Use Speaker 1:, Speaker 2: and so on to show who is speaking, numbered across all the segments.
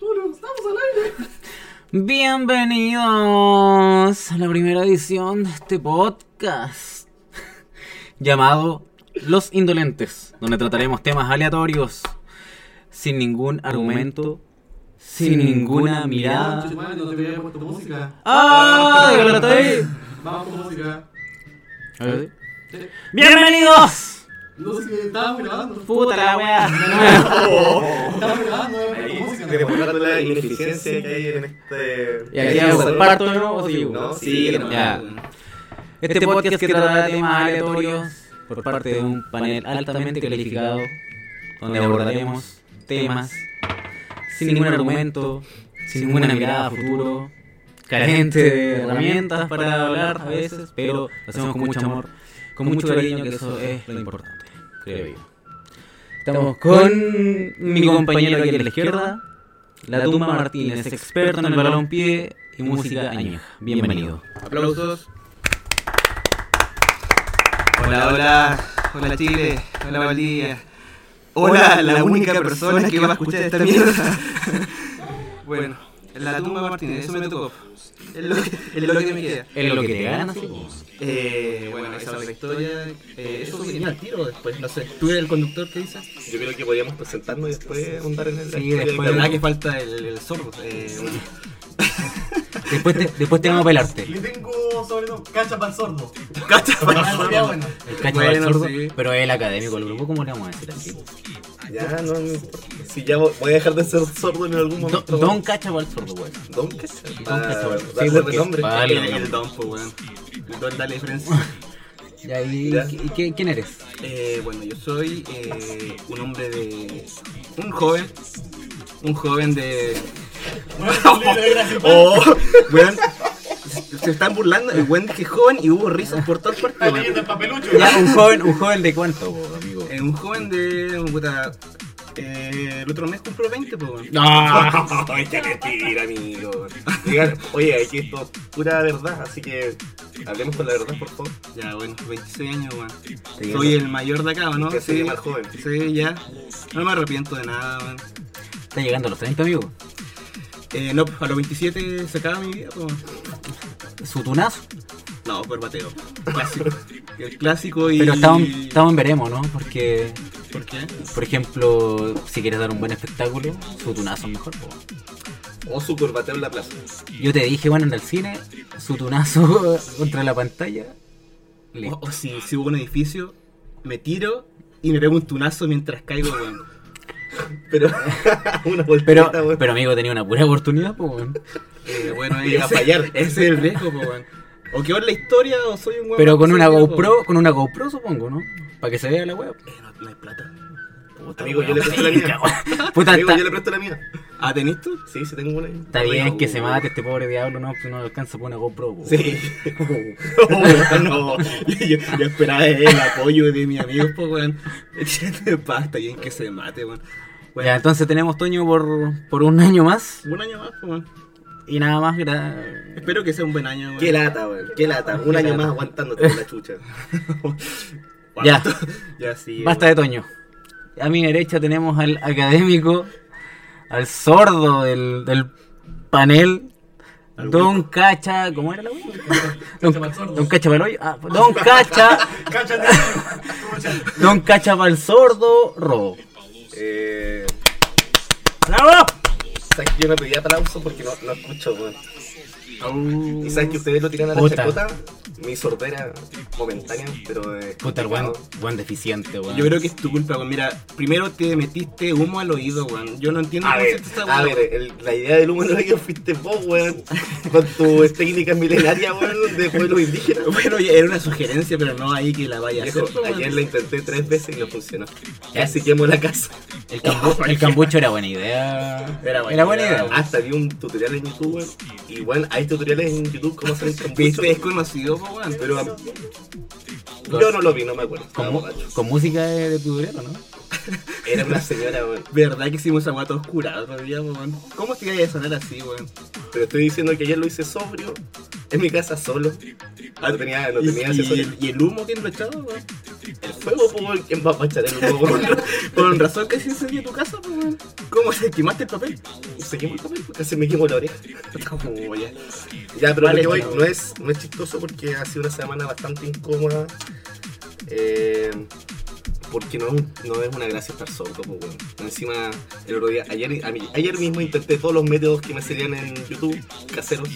Speaker 1: Estamos al aire.
Speaker 2: Bienvenidos a la primera edición de este podcast llamado Los Indolentes, donde trataremos temas aleatorios sin ningún argumento, sin ninguna
Speaker 1: Conche
Speaker 2: mirada.
Speaker 1: tu madre, no te había puesto música.
Speaker 2: ¡Ah! de verdad estoy-
Speaker 1: Vamos con música. Sí.
Speaker 2: ¡Bienvenidos!
Speaker 1: No sé si estábamos grabando.
Speaker 2: ¡Puta la wea!
Speaker 1: Estábamos grabando, no había puesto música. la wea.
Speaker 3: Demostrando la ineficiencia que hay en este.
Speaker 2: ¿Y aquí hago el parto de nuevo o sigo?
Speaker 3: No, sí, no.
Speaker 2: Ya. Este podcast que tratará temas aleatorios por parte de un panel altamente calificado, donde abordaremos temas sin ningún argumento, sin ninguna mirada a futuro, carente de herramientas para hablar a veces, pero lo hacemos con mucho amor, con mucho cariño, que eso es lo importante, creo yo. Estamos con mi compañero aquí a la izquierda, la Tumba Martínez, experto en el balón pie y música añeja. Bienvenido.
Speaker 3: Aplausos. Hola, hola. Hola, Chile. Hola, Valdivia. Hola, la única persona que va a escuchar esta mierda. bueno, en la tumba Martínez, eso me tocó. Es lo que, es lo que me queda.
Speaker 2: Es lo que te ganas, sí.
Speaker 3: Eh, bueno, esa es la historia. Eh, eso sería el tiro después, no sé.
Speaker 4: ¿Tú eres el conductor que dices?
Speaker 3: Yo creo que podríamos presentarnos y después ahondar en el.
Speaker 4: Sí, después, verdad que falta el, el zorro. Eh, bueno.
Speaker 2: Después te, después te vamos a pelarte.
Speaker 1: Le tengo sobrenombre. Cacha para el sordo.
Speaker 3: Cacha,
Speaker 1: Ah, sería bueno.
Speaker 2: El cacho
Speaker 4: Bueno,
Speaker 2: del sordo,
Speaker 4: sí.
Speaker 2: pero el académico del grupo, ¿cómo le vamos a decir así?
Speaker 3: Ya, no, no importa. Si ya vo- voy a dejar de ser sordo en algún
Speaker 2: Don,
Speaker 3: momento.
Speaker 2: don cacha para el sordo, güey.
Speaker 3: Don Cacha. Don
Speaker 4: Ah,
Speaker 2: Cacha. Sí,
Speaker 3: Darle
Speaker 2: porque-
Speaker 3: renombre.
Speaker 2: Ah,
Speaker 4: el,
Speaker 2: dale,
Speaker 4: el don, pues, weón. El don da la diferencia.
Speaker 2: Ya, ¿Y,
Speaker 3: Ya.
Speaker 2: y qué- quién eres?
Speaker 4: Eh, bueno, yo soy eh, un hombre de. Un joven. Un joven de. ¡Oh! Weón. se- Se están burlando. El weón que es joven y hubo risas por todas partes, weón.
Speaker 2: Ya, un joven, un joven de cuánto, güey, amigo.
Speaker 4: Eh, un joven de. un puta, eh, el otro mes cumplo 20, pues, weón.
Speaker 3: No, ya le tira, amigo. Digan, oye, aquí esto es pura verdad, así que hablemos con la verdad, por favor.
Speaker 4: Ya, bueno, 26 años, weón. Soy el mayor de acá,
Speaker 2: Ah,
Speaker 4: ¿o no?
Speaker 3: Te hace llamar joven.
Speaker 4: Sí, ya. No me arrepiento de nada, weón.
Speaker 2: Está llegando a los 30, amigo.
Speaker 4: Eh, no, a los 27 se acaba mi vida, pues.
Speaker 2: Su tunazo.
Speaker 4: No, por bateo. Clásico. El clásico y.
Speaker 2: Pero estamos, estamos en veremos, ¿no? Porque,
Speaker 4: ¿Por qué?
Speaker 2: por ejemplo, si quieres dar un buen espectáculo, su tunazo es mejor, po.
Speaker 3: O su curvateo en la plaza.
Speaker 2: Yo te dije, bueno, en el cine, su tunazo contra la pantalla.
Speaker 4: O,
Speaker 2: Listo.
Speaker 4: o si, si hubo un edificio, me tiro y me pego un tunazo mientras caigo, weón.
Speaker 3: Pero, una
Speaker 2: Pero,
Speaker 3: voltereta, weón.
Speaker 2: pero amigo, tenía una pura oportunidad, pues, weón.
Speaker 4: Eh, bueno,
Speaker 3: Y a
Speaker 4: ese-
Speaker 3: fallar.
Speaker 4: Ese es el riesgo, pues, weón. O que la historia o soy un weón.
Speaker 2: Pero con
Speaker 4: que
Speaker 2: una
Speaker 4: se queda, po,
Speaker 2: GoPro, con una GoPro supongo, ¿no? Para que se vea la web.
Speaker 4: weón. Eh, no, no hay plata.
Speaker 2: Puta,
Speaker 3: Amigo, yo
Speaker 2: weón.
Speaker 3: le presto la mía.
Speaker 2: Puta,
Speaker 3: Amigo,
Speaker 2: está,
Speaker 3: yo le presto la mía.
Speaker 4: ¿Ah, tenés tú?
Speaker 3: Sí, sí, tengo una. ahí. uh.
Speaker 2: está bien que se mate este pobre diablo, no, pues no alcanza por una GoPro. po.
Speaker 4: Sí. no, yo, yo esperaba el apoyo de mis amigos, pues, weón. Basta, bien que se mate, weón. Bueno.
Speaker 2: Ya, entonces tenemos Toño por, por un año más
Speaker 4: Un año más, pues, weón.
Speaker 2: y nada más. gra-
Speaker 4: Espero que sea un buen año, weón.
Speaker 3: Qué lata, weón. Qué lata. Un año
Speaker 2: lata.
Speaker 3: más aguantándote la chucha.
Speaker 4: Wow.
Speaker 2: Ya.
Speaker 4: ya sí.
Speaker 2: Basta de Toño. A mi derecha tenemos al académico, al sordo del, del panel,
Speaker 4: Al
Speaker 2: Don Cacha, ¿cómo era la wea? Don,
Speaker 1: Cacha pa'l sordo.
Speaker 2: don Cacha pa'l hoyo, ah, Don Cacha,
Speaker 1: Cáchate.
Speaker 2: Don Cacha pa'l sordo, robo.
Speaker 3: Eh,
Speaker 2: ¡Bravo!
Speaker 3: sabes que yo no pedí aplauso porque no, no escucho, weón.
Speaker 4: weón.
Speaker 3: Y sabes que ustedes lo tiran a la
Speaker 2: Puta.
Speaker 3: chacota. Mi sordera momentánea, pero. eh,
Speaker 2: Puta, el buen,
Speaker 3: complicado.
Speaker 2: buen deficiente, weón.
Speaker 4: Yo creo que es tu culpa, weón. Mira, primero te metiste humo al oído, weón. Yo no entiendo
Speaker 3: A ver,
Speaker 4: hiciste esa
Speaker 3: a
Speaker 4: weón.
Speaker 3: ver, el- la idea del humo en el oído fuiste vos, weón. Con tus técnicas milenarias, weón, de pueblos indígenas.
Speaker 4: Bueno, ya era una sugerencia, pero no ahí que la vaya a hacer.
Speaker 3: Viejo,
Speaker 4: pues, weón.
Speaker 3: ayer la intenté tres veces y no funcionó. Casi quemo la casa.
Speaker 2: El, cambu- el cambucho era buena idea.
Speaker 4: Era buena idea.
Speaker 2: idea.
Speaker 3: Hasta vi un tutorial en YouTube, weón. Y bueno, hay tutoriales en YouTube cómo hacer el cambucho.
Speaker 4: Viste, es conocido, pues, weón.
Speaker 3: Pero am, yo no lo vi, no me acuerdo.
Speaker 2: Con,
Speaker 3: Estaba
Speaker 2: mu-
Speaker 3: borracho.
Speaker 2: con música de, de tutorial, ¿o ¿no?
Speaker 3: Era una señora, weón.
Speaker 4: ¿Verdad que hicimos esa guata oscura otro día, weón? ¿Cómo te iba a sonar así, weón?
Speaker 3: Pero estoy diciendo que ayer lo hice sobrio. En mi casa solo. Ah, No tenía, no
Speaker 5: Ah,
Speaker 4: ¿Y,
Speaker 3: tenía
Speaker 4: y-
Speaker 3: asesor.
Speaker 4: y el humo que lo echaba, weón?
Speaker 3: El fuego, po, weón. ¿Quién va a apachar el fuego? Con, ra- con razón que se incendió tu casa, po, weón. ¿Cómo se quemaste el papel? Se quemó el papel, casi me quemó la oreja. Como, ya. ¿eh? Ya, pero lo que voy no es, no es chistoso porque ha sido una semana bastante incómoda. Eh, porque no, es un- no es una gracia estar solo, po, weón. Encima, el otro día, ayer, a mí- ayer mismo intenté todos los métodos que me salían en YouTube, caseros.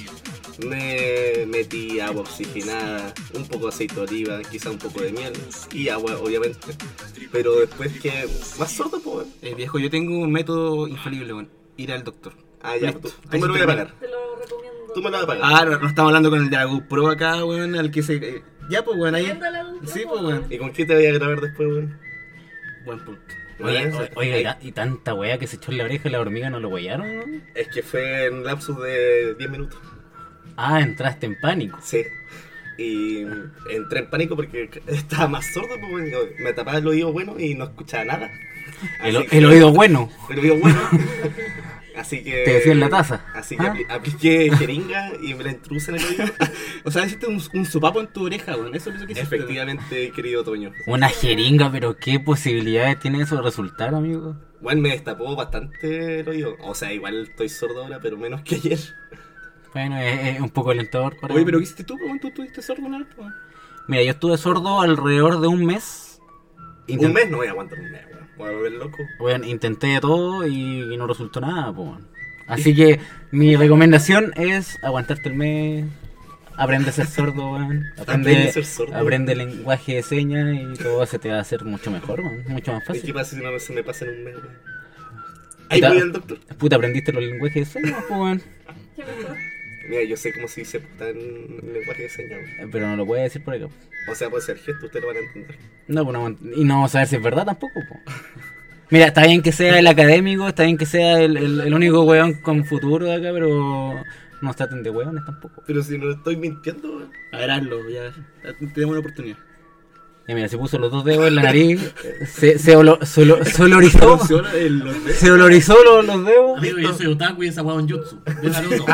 Speaker 3: Me metí agua oxigenada, un poco de aceite de oliva, quizá un poco de miel y agua, obviamente. Pero después que... Más sordo, pues.
Speaker 5: Eh, viejo, yo tengo un método infalible, weón. Ir al doctor.
Speaker 3: Ah, ya,
Speaker 5: Listo.
Speaker 3: tú, tú me lo voy a pagar.
Speaker 6: Te lo recomiendo.
Speaker 3: Tú me lo vas a pagar.
Speaker 5: Ah, no, no estamos hablando con el de la GoPro acá, weón, al que se... eh, ya, pues, weón, ahí...
Speaker 6: Recomiéndala, don
Speaker 5: Sí,
Speaker 6: Franco,
Speaker 5: pues, weón.
Speaker 3: ¿Y con qué te voy a grabar después, weón?
Speaker 5: Buen punto.
Speaker 2: Oye,
Speaker 3: Bueno,
Speaker 2: o- oye, y ta- y tanta wea que se echó en la oreja y la hormiga no lo huellaron, ¿no?
Speaker 3: Es que fue en un lapsus de 10 minutos.
Speaker 2: Ah, entraste en pánico.
Speaker 3: Sí. Y entré en pánico porque estaba más sordo, pues, weón. Yo- me tapaba el oído bueno y no escuchaba nada.
Speaker 2: El, o-
Speaker 3: Así que-
Speaker 2: el oído bueno.
Speaker 3: El oído bueno. Así que...
Speaker 2: Te decía en la taza.
Speaker 3: Así que
Speaker 2: Ah.
Speaker 3: apli- apliqué jeringa y me la intrusa en el oído.
Speaker 5: O sea, hiciste un, un sopapo en tu oreja, weón. Eso es lo que hiciste.
Speaker 3: Efectivamente, querido Toño.
Speaker 2: Una jeringa, pero qué posibilidades tiene eso de resultar, amigo.
Speaker 3: Bueno, me destapó bastante el oído. O sea, igual estoy sordo ahora, pero menos que ayer.
Speaker 2: Bueno, es, es un poco alentador para
Speaker 5: Oye, pero ¿qué hiciste tú, weón? ¿Tú tuviste sordo una vez, weón?
Speaker 2: Mira, yo estuve sordo alrededor de un mes. Intent-
Speaker 3: Un mes no voy a aguantar un mes, weón. Voy a volver loco.
Speaker 2: Bueno, intenté de todo y, y no resultó nada, po. weón. Así que mi recomendación es aguantarte el mes. Aprende a ser sordo, weón.
Speaker 3: Aprende a
Speaker 2: Aprende,
Speaker 3: ser sordo.
Speaker 2: aprende lenguaje de señas y todo se te va a hacer mucho mejor, weón. Mucho más
Speaker 3: ¿Y qué
Speaker 2: fácil.
Speaker 3: pasa si no se me pasa en un mes, weón? Ahí
Speaker 2: Ya.
Speaker 3: voy al doctor.
Speaker 2: Puta, aprendiste los lenguajes de señas, po, weón.
Speaker 6: Qué mejor.
Speaker 3: Mira, yo sé cómo se dice puta en lenguaje de señas, weón.
Speaker 2: Eh, Pero no lo puedes decir por acá.
Speaker 3: O sea, puede ser gesto, ustedes lo van a entender.
Speaker 2: No, pues no, y no vamos a saber si es verdad tampoco, po. Mira, está bien que sea el académico, está bien que sea el, el- el único weón con futuro de acá, pero no está tan de weones tampoco.
Speaker 3: Pero si no estoy mintiendo, weón.
Speaker 5: A ver, hazlo, ya. Tenemos una oportunidad.
Speaker 2: Ya mira, se puso los dos dedos en la nariz, se, se, olo- se olo- se olorizó,
Speaker 5: Solo el- los dedos.
Speaker 2: se olorizó los, los dedos,
Speaker 4: Amigo, yo soy otaku y esa hueá es un jutsu. De Naruto.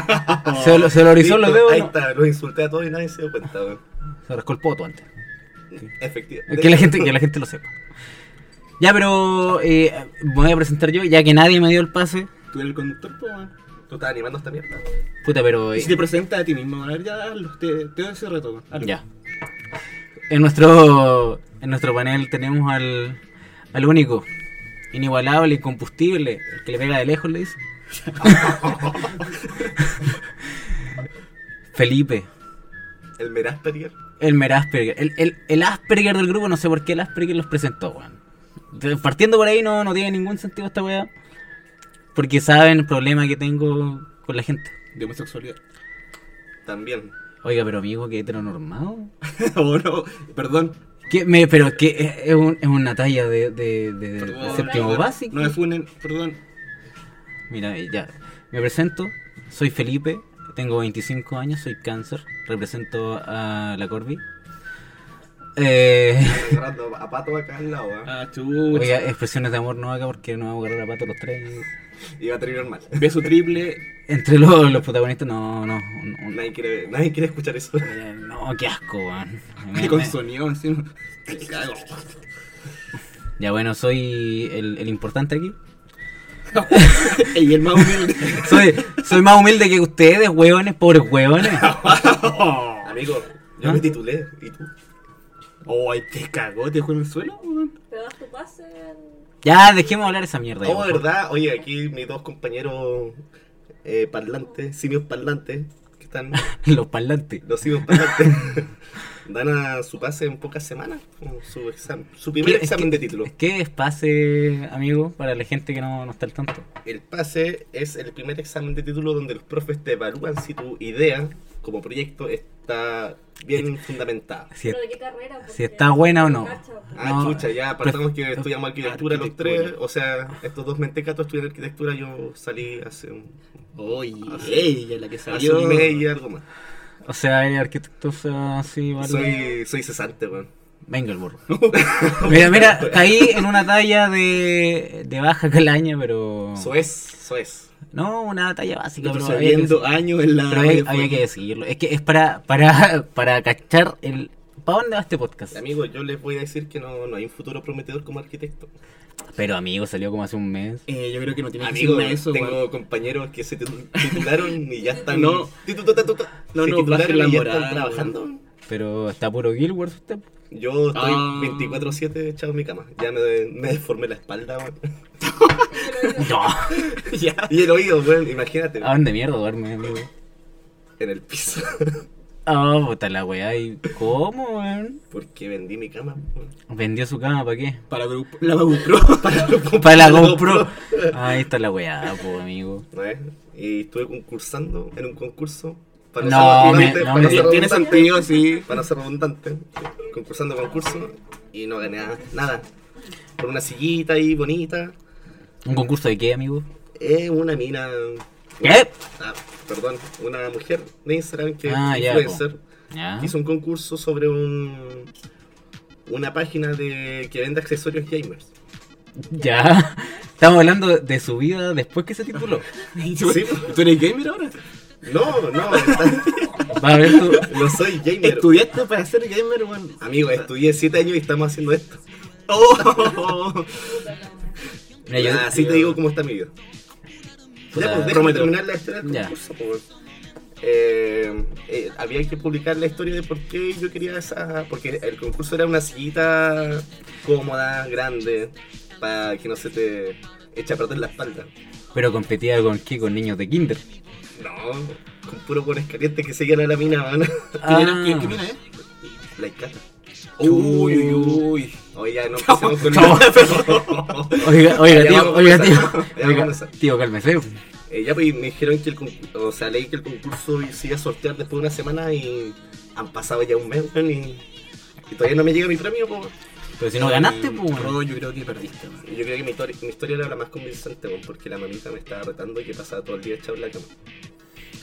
Speaker 2: se, olo- se olorizó
Speaker 3: Listo,
Speaker 2: los dedos,
Speaker 3: Ahí
Speaker 2: no.
Speaker 3: está, los insulté a todos y nadie se dio cuenta, weón.
Speaker 2: se rascó el poto antes.
Speaker 3: Efectivamente.
Speaker 2: Que la gente, que la gente lo sepa. Ya, pero eh, me voy a presentar yo, ya que nadie me dio el pase.
Speaker 5: Tú eres el conductor, po, weón.
Speaker 3: Tú estás animando esta mierda.
Speaker 2: Puta, pero...
Speaker 5: Y
Speaker 2: eh,
Speaker 5: si te presentas a ti mismo, weón. A ver, ya hazlo. Te, te doy ese reto, weón. Hazlo.
Speaker 2: Ya. En nuestro, en nuestro panel tenemos al, al único, inigualable, incombustible, el que le pega de lejos, le dice. Felipe,
Speaker 3: El Merasperger.
Speaker 2: el Merasperger. El, el, el Asperger del grupo, no sé por qué el Asperger los presentó, weón. De- Partiendo por ahí no, no tiene ningún sentido esta weá. Porque saben el problema que tengo con la gente.
Speaker 5: De homosexualidad.
Speaker 3: También.
Speaker 2: Oiga, pero amigo, que heteronormado.
Speaker 5: o no, perdón.
Speaker 2: ¿Qué? Me, pero que es, es un- es una talla de, de, de- de
Speaker 5: perdón,
Speaker 2: Eh, séptimo
Speaker 5: perdón.
Speaker 2: básico.
Speaker 5: No me funen, perdón.
Speaker 2: Mira, eh, ya. Me presento, soy Felipe, tengo 25 años, soy cáncer, represento a la Corby. Eh,
Speaker 3: Agarrando a pato acá al lado, ¿eh?
Speaker 5: Ah, chucha.
Speaker 2: oiga, expresiones de amor no haga porque no vamos a agarrar a pato los tres.
Speaker 3: Iba a terminar mal.
Speaker 5: Beso triple.
Speaker 2: Entre los, los protagonistas, no, no, no.
Speaker 3: Nadie quiere, nadie quiere escuchar eso.
Speaker 2: eh, No, qué asco, weón. Me-
Speaker 5: Y con
Speaker 2: me-
Speaker 5: sonido encima. Me cago.
Speaker 2: Ya bueno, soy el, el importante aquí.
Speaker 5: Ey, el más humilde.
Speaker 2: Soy, soy más humilde que ustedes, hueones, pobres hueones.
Speaker 3: Amigo, yo
Speaker 2: ¿Ah?
Speaker 3: me titulé. ¿Y tú?
Speaker 5: Oh, ay, te cagó, te dejó en el suelo, weón.
Speaker 6: Te das tu pase en...
Speaker 2: Ya, dejemos hablar esa mierda. ya,
Speaker 3: Oh,
Speaker 2: por favor.
Speaker 3: verdad. Oye, aquí mis dos compañeros eh, parlantes, simios parlantes, que están,
Speaker 2: Los parlantes.
Speaker 3: los simios parlantes, dan a su pase en pocas semanas, con su examen, su primer
Speaker 2: ¿Qué-
Speaker 3: examen
Speaker 2: qué-
Speaker 3: de título.
Speaker 2: ¿Qué es pase, amigo, para la gente que no, no está al tanto?
Speaker 3: El pase es el primer examen de título donde los profes te evalúan si tu idea como proyecto está bien fundamentada.
Speaker 2: Si es-
Speaker 6: ¿Pero de qué carrera?
Speaker 2: si
Speaker 6: Porque-
Speaker 2: está buena o no.
Speaker 6: Cacha, pues.
Speaker 3: Ah,
Speaker 2: No,
Speaker 3: chucha, ya partamos que estudiamos arquitectura los tres. O sea, estos dos mentecatos estudian arquitectura. Yo salí hace un,
Speaker 5: Oye,
Speaker 3: Así.
Speaker 5: ella la que
Speaker 3: hace
Speaker 5: salió.
Speaker 3: un mes y algo más.
Speaker 2: O sea, el arquitecto o sea, sí, vale.
Speaker 3: Soy, soy cesante, weón.
Speaker 2: Venga el burro. mira, mira, caí en una talla de, de baja calaña, pero.
Speaker 3: Soez, soez.
Speaker 2: No, una talla básica, pero había, que,
Speaker 3: Ah,
Speaker 5: Retrocediendo años en la.
Speaker 2: pero había- había que decirlo. Es que es para, para, para cachar el ¿Para dónde va este podcast?
Speaker 3: Amigo, yo les voy a decir que no, no hay un futuro prometedor como arquitecto.
Speaker 2: Pero amigo, salió como hace un mes.
Speaker 4: Eh, yo creo que no tiene que
Speaker 3: Amigo,
Speaker 4: decirme eso,
Speaker 3: tengo
Speaker 4: weón.
Speaker 3: compañeros que se titu- titularon y ya están.
Speaker 4: No.
Speaker 3: titu- tu- tu- tu- tu-
Speaker 4: No,
Speaker 3: se
Speaker 4: no, bajen la
Speaker 3: titularon y ya
Speaker 4: moral,
Speaker 3: están trabajando.
Speaker 2: Pero está puro Gilbert usted.
Speaker 3: Yo estoy
Speaker 4: Ah.
Speaker 3: 24-7 echado en mi cama. Ya me, me deformé la espalda, weón.
Speaker 2: No.
Speaker 3: Ya. Y el oído, weón, imagínate.
Speaker 4: Ah.
Speaker 2: ¿A dónde mierda duerme, amigo?
Speaker 3: En el piso.
Speaker 2: Ah, puta la weá. ¿Y cómo, weón?
Speaker 3: Porque vendí mi cama, weón.
Speaker 2: ¿Vendió su cama para qué?
Speaker 4: Para grupo- la GoPro.
Speaker 2: Para la GoPro. Ah, esta es la weá, po, amigo.
Speaker 3: ¿no es? Y estuve concursando en un concurso. Para
Speaker 2: No,
Speaker 3: ser
Speaker 2: me-
Speaker 3: redundante,
Speaker 2: no
Speaker 3: para
Speaker 2: me-
Speaker 3: ser
Speaker 4: tiene
Speaker 3: redundante.
Speaker 4: sentido, sí.
Speaker 3: para ser redundante, concursando concurso y no gané nada, nada. Por una sillita ahí bonita,
Speaker 2: ¿Un concurso de qué, amigo? ¿Eh?
Speaker 3: es una mina.
Speaker 2: ¿Qué?
Speaker 3: Ah, perdón, una mujer de Instagram que
Speaker 2: Ah,
Speaker 3: es
Speaker 2: ya, Ah.
Speaker 3: influencer
Speaker 2: Ya.
Speaker 3: hizo un concurso sobre un una página de que vende accesorios gamers.
Speaker 2: Ya. Estamos hablando de su vida después que se tituló.
Speaker 3: Sí.
Speaker 4: ¿Tú eres gamer ahora?
Speaker 3: No, no, está-
Speaker 2: Va a ver tú.
Speaker 3: no soy gamer.
Speaker 4: ¿Estudiaste para ser gamer, weón?
Speaker 3: Amigo, estudié 7 años y estamos haciendo esto.
Speaker 4: ¡Oh!
Speaker 2: Mira, yo-
Speaker 3: Ah, Así te digo cómo está mi vida. Ya,
Speaker 2: Puta,
Speaker 3: pues déjame
Speaker 4: prometo.
Speaker 3: terminar la historia del
Speaker 2: Ya.
Speaker 3: concurso, po, weón. Eh, eh, había que publicar la historia de por qué yo quería esa. Porque el concurso era una sillita cómoda, grande, para que no se te eche a perder la espalda.
Speaker 2: Pero competía con qué? Con niños de kinder.
Speaker 3: No, con puro pones caliente que seguían a la mina, man.
Speaker 2: Ah.
Speaker 4: ¿Qué, qué mira, eh?
Speaker 3: La escata.
Speaker 4: Uy, uy, uy.
Speaker 3: Oye, ya no empecemos con
Speaker 2: no. Oiga, oiga,
Speaker 3: Ya
Speaker 2: tío,
Speaker 3: vamos a
Speaker 2: oiga, tío.
Speaker 3: empezar. Ya vamos a
Speaker 2: Oiga,
Speaker 3: empezar.
Speaker 2: tío, cálmese.
Speaker 3: Eh, ya pues, me dijeron que el concurso, o sea, leí que el concurso se iba a sortear después de una semana y han pasado ya un mes, weón, y, y todavía no me llega mi premio, po.
Speaker 2: Pero si no ganaste, pues.
Speaker 4: No, yo creo que perdiste, weón.
Speaker 3: Yo creo que mi, tori- mi historia era la más convincente, weón, porque la mamita me estaba retando y que pasaba todo el día echado en la cama.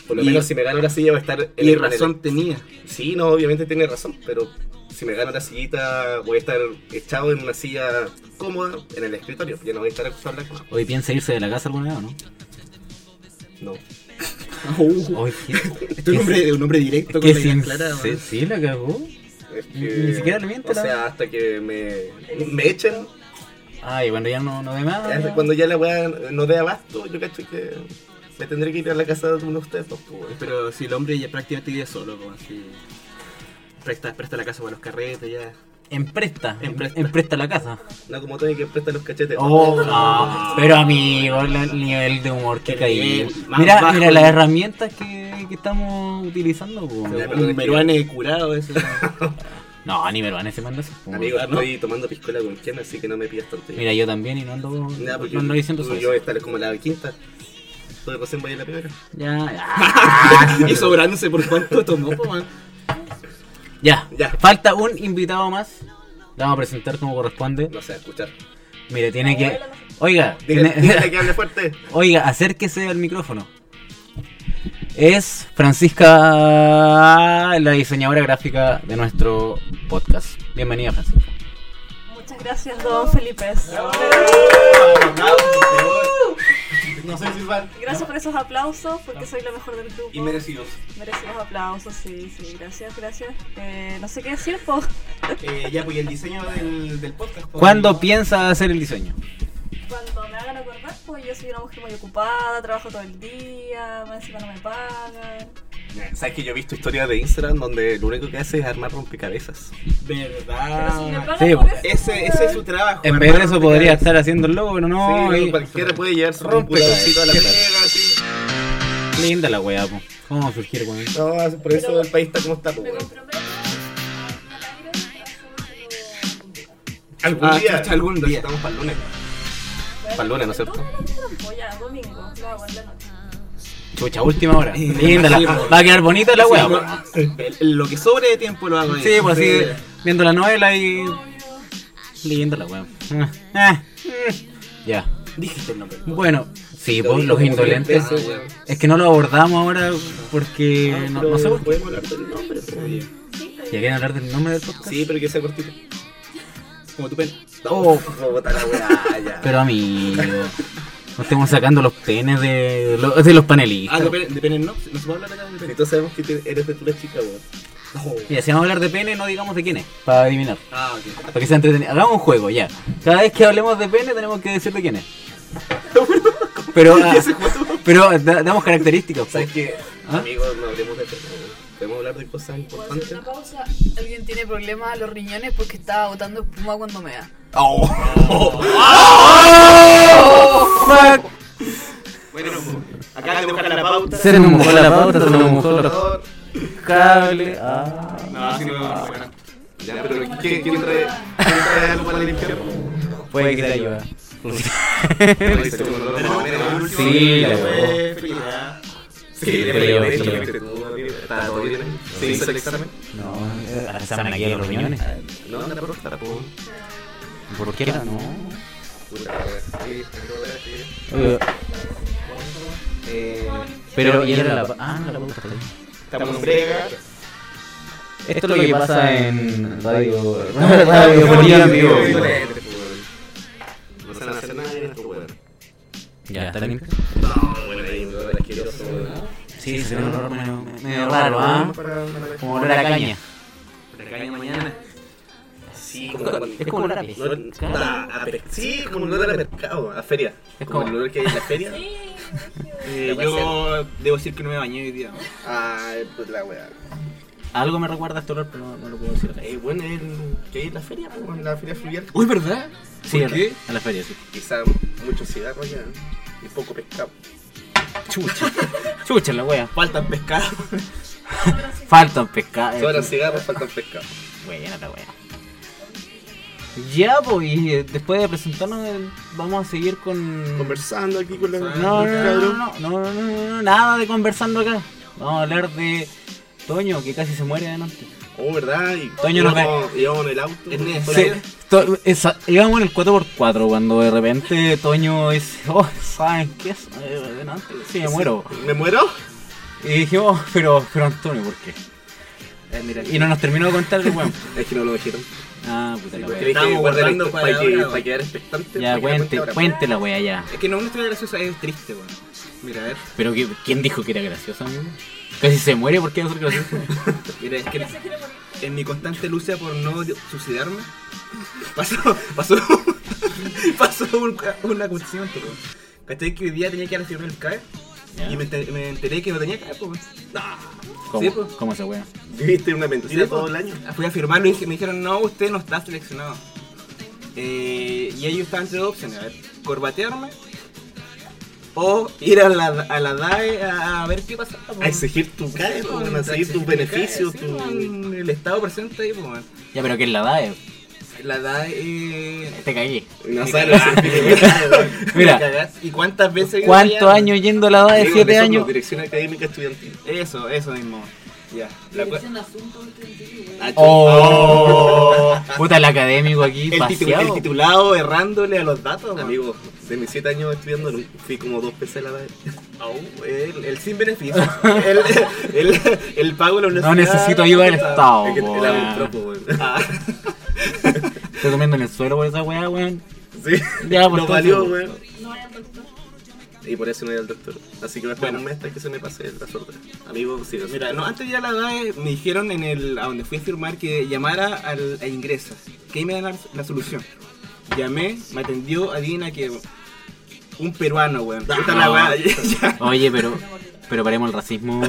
Speaker 3: Por lo
Speaker 4: Y-
Speaker 3: menos si me gano la silla voy a estar... en
Speaker 4: Y
Speaker 3: el-
Speaker 4: razón tenía.
Speaker 3: en el- Sí, no, obviamente tiene razón, pero si me gano la sillita voy a estar echado en una silla cómoda en el escritorio, ya no voy a estar acostado en la cama.
Speaker 2: Hoy piensa irse de la casa alguna vez, ¿o ¿no?
Speaker 3: No.
Speaker 2: Hoy qué.
Speaker 4: Este es un hombre, un hombre directo
Speaker 2: que
Speaker 4: con la idea
Speaker 2: sin-
Speaker 4: clara, weón.
Speaker 2: sí, sí, la cagó.
Speaker 3: Es que,
Speaker 2: Ni siquiera le miente,
Speaker 3: O
Speaker 2: la
Speaker 3: sea, hasta que me, me echen,
Speaker 2: Ay, bueno, ya no, no de nada.
Speaker 3: Ya,
Speaker 2: Ah, ya.
Speaker 3: Cuando ya la weá no dé abasto, yo cacho que me tendré que ir a la casa de uno de ustedes dos, pues, weón.
Speaker 4: Pero si el hombre ya prácticamente vive solo, como así. Presta, presta la casa para los carretes, ya.
Speaker 2: Empresta,
Speaker 4: Empresta.
Speaker 2: empresta. la casa.
Speaker 3: No como Tony que presta los cachetes.
Speaker 2: Oh, no. Pero amigo, la- el nivel de humor que
Speaker 4: El
Speaker 2: caí.
Speaker 4: nivel más
Speaker 2: Mira,
Speaker 4: bajo,
Speaker 2: mira
Speaker 4: ¿no?
Speaker 2: las herramientas que, que estamos utilizando, po.
Speaker 3: Ya, pero
Speaker 4: Un
Speaker 3: es que-
Speaker 4: meruane curado, eso.
Speaker 2: No, ni me lo van a ese mandazo. po.
Speaker 3: Amigo,
Speaker 4: Ah, ¿no?
Speaker 3: estoy tomando piscola con quien, así que no me pidas tanto.
Speaker 2: Mira, yo también y no ando,
Speaker 3: Nada,
Speaker 2: no
Speaker 3: porque
Speaker 2: ando diciendo
Speaker 3: yo-
Speaker 2: eso.
Speaker 3: Yo voy a estar como la quinta. Tú recién voy a ir a la primera.
Speaker 2: Ya, ya.
Speaker 4: Ah, y sobrándose por cuánto tomó, po, man.
Speaker 2: Ya.
Speaker 3: Ya.
Speaker 2: Falta un invitado más. Lo vamos a presentar como corresponde.
Speaker 3: No sé, escuchar.
Speaker 2: Mire, tiene que. Oiga,
Speaker 3: Dile,
Speaker 2: tiene-
Speaker 3: dile que hable fuerte.
Speaker 2: oiga, acérquese al micrófono. Es Francisca, la diseñadora gráfica de nuestro podcast. Bienvenida, Francisca.
Speaker 6: Muchas gracias, don Felipe.
Speaker 7: No sé si va.
Speaker 6: Gracias por esos aplausos, porque soy lo mejor del grupo.
Speaker 4: Y merecidos.
Speaker 6: Merecidos aplausos, sí, sí, gracias, gracias. Eh, no sé qué decir, po.
Speaker 4: Eh, ya, pues, y el diseño del, del podcast. po.
Speaker 2: ¿Cuándo piensa hacer el diseño?
Speaker 6: Cuando me hagan acordar, pues yo soy una mujer muy ocupada, trabajo todo el día, más encima no me pagan.
Speaker 3: Sabes que yo he visto historias de Instagram donde lo único que hace es armar rompecabezas.
Speaker 6: Pero si me
Speaker 4: Verdad.
Speaker 6: pagan pues,
Speaker 2: sí,
Speaker 6: por
Speaker 2: po.
Speaker 6: eso,
Speaker 4: Ah, Ese, ese es su trabajo.
Speaker 2: En vez de
Speaker 4: hermano,
Speaker 2: eso
Speaker 4: te
Speaker 2: podría
Speaker 4: caes.
Speaker 2: estar haciendo el logo, pero no.
Speaker 3: sí,
Speaker 2: y-
Speaker 3: cualquiera puede llevar su
Speaker 2: rompe
Speaker 3: computadorcito a la
Speaker 2: cabezas.
Speaker 3: pega, así.
Speaker 2: Linda la weá, po. ¿Cómo va a surgir con eso?
Speaker 3: No, por eso
Speaker 6: Pero-
Speaker 3: el país está como está, pues,
Speaker 6: Me
Speaker 3: weón.
Speaker 6: comprometo Ah, a- al aire
Speaker 3: Algún
Speaker 6: a hacerlo.
Speaker 4: Ah,
Speaker 3: día.
Speaker 4: chucha, algún
Speaker 3: Entonces
Speaker 4: día.
Speaker 3: Estamos para el lunes.
Speaker 6: Bueno,
Speaker 3: Pa'l lunes, ¿no es cierto?
Speaker 6: todo el tiempo, ya, domingo, lo hago en la noche.
Speaker 2: Chucha, última hora.
Speaker 4: Sí,
Speaker 2: Linda la.
Speaker 4: sí, po.
Speaker 2: Va a quedar bonita la
Speaker 4: Sí,
Speaker 2: weá,
Speaker 4: lo-
Speaker 2: po.
Speaker 4: el- Lo que sobre de tiempo lo hago ahí.
Speaker 2: Sí, pues así, viendo la novela y leyendo la weón. Ya.
Speaker 4: Dijiste el nombre.
Speaker 2: Bueno, sí,
Speaker 3: Lo
Speaker 2: pues
Speaker 3: mismo,
Speaker 2: los
Speaker 3: como
Speaker 2: indolentes.
Speaker 3: siempre, eso, weón.
Speaker 2: Es que no lo abordamos ahora porque no, no sé por qué.
Speaker 3: Podemos hablar del nombre, pues, weón.
Speaker 2: ¿Ya quieren hablar del nombre del podcast?
Speaker 3: Sí, pero que sea cortito.
Speaker 4: Como tu pelo.
Speaker 3: Oh, puta la weá, ya.
Speaker 2: Pero amigo, no estemos sacando los penes de, lo- de los
Speaker 4: Ah,
Speaker 2: panelistas.
Speaker 4: de pene, de pene no. No se puede hablar acá de pene.
Speaker 3: Entonces sabemos que te- eres de pura chica, weón.
Speaker 2: Mira, si vamos a hablar de pene, no digamos de quién es, para adivinar.
Speaker 4: Ah, ok.
Speaker 2: Para que sea entretenido. Hagamos un juego, ya. Cada vez que hablemos de pene, tenemos que decir de quién es. Pero, ah, pero ah, da- damos características. po.
Speaker 3: ¿Sabes qué?
Speaker 2: ¿Ah?
Speaker 3: Amigos, no hablemos de esto. Podemos hablar de cosas
Speaker 6: ¿Puedo hacer
Speaker 3: importantes.
Speaker 6: una pausa? ¿Alguien tiene problemas a los riñones porque está botando espuma cuando me da?
Speaker 2: ¡Oh! Fuck.
Speaker 4: Acá te
Speaker 3: Ah,
Speaker 4: buscan la pauta.
Speaker 2: Se nos mojó la pauta, se nos mojó los cables. Ah.
Speaker 4: No, si no, bueno.
Speaker 3: Ya, pero ¿quién, quién trae, ¿quién trae algo para limpiar?
Speaker 2: Puede que te ayuda.
Speaker 3: Ahí se fue, no, no, no, no.
Speaker 2: Sí, la cagó.
Speaker 3: Sí,
Speaker 2: le
Speaker 3: le
Speaker 2: peleó,
Speaker 3: peleó,
Speaker 2: le peleó.
Speaker 3: ¿Está todo bien ahí? ¿Se hizo el examen?
Speaker 2: No, eh, examen aquí de los riñones.
Speaker 3: No, anda por otra, po.
Speaker 2: ¿Por qué no?
Speaker 3: Puta, la wea. Sí, la wea, sí.
Speaker 2: Eh,
Speaker 3: Eh,
Speaker 2: Pero, y era la. Ah, no, la pauta está ahí.
Speaker 3: Estamos en brega.
Speaker 2: Esto es lo que pasa en radio. Radio Bolivia en vivo.
Speaker 3: Excelente, po, weón. No se van a hacer nada en esto, weón.
Speaker 2: Ya, ¿está limpio?
Speaker 3: No, bueno, ahí, weón, asqueroso, weón.
Speaker 2: Sí, se ve un olor medio, medio raro, ¿ah?
Speaker 3: Para- para-
Speaker 2: Como olor a caña.
Speaker 4: mañana.
Speaker 3: Sí, como cuando-
Speaker 2: Es como olor a
Speaker 3: No,
Speaker 2: pescado.
Speaker 3: no, a pe- Sí, como un olor a mercado, a feria.
Speaker 2: Es
Speaker 3: como
Speaker 2: como-
Speaker 3: el olor que hay en la feria.
Speaker 4: Eh, yo debo decir que no me bañé hoy día.
Speaker 3: Ay, pues la weá.
Speaker 2: Algo me recuerda a este olor, pero no, no lo puedo decir.
Speaker 3: Eh, bueno, el que hay en la feria, pues, en la feria fluvial.
Speaker 4: Uy, ¿verdad?
Speaker 2: Sí,
Speaker 4: ¿Por qué?
Speaker 2: a la feria, sí.
Speaker 3: Quizá mucho cigarro ya y poco pescado.
Speaker 2: Chucha. Chucha la wea.
Speaker 4: Faltan pescados.
Speaker 2: Faltan pescados.
Speaker 3: Sobran cigarros, faltan pescado.
Speaker 2: Buena la wea. Ya, pues, y eh, después de presentarnos, eh, vamos a seguir con.
Speaker 3: Conversando aquí con la.
Speaker 2: No, no, no, no, no, no, no, no, no, nada de conversando acá. Vamos a hablar de Toño, que casi se muere adelante.
Speaker 3: Oh, ¿verdad? Y
Speaker 2: Toño nos
Speaker 3: íbamos- íbamos en el auto.
Speaker 4: Es necesario.
Speaker 2: Sí, to- esa- íbamos en el 4x4 cuando de repente Toño dice, oh, ¿saben qué? es? Eh, Adelante, sí, me muero.
Speaker 3: ¿Me muero?
Speaker 2: Y dijimos, pero, pero Antonio, ¿por qué?
Speaker 3: Eh, mira,
Speaker 2: Y no nos terminó de contar el weón.
Speaker 3: es que no lo dijeron.
Speaker 2: Ah, puta la
Speaker 3: Porque
Speaker 2: wea.
Speaker 3: dije,
Speaker 4: Estábamos
Speaker 3: guarda esto
Speaker 4: guardando para
Speaker 3: para, que,
Speaker 4: ahora,
Speaker 3: para
Speaker 4: weón.
Speaker 3: quedar expectante.
Speaker 2: Ya,
Speaker 3: para que la cuente
Speaker 2: cuente,
Speaker 3: ahora.
Speaker 2: cuente la wea ya.
Speaker 4: Es que no, una historia graciosa es triste, weón. Mira, a ver.
Speaker 2: Pero que- ¿quién dijo que era gracioso, amigo? Casi se muere porque no ser gracioso.
Speaker 4: Mira, es que en mi constante lucha por no suicidarme, pasó, pasó, pasó un- un acontecimiento, weón. ¿Cachai? Que hoy día tenía que ir a la firma del CAE
Speaker 2: Ya.
Speaker 4: y me, enter- me enteré que no tenía CAE, pues. Sí, pues.
Speaker 2: ¿Cómo, ¿Cómo se wea?
Speaker 3: Viviste una mentira
Speaker 4: Sí,
Speaker 3: todo
Speaker 4: po.
Speaker 3: el año.
Speaker 4: Fui a firmarlo y dije- me dijeron, no, usted no está seleccionado. Eh, y ahí yo estaba entre dos opciones, a ver, corbatearme o ir a la, a la DAE a, a ver qué pasaba. po.
Speaker 3: A exigir tu
Speaker 4: Sí,
Speaker 3: CAE, po,
Speaker 4: po,
Speaker 3: a exigir pues, tus
Speaker 4: mi
Speaker 3: beneficios,
Speaker 4: CAE, sí,
Speaker 3: tu.
Speaker 4: po, El Estado presente ahí, pues.
Speaker 2: Ya, pero ¿quién la da? eh?
Speaker 4: La DAE... eh,
Speaker 2: Te caí.
Speaker 3: No
Speaker 4: Me
Speaker 3: sabes lo que significa.
Speaker 2: Mira.
Speaker 4: me cagás. ¿Y cuántas veces? yo
Speaker 2: ¿Cuántos
Speaker 4: ya-
Speaker 2: años yendo a la edad de
Speaker 3: Digo,
Speaker 2: 7
Speaker 3: eso,
Speaker 2: años?
Speaker 3: Dirección Académica Estudiantil.
Speaker 4: Eso, eso mismo. Ya. La cu-
Speaker 3: Ah,
Speaker 2: Oh, puta el académico aquí,
Speaker 4: el, titu- el
Speaker 2: paseado.
Speaker 4: titulado errándole a los datos, weón.
Speaker 3: Amigo, de mis 7 años estudiando fui como dos veces a la vez.
Speaker 4: Au, el, el sin beneficio. el, el, el pago de la
Speaker 2: No
Speaker 4: universidad.
Speaker 2: necesito ayuda del Estado.
Speaker 3: Es que
Speaker 2: po,
Speaker 3: era un
Speaker 2: weón.
Speaker 3: tropo, weón.
Speaker 4: Ah,
Speaker 3: Ah.
Speaker 2: Estoy comiendo en el suelo por esa weá, weón.
Speaker 3: Sí,
Speaker 2: Ya, pues,
Speaker 3: nos valió,
Speaker 2: entonces,
Speaker 3: weón.
Speaker 6: No vayan al doctor.
Speaker 3: Y por eso no he ido al doctor. Así que me espero
Speaker 4: Bueno.
Speaker 3: un mes hasta que se me pase la suerte. Amigo, sí, lo
Speaker 4: mira,
Speaker 3: siento.
Speaker 4: no, antes de ir a la DAE me dijeron en el, a donde fui a firmar que llamara al, a ingresas. Que ahí me dan la, la solución. Llamé, me atendió Adina que un peruano, weón.
Speaker 3: Ah,
Speaker 4: Puta la
Speaker 2: No.
Speaker 4: weá, ya.
Speaker 2: Oye, pero, pero paremos el racismo.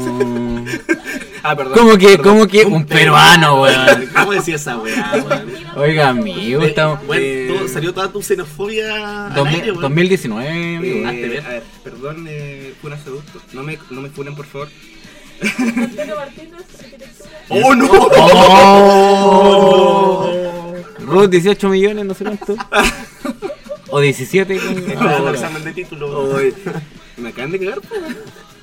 Speaker 4: Ah, perdón.
Speaker 2: ¿Cómo que, cómo que? Un peruano, weón.
Speaker 3: ¿Cómo decía esa weá, weón?
Speaker 2: Oiga, amigo, estamos.
Speaker 3: Bueno,
Speaker 4: Eh,
Speaker 3: todo- salió toda tu xenofobia. al
Speaker 2: dos mil-
Speaker 3: aire, weón.
Speaker 2: 2019,
Speaker 4: Eh,
Speaker 2: amigo.
Speaker 4: a
Speaker 3: Ah, te
Speaker 4: ver,
Speaker 3: ves.
Speaker 4: perdón, eh, funas adulto. No me, no me funen, por favor.
Speaker 6: Antonio Martínez, arquitectura.
Speaker 3: ¡Oh, no!
Speaker 2: ¡Oh! Ruth, 18 millones, no sé cuánto. O 17.
Speaker 3: Estaba
Speaker 2: Ah,
Speaker 3: dando
Speaker 2: bueno.
Speaker 3: examen de título.
Speaker 4: Oye, me acaban de cagar, po, weón.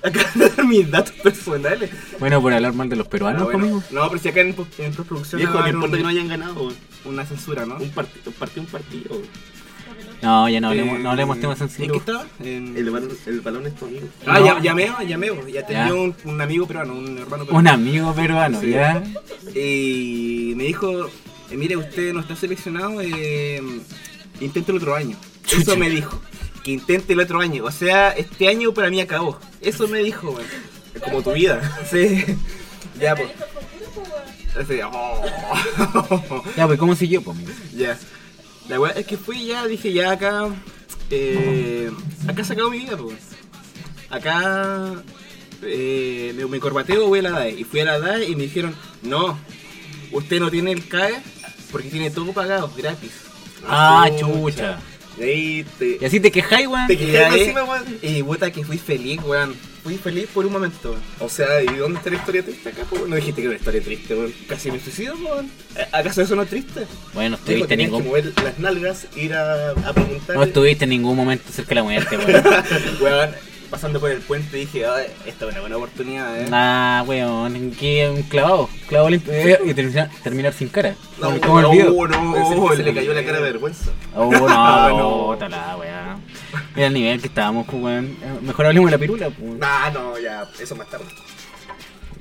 Speaker 4: Acaban de dar mis datos personales.
Speaker 3: Ah,
Speaker 2: Bueno, por hablar mal de los peruanos,
Speaker 4: Ah, bueno.
Speaker 2: conmigo.
Speaker 4: No, pero si acá en, post- en
Speaker 1: Ah,
Speaker 4: postproducción
Speaker 3: Viejo,
Speaker 4: le
Speaker 3: no
Speaker 4: van
Speaker 3: importa
Speaker 4: un-
Speaker 3: que no hayan ganado, weón.
Speaker 4: una censura, ¿no?
Speaker 3: Un partido, un partido, un partido. weón.
Speaker 2: No, ya no hablemos,
Speaker 4: Eh,
Speaker 2: no hablemos temas
Speaker 4: ¿En qué
Speaker 2: sensibles.
Speaker 4: estaba? En-
Speaker 3: El balón, el balón es tu amigo.
Speaker 4: Ah,
Speaker 2: No.
Speaker 4: ya, llamé, llamé, bo. ya tenía
Speaker 2: Ya.
Speaker 4: Un, un amigo peruano, un hermano
Speaker 2: Un
Speaker 4: peruano.
Speaker 2: amigo peruano,
Speaker 4: Sí.
Speaker 2: ¿ya?
Speaker 4: Y me dijo, eh, mire, usted no está seleccionado, eh, intente el otro año.
Speaker 2: Chucha.
Speaker 4: Eso me dijo, que intente el otro año. O sea, este año para mí acabó. Eso me dijo, weón.
Speaker 3: Es como tu vida.
Speaker 4: Sí. Ya, pues. Así, oh.
Speaker 2: Ya, pues, ¿cómo siguió, pues? amigo?
Speaker 4: Ya. La weá es que fui ya, dije ya acá. Eh, acá he sacado mi vida, pues. Acá. eh, me, me corbateo, voy a la DAE. Y fui a la DAE y me dijeron, no, usted no tiene el CAE porque tiene todo pagado, gratis.
Speaker 2: Ah, chucha.
Speaker 4: Y ahí te. eh.
Speaker 2: Y así te quejáis, weón.
Speaker 4: te
Speaker 3: quejáis
Speaker 4: quedé ahí,
Speaker 3: encima, weón.
Speaker 4: Y puta que fui feliz, weón. Fui feliz por un momento, weón.
Speaker 3: O sea, ¿y dónde está la historia triste acá? po? No dijiste que era una historia triste, weón.
Speaker 4: Casi me suicido, weón. ¿Acaso eso no es triste?
Speaker 2: Bueno, no
Speaker 3: Dijo,
Speaker 2: estuviste,
Speaker 3: tenías
Speaker 2: ningún,
Speaker 3: que mover las nalgas, ir a, a preguntar.
Speaker 2: no estuviste en ningún momento cerca de la muerte, weón.
Speaker 4: Weón, pasando por el puente dije, "Ay, esta es una buena oportunidad, eh.
Speaker 2: nah, weón. ¿Qué? Un clavado. Clavado limpio. Eh, y terminar, terminar sin cara.
Speaker 4: No,
Speaker 2: ¿Cómo el video?
Speaker 4: no, no,
Speaker 3: se le cayó la cara de vergüenza.
Speaker 2: Oh, no, no, talá, weón. Mira el nivel que estábamos, pues, weón. Eh, Mejor hablemos de la pirula, pues.
Speaker 3: Nah, no, ya, eso más tarde.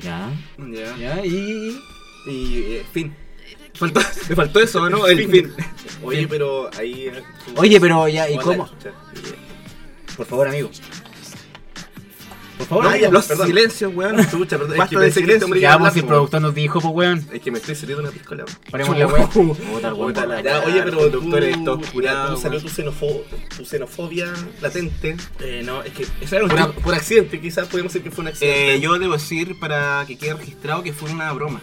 Speaker 2: Ya,
Speaker 4: Ya.
Speaker 2: ya, y.
Speaker 4: Y eh, fin. Faltó- me faltó eso, ¿no? El fin.
Speaker 3: Oye, pero ahí. eh, tú-
Speaker 2: Oye, pero ya, ¿y
Speaker 3: Hola,
Speaker 2: cómo?
Speaker 3: chucha.
Speaker 2: Por favor, amigo. Por favor,
Speaker 3: No,
Speaker 2: amigo.
Speaker 3: Ah, ya,
Speaker 4: Los
Speaker 3: perdón.
Speaker 4: silencios, weón.
Speaker 3: Chucha, perdón, es
Speaker 4: Basta
Speaker 3: que
Speaker 4: de
Speaker 3: pensé que este
Speaker 4: silencio.
Speaker 3: hombre iba a
Speaker 2: Ya, pues
Speaker 3: hablar,
Speaker 2: si el
Speaker 3: po.
Speaker 2: productor nos dijo, pues, weón.
Speaker 3: Es que me estoy sirviendo una piscola. weón.
Speaker 2: Paremos la weón. Puta, el weón.
Speaker 4: Puta la-
Speaker 3: Ya, oye, pero
Speaker 4: el
Speaker 3: tú,
Speaker 4: doctor es todo
Speaker 3: ya,
Speaker 4: curado,
Speaker 3: tú salió
Speaker 4: weón.
Speaker 3: tu, xenofo- tu xenofobia latente.
Speaker 4: Eh, no, es que eso era un
Speaker 3: Por,
Speaker 4: chiste.
Speaker 3: por accidente, quizás podemos decir que fue un accidente.
Speaker 4: Eh, yo debo decir para que quede registrado que fue una broma.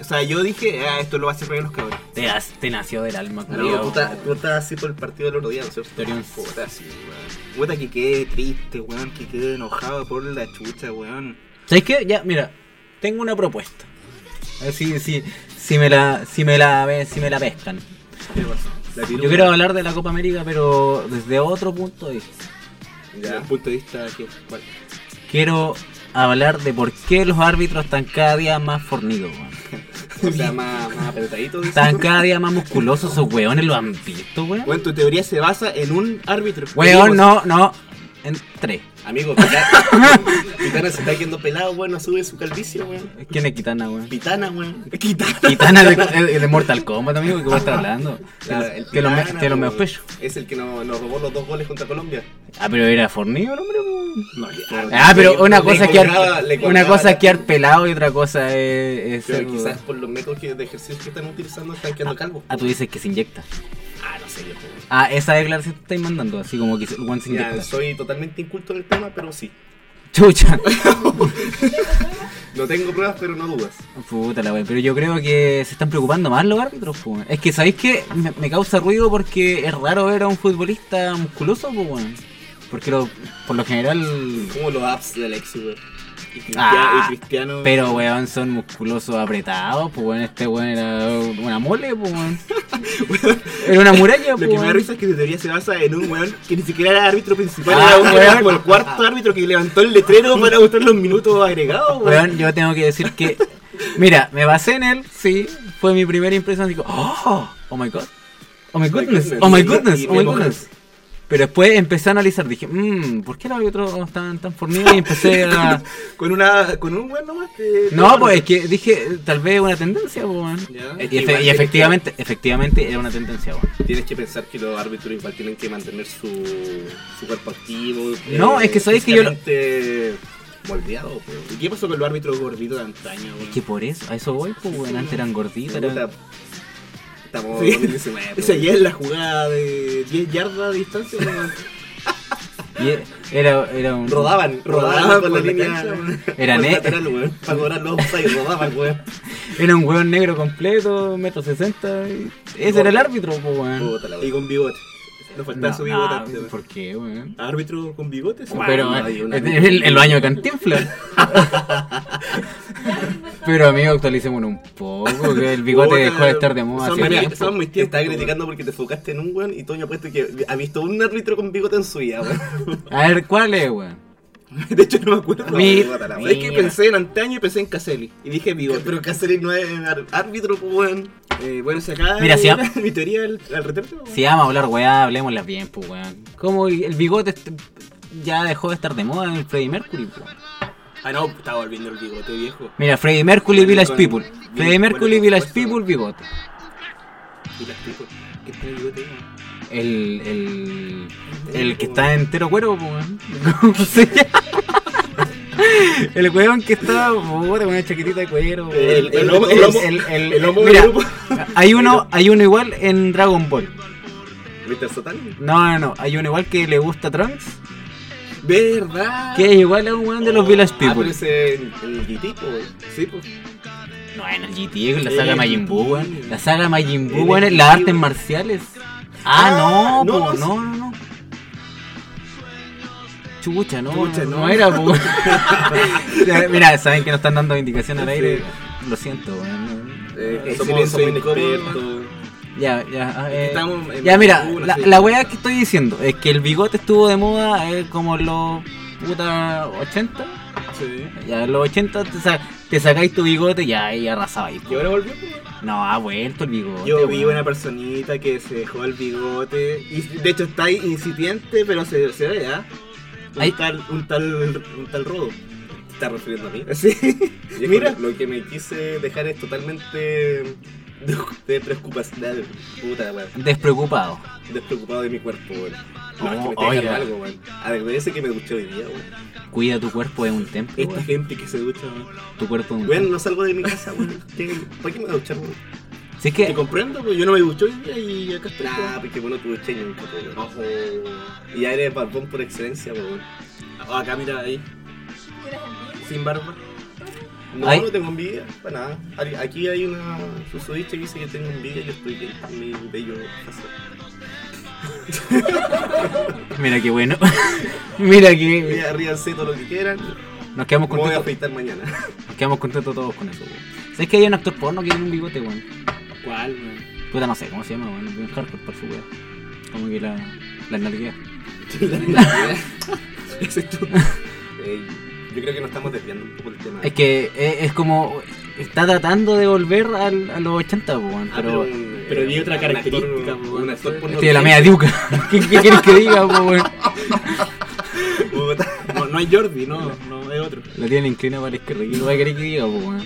Speaker 4: O sea, yo dije, ah, esto lo va a hacer reír los cabros.
Speaker 2: Te, has- te nació del alma,
Speaker 3: No,
Speaker 2: culiao.
Speaker 3: tú, estás, tú estás así por el partido del otro día, ¿no es cierto?
Speaker 2: Te haría un-
Speaker 3: Puta, sí, weón.
Speaker 4: Puta que quede triste, weón, que quede enojado por la chucha, weón.
Speaker 2: ¿Sabes qué? Ya, mira, tengo una propuesta. A ver si, si, si me la, si me la, ve- si me la pescan.
Speaker 4: ¿Qué pasó? La
Speaker 2: Yo quiero hablar de la Copa América, pero desde otro punto de vista.
Speaker 4: Desde el punto de vista que. ¿cuál?
Speaker 2: Quiero hablar de por qué los árbitros están cada día más fornidos, weón.
Speaker 4: O sea, más, más apretadito. dice.
Speaker 2: Están cada día más musculosos, esos weones lo han visto, weón.
Speaker 4: Weón, tu teoría se basa en un árbitro.
Speaker 3: pues.
Speaker 2: Weón, no, no. En tres.
Speaker 3: Amigo, Pitana, Pitana se está yendo pelado, weón, no sube su calvicie, weón.
Speaker 2: ¿Quién es Kitana, weón?
Speaker 3: Pitana, weón.
Speaker 2: Kitana de, de- de Mortal Kombat, amigo, ¿qué vos estás hablando?
Speaker 3: La- Ah, el
Speaker 2: Que lo me,
Speaker 3: Pitana,
Speaker 2: que lo me
Speaker 3: weón. Es el que nos nos robó los dos goles contra Colombia.
Speaker 2: Ah, pero era fornido el hombre, weón.
Speaker 4: No, ya.
Speaker 2: Ah, pero una
Speaker 3: Le
Speaker 2: cosa es
Speaker 3: colgaba-
Speaker 2: quedar,
Speaker 3: le
Speaker 2: una
Speaker 3: colgaba
Speaker 2: cosa es
Speaker 3: la-
Speaker 2: quedar pelado y otra cosa es, es
Speaker 3: Pero
Speaker 2: ser-
Speaker 3: quizás por los métodos que- de ejercicio que están utilizando están quedando calvos.
Speaker 2: Ah, tú dices que se inyecta.
Speaker 3: Ah, no sé, yo. weón.
Speaker 2: Ah, esa declaración te estáis mandando, así como que el weón se
Speaker 3: Ya,
Speaker 2: inyecta.
Speaker 3: soy totalmente inculto en el tema, pero sí.
Speaker 2: Chucha.
Speaker 3: No tengo pruebas, pero no dudas.
Speaker 2: Puta la wea, pero yo creo que se están preocupando más los árbitros, po, weón. Es que, ¿sabéis qué? Me, me causa ruido porque es raro ver a un futbolista musculoso, po, weón. Porque lo, por lo general...
Speaker 3: Como los apps de Alexis, weón. Y Cristiano.
Speaker 2: Ah,
Speaker 3: y Cristiano-
Speaker 2: Pero, weón, son musculosos apretados, pues, weón. Este weón era una mole, pues, weón. Era una muralla,
Speaker 4: Lo
Speaker 2: pues,
Speaker 4: que me da
Speaker 2: weón.
Speaker 4: risa es que tu teoría se basa en un weón que ni siquiera era árbitro principal,
Speaker 2: Ah,
Speaker 4: era, un, era
Speaker 2: weón.
Speaker 4: como el cuarto árbitro que levantó el letrero para botar los minutos agregados, weón.
Speaker 2: Weón, yo tengo que decir que. Mira, me basé en él, sí. Fue mi primera impresión. Digo, oh, oh my god. Oh my goodness, oh my goodness, oh my goodness. Pero después empecé a analizar. Dije, mmm, ¿por qué los árbitros tan, tan fornidos? Y empecé a.
Speaker 4: Con una. con un weón nomás que-
Speaker 2: No, pues es que dije, tal vez una tendencia, pues, weón.
Speaker 4: Ya.
Speaker 2: Y, efe- y efectivamente, efectivamente era una tendencia, weón.
Speaker 3: Tienes que pensar que los árbitros igual tienen que mantener su, su cuerpo activo. eh,
Speaker 2: No, es que sabéis que yo lo-
Speaker 3: físicamente Moldeado, pero.
Speaker 4: ¿Y qué pasó con los árbitros gorditos de antaño, weón?
Speaker 2: Es que por eso, a eso voy, pues, weón. Antes eran gorditos.
Speaker 3: Puta,
Speaker 2: eran-
Speaker 3: Estamos
Speaker 4: Sí.
Speaker 3: en 2019.
Speaker 4: Esa ya es la jugada de 10 yardas de distancia, weón.
Speaker 2: y Era, era un.
Speaker 3: Rodaban, rodaban,
Speaker 4: Rodaban
Speaker 3: por
Speaker 4: por
Speaker 3: la
Speaker 4: la
Speaker 3: línea.
Speaker 4: cancha, weón.
Speaker 2: Era
Speaker 3: por el
Speaker 2: ne-
Speaker 3: lateral, weón. Para cobrar los offside, rodaban, weón.
Speaker 2: Era un weón negro completo, metro sesenta. y- Ese era el árbitro, pues, weón.
Speaker 3: Puta la
Speaker 4: Y
Speaker 3: weón.
Speaker 4: con bigote. Nos faltaba su bigote
Speaker 2: No,
Speaker 4: antes, weón.
Speaker 2: ¿Por qué, weón?
Speaker 4: Árbitro con bigote, sí.
Speaker 2: Pero
Speaker 3: no, hay
Speaker 2: eh,
Speaker 3: una-
Speaker 2: en el- en los años de Cantinflas. Pero amigo, actualicémonos un poco, que el bigote
Speaker 4: Puta,
Speaker 2: dejó de estar de moda
Speaker 4: son
Speaker 2: hace
Speaker 4: varias-
Speaker 2: tiempo.
Speaker 4: son muy
Speaker 3: Te estaba
Speaker 4: tiempo,
Speaker 3: criticando porque te enfocaste en un weón y Toño ha puesto que ha visto un árbitro con bigote en su vida, weón.
Speaker 2: A ver, ¿cuál es, weón?
Speaker 4: weón. De hecho, no me acuerdo.
Speaker 2: Mi-
Speaker 3: puta la
Speaker 4: Es que
Speaker 2: mira.
Speaker 4: pensé en antaño y pensé en Caselli. Y dije bigote.
Speaker 3: Pero Cáceres no es ar- árbitro, pues, weón.
Speaker 4: Eh, bueno, si acá
Speaker 2: Mira, si
Speaker 4: era
Speaker 2: am-
Speaker 4: mi teoría al, al retrato, weón.
Speaker 2: Si vamos a hablar, weá, hablemoslas bien, pues, weón. Como el bigote este- ya dejó de estar de moda en el Freddie Mercury, pues.
Speaker 4: Ah, no, está volviendo el bigote viejo.
Speaker 2: Mira, Freddie Mercury,
Speaker 4: Bueno,
Speaker 2: Village
Speaker 4: con-
Speaker 2: People.
Speaker 4: Village-
Speaker 2: Freddie Mercury,
Speaker 4: bueno,
Speaker 2: Village
Speaker 4: supuesto.
Speaker 2: People, bigote.
Speaker 4: Y las pico. ¿Qué está el bigote? weón?
Speaker 2: El, el, el que está entero cuero, pues, weón. ¿Cómo se llama? El weón que está, puta, con una chaquetita de cuero.
Speaker 3: El- el
Speaker 2: weón.
Speaker 3: homo- el homo- el homo del
Speaker 2: mira,
Speaker 3: grupo.
Speaker 2: Hay uno, hay uno igual en Dragon Ball.
Speaker 3: Mr. Satan.
Speaker 2: No, no, no. Hay uno igual que le gusta a Trunks.
Speaker 4: ¿Verdad?
Speaker 2: Que es igual a un weón de los Village
Speaker 3: Ah, pero
Speaker 2: People.
Speaker 3: ese el, el GT, po, güey. Sí, pues.
Speaker 2: No, en el GT, con la saga
Speaker 3: Eh,
Speaker 2: Majin Buu, weón. La saga Majin Buu,
Speaker 3: Eh,
Speaker 2: weón, es las artes marciales. Ah, no,
Speaker 3: Ah, no,
Speaker 2: po,
Speaker 3: sí.
Speaker 2: no, no, no. Chucha, no,
Speaker 4: Chucha,
Speaker 2: no,
Speaker 4: no.
Speaker 2: era, po. Mira, saben que nos están dando indicación al aire. Lo siento, weón.
Speaker 3: Eh,
Speaker 4: silencio
Speaker 3: somos, somos
Speaker 4: incómodo.
Speaker 3: inexpertos.
Speaker 2: Ya, ya. ah, eh,
Speaker 4: Estamos en
Speaker 2: ya, mira,
Speaker 4: Una,
Speaker 2: la,
Speaker 4: sí.
Speaker 2: la weá que estoy diciendo es que el bigote estuvo de moda eh, como en los puta 80.
Speaker 4: Sí.
Speaker 2: Ya, en los 80 te, sa- te sacáis tu bigote ya, y arrasabais.
Speaker 4: Y ahora volvió.
Speaker 2: No, ha vuelto el bigote.
Speaker 4: Yo vi
Speaker 2: weón.
Speaker 4: una personita que se dejó el bigote. Y de hecho está ahí incipiente, pero se, se ve, ¿ah? Un
Speaker 2: Ay.
Speaker 4: tal, un tal, un tal rodo.
Speaker 3: ¿Te ¿Estás refiriendo a mí?
Speaker 4: Sí. Mira.
Speaker 3: Mira. Lo que me quise dejar es totalmente de, de preocupacidad. Puta, weón.
Speaker 2: Despreocupado.
Speaker 3: Despreocupado de mi cuerpo, weón. No, es que me
Speaker 2: Oh,
Speaker 3: estoy dejando
Speaker 2: oiga.
Speaker 3: algo, weón. Agradece que me duché hoy día, weón.
Speaker 2: Cuida tu cuerpo es un templo,
Speaker 3: Esta
Speaker 2: weón.
Speaker 3: gente que se ducha, weón.
Speaker 2: Tu cuerpo es un
Speaker 3: Este Weón,
Speaker 2: templo.
Speaker 3: no salgo de mi casa, weón. ¿Qué- ¿Para qué me voy a duchar, weón?
Speaker 2: Si es
Speaker 3: Te
Speaker 2: que
Speaker 3: comprendo, pues yo no me duché hoy día y acá estoy. Ah, porque bueno, tuve cheño en Ojo.
Speaker 4: pues.
Speaker 3: Y ya eres barbón por excelencia, weón.
Speaker 4: Ah, acá mira ahí.
Speaker 6: ¿Quieres envidia?
Speaker 4: Sin barba.
Speaker 3: No,
Speaker 2: Ay.
Speaker 3: no tengo envidia, para nada. Ari- Aquí hay una susodicha que dice que tengo envidia y yo estoy bien con mi bello casado.
Speaker 2: Mira qué bueno. Mira que
Speaker 3: Mira, ríanse todo lo que quieran.
Speaker 2: nos quedamos
Speaker 3: Me voy a
Speaker 2: contentos.
Speaker 3: afeitar mañana.
Speaker 2: Nos quedamos contentos todos con eso, weón. ¿Sabes que hay un actor porno que tiene un bigote, weón?
Speaker 4: ¿Cuál, weón?
Speaker 2: Puta, no sé cómo se llama, weón. Es bien hardcore por su weón. Como que la, la nalguea.
Speaker 3: Ese es tu- Ey, yo creo que nos estamos desviando un poco del tema.
Speaker 2: Es que eh, es, es como. Está tratando de volver al- a los 80, weón.
Speaker 3: Ah,
Speaker 2: Pero.
Speaker 3: un-
Speaker 4: pero
Speaker 3: eh,
Speaker 4: di otra
Speaker 3: un actor-
Speaker 4: característica, po,
Speaker 3: Un actor porno.
Speaker 2: Estoy de la media diuca. ¿Qué, qué querés que diga, po, weón?
Speaker 3: Puta.
Speaker 4: No, no es Jordi, no, no es otro.
Speaker 2: La tiene inclinada para la izquierda. ¿Qué va a querer que diga, po, weón?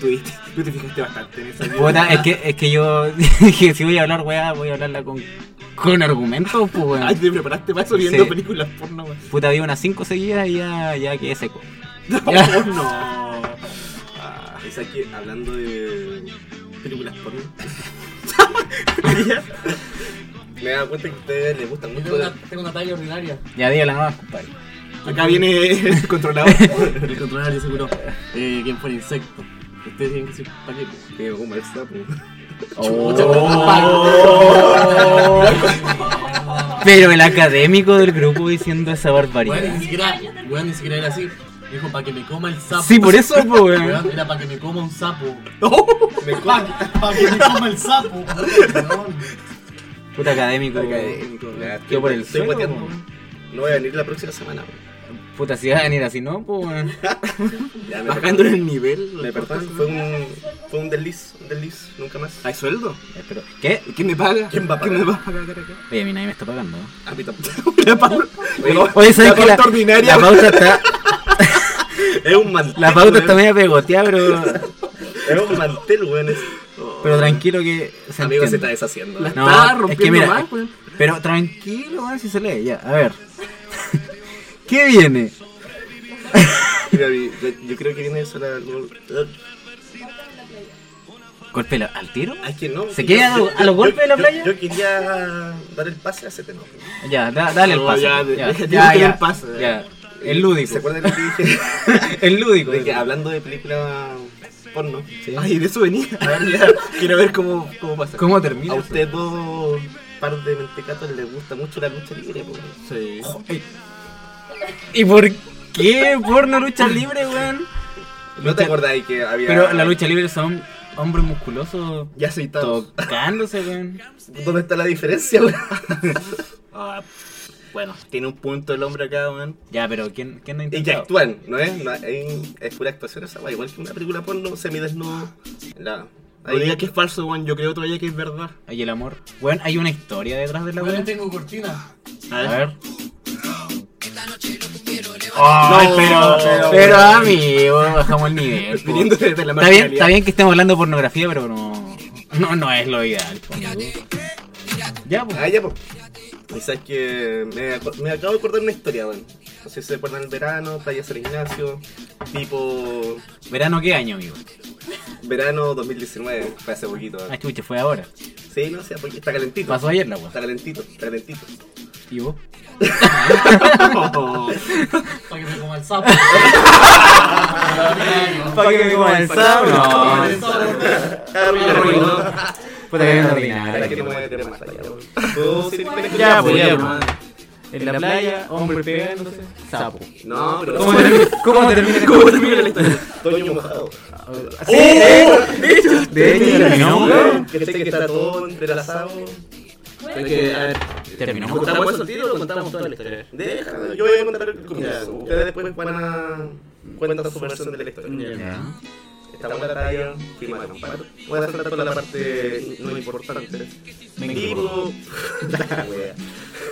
Speaker 4: Tú, diste- tú te fijaste bastante en esa
Speaker 2: Puta, es que, es que yo dije, si voy a hablar, weá, voy a hablarla con, con argumentos, pues,
Speaker 4: Ay,
Speaker 2: weón.
Speaker 4: te preparaste para eso viendo
Speaker 2: Sí.
Speaker 4: películas porno, weón.
Speaker 2: Puta, había unas 5 seguidas y ya, ya quedé seco.
Speaker 4: Oh, no.
Speaker 3: Ah, es aquí hablando de películas porno. Me da cuenta que a ustedes les gustan mucho las
Speaker 7: Tengo una talla ordinaria.
Speaker 2: Ya diga la nueva, compadre.
Speaker 4: Acá viene el controlador.
Speaker 7: El controlador seguro. Eh, ¿Quién fue el insecto? Ustedes tienen que ser paquete.
Speaker 3: que como el sapo.
Speaker 7: Oh.
Speaker 2: Pero el académico del grupo diciendo esa
Speaker 7: Bueno,
Speaker 2: barbaridad.
Speaker 7: ni siquiera, bueno, ni siquiera era así. Dijo, para que me coma el sapo.
Speaker 2: Sí, por eso, po, weón.
Speaker 7: Weón, Era para que me coma un sapo.
Speaker 3: Me
Speaker 7: Para que me coma el sapo. weón.
Speaker 2: Puta académico.
Speaker 3: Ya,
Speaker 2: Quedó por el
Speaker 3: estoy
Speaker 2: suelo,
Speaker 3: guateando.
Speaker 2: weón.
Speaker 3: No voy a venir la próxima semana. weón.
Speaker 2: Puta, si va a venir así, ¿no? Pues, weón.
Speaker 3: Ya, me
Speaker 4: Bajando
Speaker 3: perdonan.
Speaker 4: el nivel.
Speaker 3: Me perdonan, fue un, fue un desliz, un desliz, nunca más.
Speaker 4: ¿Hay sueldo?
Speaker 2: Ya, Pero, ¿qué?
Speaker 4: ¿Quién me paga?
Speaker 3: ¿Quién va a
Speaker 4: me
Speaker 3: pagar?
Speaker 4: va a pagar acá?
Speaker 2: Oye, a mí nadie me está pagando. ¿no?
Speaker 3: A mí tampoco.
Speaker 4: La pauta.
Speaker 2: Oye, ¿sabes
Speaker 4: la
Speaker 2: que la,
Speaker 4: pauta ordinaria.
Speaker 2: la pauta está,
Speaker 3: Es un mantel.
Speaker 2: la pauta
Speaker 3: weón.
Speaker 2: está media pegoteada, pero,
Speaker 3: Es un mantel, weón. es-
Speaker 2: pero tranquilo que se
Speaker 3: Amigo, se
Speaker 2: entiende.
Speaker 3: está deshaciendo.
Speaker 4: La
Speaker 3: weón.
Speaker 2: No,
Speaker 4: está
Speaker 2: es que
Speaker 4: rompiendo
Speaker 2: mira, eh,
Speaker 4: más, weón.
Speaker 2: Pero tranquilo, weón, si se lee, ya, a ver. ¿Qué viene?
Speaker 3: Mira, vi- yo, yo creo que viene eso la. Es
Speaker 2: ¿Golpe la- al tiro?
Speaker 3: que no.
Speaker 2: ¿Se queda a lo- a los golpes de la playa?
Speaker 3: Yo, yo quería dar el pase a ese tema. weón.
Speaker 2: Ya, da- dale el
Speaker 4: No,
Speaker 2: paso.
Speaker 4: ya,
Speaker 2: Ya, ya,
Speaker 4: déjate
Speaker 2: ya,
Speaker 4: que
Speaker 2: ya,
Speaker 4: el paso,
Speaker 2: ya. El lúdico.
Speaker 3: ¿Se acuerdan lo que dije?
Speaker 2: El lúdico.
Speaker 3: De que hablando de películas porno,
Speaker 2: Sí.
Speaker 4: Ay, de eso venía. A ver, ya. Quiero ver cómo, cómo pasa.
Speaker 2: ¿Cómo termina?
Speaker 3: a ustedes dos par de mentecatos les gusta mucho la lucha libre, po, weón.
Speaker 4: Sí.
Speaker 2: ¿Y por qué porno lucha libre, weón?
Speaker 3: ¿No te acordáis que había.
Speaker 2: Pero la lucha libre son hombres musculosos
Speaker 3: Ya aceitados.
Speaker 2: tocándose, weón.
Speaker 3: ¿Dónde está la diferencia, weón?
Speaker 4: Ah, bueno, tiene un punto el hombre acá, weón.
Speaker 2: Ya, pero ¿quién, quién no ha
Speaker 3: Y que
Speaker 2: intentado?
Speaker 3: actúan, ¿no es? No, hay- es pura actuación esa, weón. Igual que una película porno semidesnudo. La.
Speaker 4: No digas
Speaker 3: Ahí,
Speaker 4: que es falso, weón. Yo creo todavía que es verdad.
Speaker 2: Hay el amor. Weón, hay una historia detrás de la
Speaker 7: Weón,
Speaker 2: weón.
Speaker 7: tengo cortina.
Speaker 4: A
Speaker 2: A
Speaker 4: ver.
Speaker 2: ver. Ay, pero, pero,
Speaker 4: pero-
Speaker 2: amigo, bajamos el nivel. po.
Speaker 4: Viniendo desde la
Speaker 2: Está bien,
Speaker 4: marginalidad.
Speaker 2: está bien que estemos hablando de pornografía, pero no, no, no es lo ideal. po. Ya, pues.
Speaker 3: Ah, ya, pues. Y sabes que me, aco- me acabo de acordar una historia, weón. No sé si se acuerdan el verano, playa San Ignacio, tipo
Speaker 2: ¿Verano qué año, amigo?
Speaker 3: verano 2019, fue hace poquito.
Speaker 2: Ah, chucha, fue ahora.
Speaker 3: Sí, no sé, porque está calentito.
Speaker 2: Pasó ayer la weá.
Speaker 3: Está calentito, está calentito.
Speaker 2: ¿Y vos?
Speaker 8: Para que me coma el sapo.
Speaker 1: ¿Para qué me comenzamos? No, Ah,
Speaker 3: Arruinó.
Speaker 1: puta que no
Speaker 3: Ahora
Speaker 1: ordinaria.
Speaker 3: que no voy a meter más allá, weón. Tú sí tienes que-
Speaker 1: Ya, pues, ya,
Speaker 4: Oye,
Speaker 1: pues.
Speaker 4: man.
Speaker 1: En la playa, hombre pegándose, sapo.
Speaker 3: No, pero
Speaker 1: ¿Cómo termina, cómo termina? ¿Cómo termina la historia?
Speaker 3: Toño mojado. ¿Eh?
Speaker 1: Sí, de hecho, de hecho, terminó, weón.
Speaker 3: Que sé que está todo entrelazado.
Speaker 4: Es que, a ver,
Speaker 1: Terminó, weón.
Speaker 4: ¿contamos eso al tiro o contamos toda la historia?
Speaker 3: Déjame, yo voy a contar el comienzo. Ustedes después van a cuentan su versión de la historia. Estamos en la playa, firma de campana. Voy a saltar toda la parte no importante. Tipo, la wea.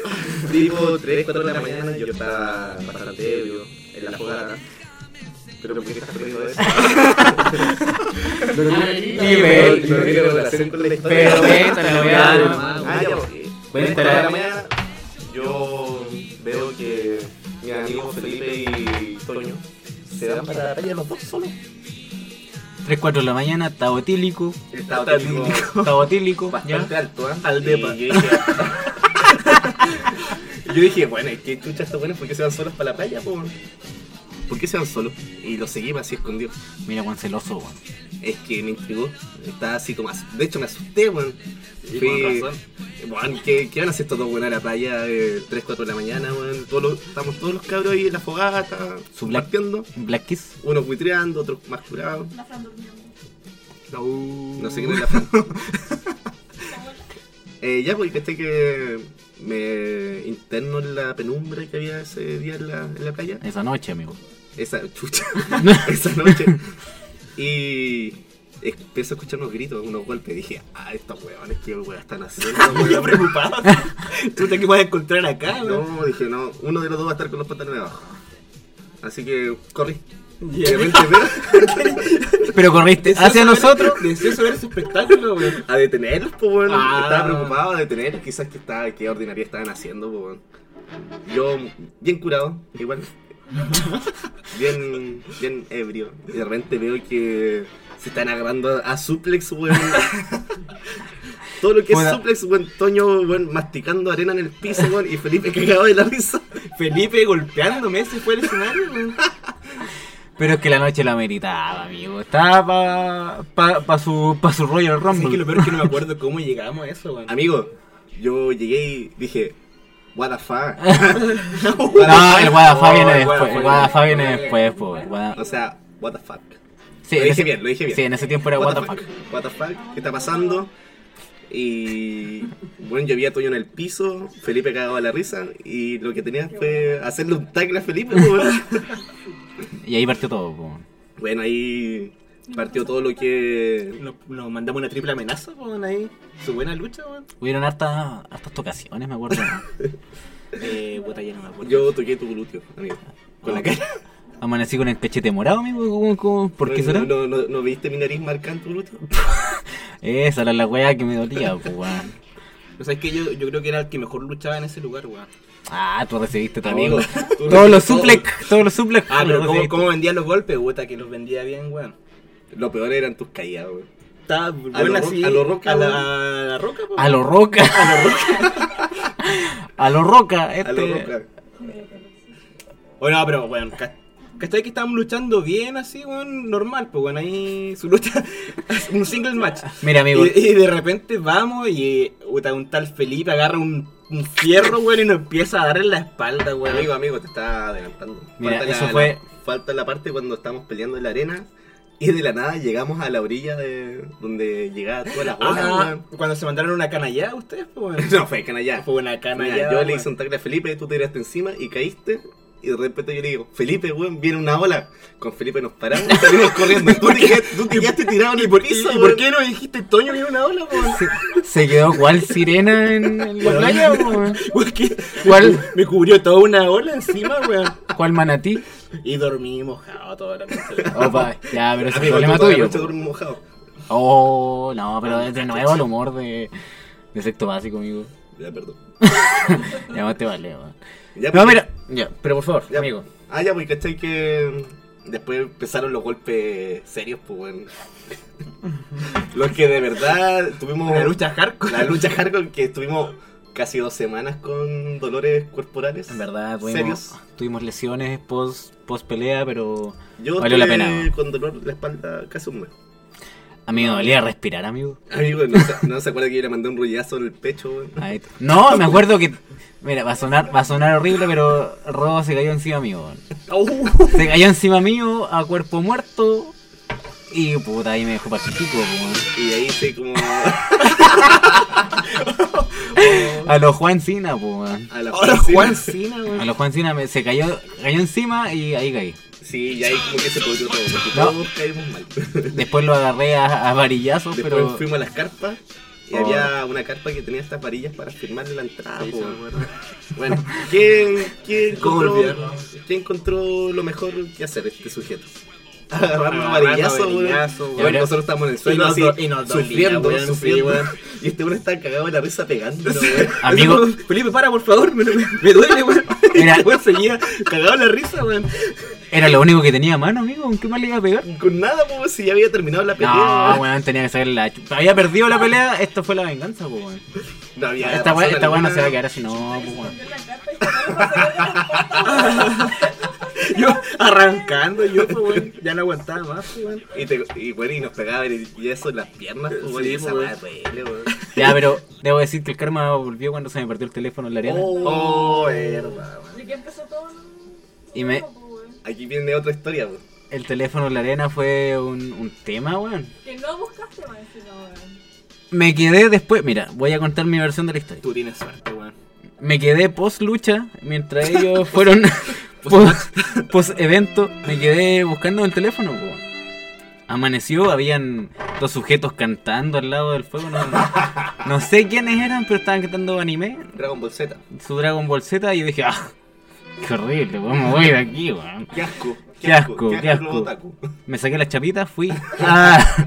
Speaker 3: tipo 3, 4 de la mañana yo estaba bastante ebrio en la fogata. Pero ¿por qué estás perdiendo eso? Pero
Speaker 1: Nivel.
Speaker 3: no tiene relación con la historia.
Speaker 1: Pero cuéntala,
Speaker 3: Claro,
Speaker 1: weón.
Speaker 3: ah, ya, porque
Speaker 1: Cuéntala.
Speaker 3: a la mañana yo veo que mi amigo Felipe y Toño se dan para la playa los dos solos.
Speaker 2: 3, 4 de la mañana, estado etílico.
Speaker 3: Estaba tático
Speaker 2: Estado etílico. ¿ya?
Speaker 3: bastante alto,
Speaker 7: ¿eh?
Speaker 3: ¿ah?
Speaker 2: Al
Speaker 3: Y
Speaker 2: depa.
Speaker 3: Yo dije, yo dije, bueno, es que chucha está bueno, ¿por qué se van solos para la playa? po? ¿Por qué se van solos? Y lo seguí así escondido.
Speaker 2: Mira, Juan celoso, weón.
Speaker 3: Es que me intrigó. Estaba así como. as- De hecho, me asusté, weón.
Speaker 2: con
Speaker 3: Fui- Weón, ¿qué, qué van a hacer estos dos weón a la playa? Eh, 3, 4 de la mañana, weón. Todos los- estamos todos los cabros ahí en la fogata, sublateando.
Speaker 2: Black Kiss.
Speaker 3: Unos buitreando, otros más curados.
Speaker 6: La Fran durmiendo.
Speaker 3: No sé quién es la Fran. eh, ya, porque este que me interno en la penumbra que había ese día en la, en la playa.
Speaker 2: Esa noche, amigo.
Speaker 3: Esa chucha. esa noche. Y empiezo a escuchar unos gritos, unos golpes. Dije, ah, estos huevones, qué huevas están haciendo. weón?"
Speaker 2: preocupado. ¿Tú te que vas a encontrar acá,
Speaker 3: No, dije, no, uno de los dos va a estar con los pantalones abajo. Así que corrí. Y de repente veo
Speaker 2: Pero corriste hacia nosotros.
Speaker 3: Deseoso ver ese espectáculo, weón. A detenerlos, pues, weón.
Speaker 2: Ah.
Speaker 3: Estaba preocupado a detenerlos. Quizás que estaba, qué ordinaria estaban haciendo, pues, weón. Yo, bien curado, igual. bien, bien ebrio. Y de repente veo que se están agarrando a, a suplex, weón. Todo lo que
Speaker 2: Bueno.
Speaker 3: es suplex, weón. Toño, weón, masticando arena en el piso, weón. Y Felipe cagado de la risa.
Speaker 2: Felipe golpeándome, ese fue el escenario. weón. Pero es que la noche la meritaba, amigo. Estaba para pa, pa su, pa su Royal Rumble.
Speaker 3: que lo
Speaker 2: peor es que no me acuerdo cómo llegamos a eso,
Speaker 4: Ah,
Speaker 2: weón.
Speaker 3: Amigo, yo llegué y dije, what the fuck.
Speaker 2: No, el Guadafá
Speaker 3: Oh,
Speaker 2: viene
Speaker 3: el
Speaker 2: después.
Speaker 3: Guadafá.
Speaker 2: El Guadafá viene después, po. el Guada-
Speaker 3: O sea, what the fuck.
Speaker 2: Sí,
Speaker 3: lo
Speaker 2: en
Speaker 3: dije
Speaker 2: ese-
Speaker 3: bien, lo dije bien.
Speaker 2: Sí, en ese tiempo era Guadafá.
Speaker 3: What the fuck, ¿qué está pasando? Y bueno, yo vi a Toño en el piso, Felipe cagaba la risa y lo que tenía fue hacerle un tackle a Felipe. po, weón.
Speaker 2: Y ahí partió todo, po.
Speaker 3: bueno, ahí partió todo lo que...
Speaker 2: Nos, mandamos una triple amenaza, weón, ahí.
Speaker 3: Su buena lucha, weón.
Speaker 2: Hubieron hartas, hartas tocaciones, me acuerdo. eh, puta, ya no me acuerdo.
Speaker 3: Yo toqué tu glúteo, amigo. Con la cara.
Speaker 2: Amanecí con el cachete morado, amigo. ¿Cómo, cómo? por qué
Speaker 3: No,
Speaker 2: será?
Speaker 3: no, no, ¿No viste mi nariz marcada en tu glúteo?
Speaker 2: Esa era la weá que me dolía, po, weón.
Speaker 4: O sea, es que yo, yo creo que era el que mejor luchaba en ese lugar, weón.
Speaker 2: Ah, tú recibiste todo.
Speaker 3: Amigo, tú
Speaker 2: Todos los
Speaker 3: recibiste
Speaker 2: suplex, todos los suplex.
Speaker 4: Ah, pero
Speaker 2: los
Speaker 4: ¿cómo,
Speaker 2: recibiste.
Speaker 4: cómo vendía los golpes, puta, que los vendía bien, weón.
Speaker 3: Lo peor eran tus caídas, weón.
Speaker 4: Estaba
Speaker 3: lo
Speaker 4: buena
Speaker 3: ro-
Speaker 4: así.
Speaker 3: a lo roca,
Speaker 4: a la,
Speaker 3: weón.
Speaker 4: a la roca, po.
Speaker 2: A lo roca. A lo roca. este.
Speaker 3: A lo loco.
Speaker 4: Ah, Bueno, no, pero, weón, ca- ¿cachai que estábamos luchando bien así, weón? Normal, pues, weón, ahí su lucha. un single match.
Speaker 2: Mira, amigo.
Speaker 4: Y, y de repente vamos y puta, un tal Felipe agarra un, un fierro, weón, y nos empieza a dar en la espalda, weón.
Speaker 3: Amigo, amigo, te está adelantando.
Speaker 2: Mira,
Speaker 3: falta
Speaker 2: eso
Speaker 3: la,
Speaker 2: fue-
Speaker 3: la- falta la parte cuando estábamos peleando en la arena y de la nada llegamos a la orilla de donde llegaba toda la ola,
Speaker 4: Ah,
Speaker 3: weón.
Speaker 4: cuando se mandaron una canallada ustedes, pues, weón.
Speaker 3: No, fue canallá.
Speaker 4: Fue una
Speaker 3: Mira,
Speaker 4: canallada.
Speaker 3: yo le
Speaker 4: weón.
Speaker 3: hice un tackle a Felipe, tú te tiraste encima y caíste. Y de repente yo le digo, Felipe, weón, viene una ola. Con Felipe nos paramos y salimos corriendo. Tú te, quedaste, tú te quedaste tirado en el
Speaker 4: ¿Y,
Speaker 3: piso,
Speaker 4: y
Speaker 3: weón.
Speaker 4: por qué no dijiste Toño viene una ola, weón?
Speaker 2: Se quedó cual sirena en, en la playa, weón.
Speaker 4: Weón, ¿qué?
Speaker 2: ¿Cuál?
Speaker 4: Me cubrió toda una ola encima, weón.
Speaker 2: ¿Cuál manatí?
Speaker 4: Y dormí mojado toda la noche.
Speaker 2: Opa, ya, pero ese es
Speaker 3: Amigo,
Speaker 2: problema
Speaker 3: tú toda la
Speaker 2: tuyo.
Speaker 3: noche
Speaker 2: po.
Speaker 3: duermes mojado.
Speaker 2: Oh, no, pero de nuevo el humor de, de sexto básico, amigo.
Speaker 3: Ya, perdón.
Speaker 2: Ya más te vale, weón.
Speaker 3: Ya,
Speaker 2: No,
Speaker 3: pues,
Speaker 2: mira.
Speaker 4: Ya, pero por favor,
Speaker 3: Ya.
Speaker 4: amigo.
Speaker 3: Ah, ya, pues, ¿cachai? Que mm, después empezaron los golpes serios, pues, bueno. los que de verdad tuvimos...
Speaker 4: La lucha hardcore.
Speaker 3: La lucha hardcore que estuvimos casi dos semanas con dolores corporales.
Speaker 2: En verdad,
Speaker 3: ¿Serios?
Speaker 2: tuvimos, tuvimos lesiones post, post pelea, pero
Speaker 3: Yo
Speaker 2: Valió la
Speaker 3: estuve
Speaker 2: pena.
Speaker 3: con dolor de la espalda casi un mes.
Speaker 2: a mí me dolía respirar, amigo.
Speaker 3: Amigo, no se, no se acuerda que yo le mandé un rollazo en el pecho, weón.
Speaker 2: Ahí t- No, me acuerdo que. Mira, va a sonar, va a sonar horrible, pero Robo se cayó encima mío. weón. Se cayó encima mío a cuerpo muerto. Y puta, ahí me dejó paquetico,
Speaker 3: Y ahí sí como
Speaker 2: A los Juan Cina, po, weón.
Speaker 3: a la
Speaker 4: Ahora
Speaker 3: próxima.
Speaker 4: Juan Cena,
Speaker 2: A
Speaker 4: weón.
Speaker 2: los Juan Cina me- se cayó, cayó encima y ahí caí.
Speaker 3: Sí, y ahí como que se pudrió todo, porque
Speaker 2: No.
Speaker 3: todos caímos mal.
Speaker 2: Después lo agarré a, a varillazos,
Speaker 3: Después
Speaker 2: pero.
Speaker 3: fuimos a las carpas y
Speaker 2: Oh.
Speaker 3: había una carpa que tenía estas varillas para firmarle la entrada. po, weón. Bueno, ¿quién, quién,
Speaker 4: ¿Cómo
Speaker 3: encontró,
Speaker 4: olvidarlo?
Speaker 3: quién encontró lo mejor que hacer este sujeto?
Speaker 4: Agarrarlo
Speaker 3: Agarrarlo
Speaker 4: a
Speaker 3: a varillazo, weón.
Speaker 4: varillazo,
Speaker 3: Weón,
Speaker 2: weón.
Speaker 3: Nosotros estamos en el suelo
Speaker 4: nos
Speaker 3: así,
Speaker 4: do- y nos dolía,
Speaker 3: sufriendo,
Speaker 4: weón, sí,
Speaker 3: sufriendo.
Speaker 4: weón.
Speaker 3: Y este weón está cagado de la risa pegando, weón.
Speaker 2: Amigo,
Speaker 4: Felipe, para, por favor, me, me duele, weón.
Speaker 2: Mira.
Speaker 4: Weón, seguía cagado en la risa, weón.
Speaker 2: era lo único que tenía a mano, amigo. ¿Con qué más le iba a pegar?
Speaker 3: Con nada, po, si ya había terminado la pelea.
Speaker 2: No,
Speaker 3: weón.
Speaker 2: weón, tenía que sacar la chupa. Había perdido la pelea, esto fue la venganza, po, weón.
Speaker 3: No había
Speaker 2: Esta weá
Speaker 3: razón
Speaker 2: esta weá no
Speaker 3: alguna.
Speaker 2: se va a quedar así, no, po, weón.
Speaker 4: Yo arrancando, yo, pues, weón. Ya no aguantaba más, pues, weón.
Speaker 3: Y, te, y, weón, y nos pegaba el yeso en las piernas, po, weón,
Speaker 4: Sí,
Speaker 3: y esa
Speaker 4: po,
Speaker 3: weá duele, weón.
Speaker 2: Ya, pero debo decir que el karma volvió cuando se me perdió el teléfono en la arena.
Speaker 3: Oh, verdad, weón.
Speaker 6: ¿De qué empezó todo?
Speaker 2: Y me,
Speaker 3: Aquí viene otra historia, weón.
Speaker 2: el teléfono en la arena fue un, un tema, weón.
Speaker 6: Que no buscaste más encima, weón.
Speaker 2: Me quedé después, mira, voy a contar mi versión de la historia.
Speaker 4: Tú tienes suerte, weón.
Speaker 2: Me quedé post lucha, mientras ellos fueron post, post evento, me quedé buscando el teléfono, po. Amaneció, habían dos sujetos cantando al lado del fuego, no, no sé quiénes eran, pero estaban cantando anime,
Speaker 3: Dragon Ball Z.
Speaker 2: su Dragon Ball Z y yo dije, ah, qué horrible, weón, me voy de aquí, weón.
Speaker 3: Qué asco.
Speaker 2: Qué asco, qué asco.
Speaker 3: Club Otaku.
Speaker 2: Me saqué las chapitas, fui a,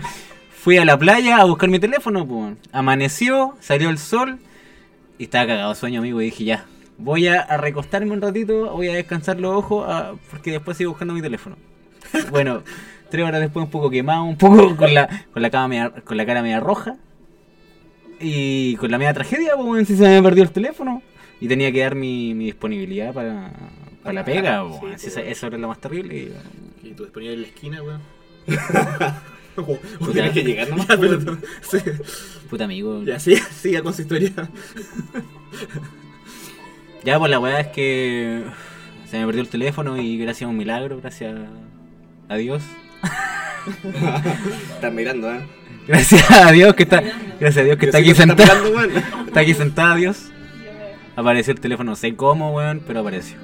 Speaker 2: fui a la playa a buscar mi teléfono, po. amaneció, salió el sol y estaba cagado de sueño, amigo, y dije, ya, voy a, a recostarme un ratito, voy a descansar los ojos, ah, porque después sigo buscando mi teléfono. Bueno, tres horas después un poco quemado, un poco con la, con la, cama media- con la cara media roja. Y con la media tragedia, pues, weón, si se me perdió el teléfono. Y tenía que dar mi, mi disponibilidad para, para la pega, pues, weón, si esa- eso era lo más terrible. y,
Speaker 4: Y tú disponías en la esquina, weón.
Speaker 3: Tú tienes que llegar nomás.
Speaker 4: Ya, pero tú- sí.
Speaker 2: Puta amigo.
Speaker 4: Ya, siga, siga con su historia.
Speaker 2: Ya, pues la weá es que se me perdió el teléfono y gracias a un milagro, gracias a Dios.
Speaker 3: Estás mirando, ¿eh?
Speaker 2: Gracias a Dios que está. Gracias a Dios que está aquí sentada.
Speaker 3: sentado. weón.
Speaker 2: Está aquí sentada Dios.
Speaker 6: Yo me-
Speaker 2: Apareció el teléfono, no sé cómo, weón, pero apareció.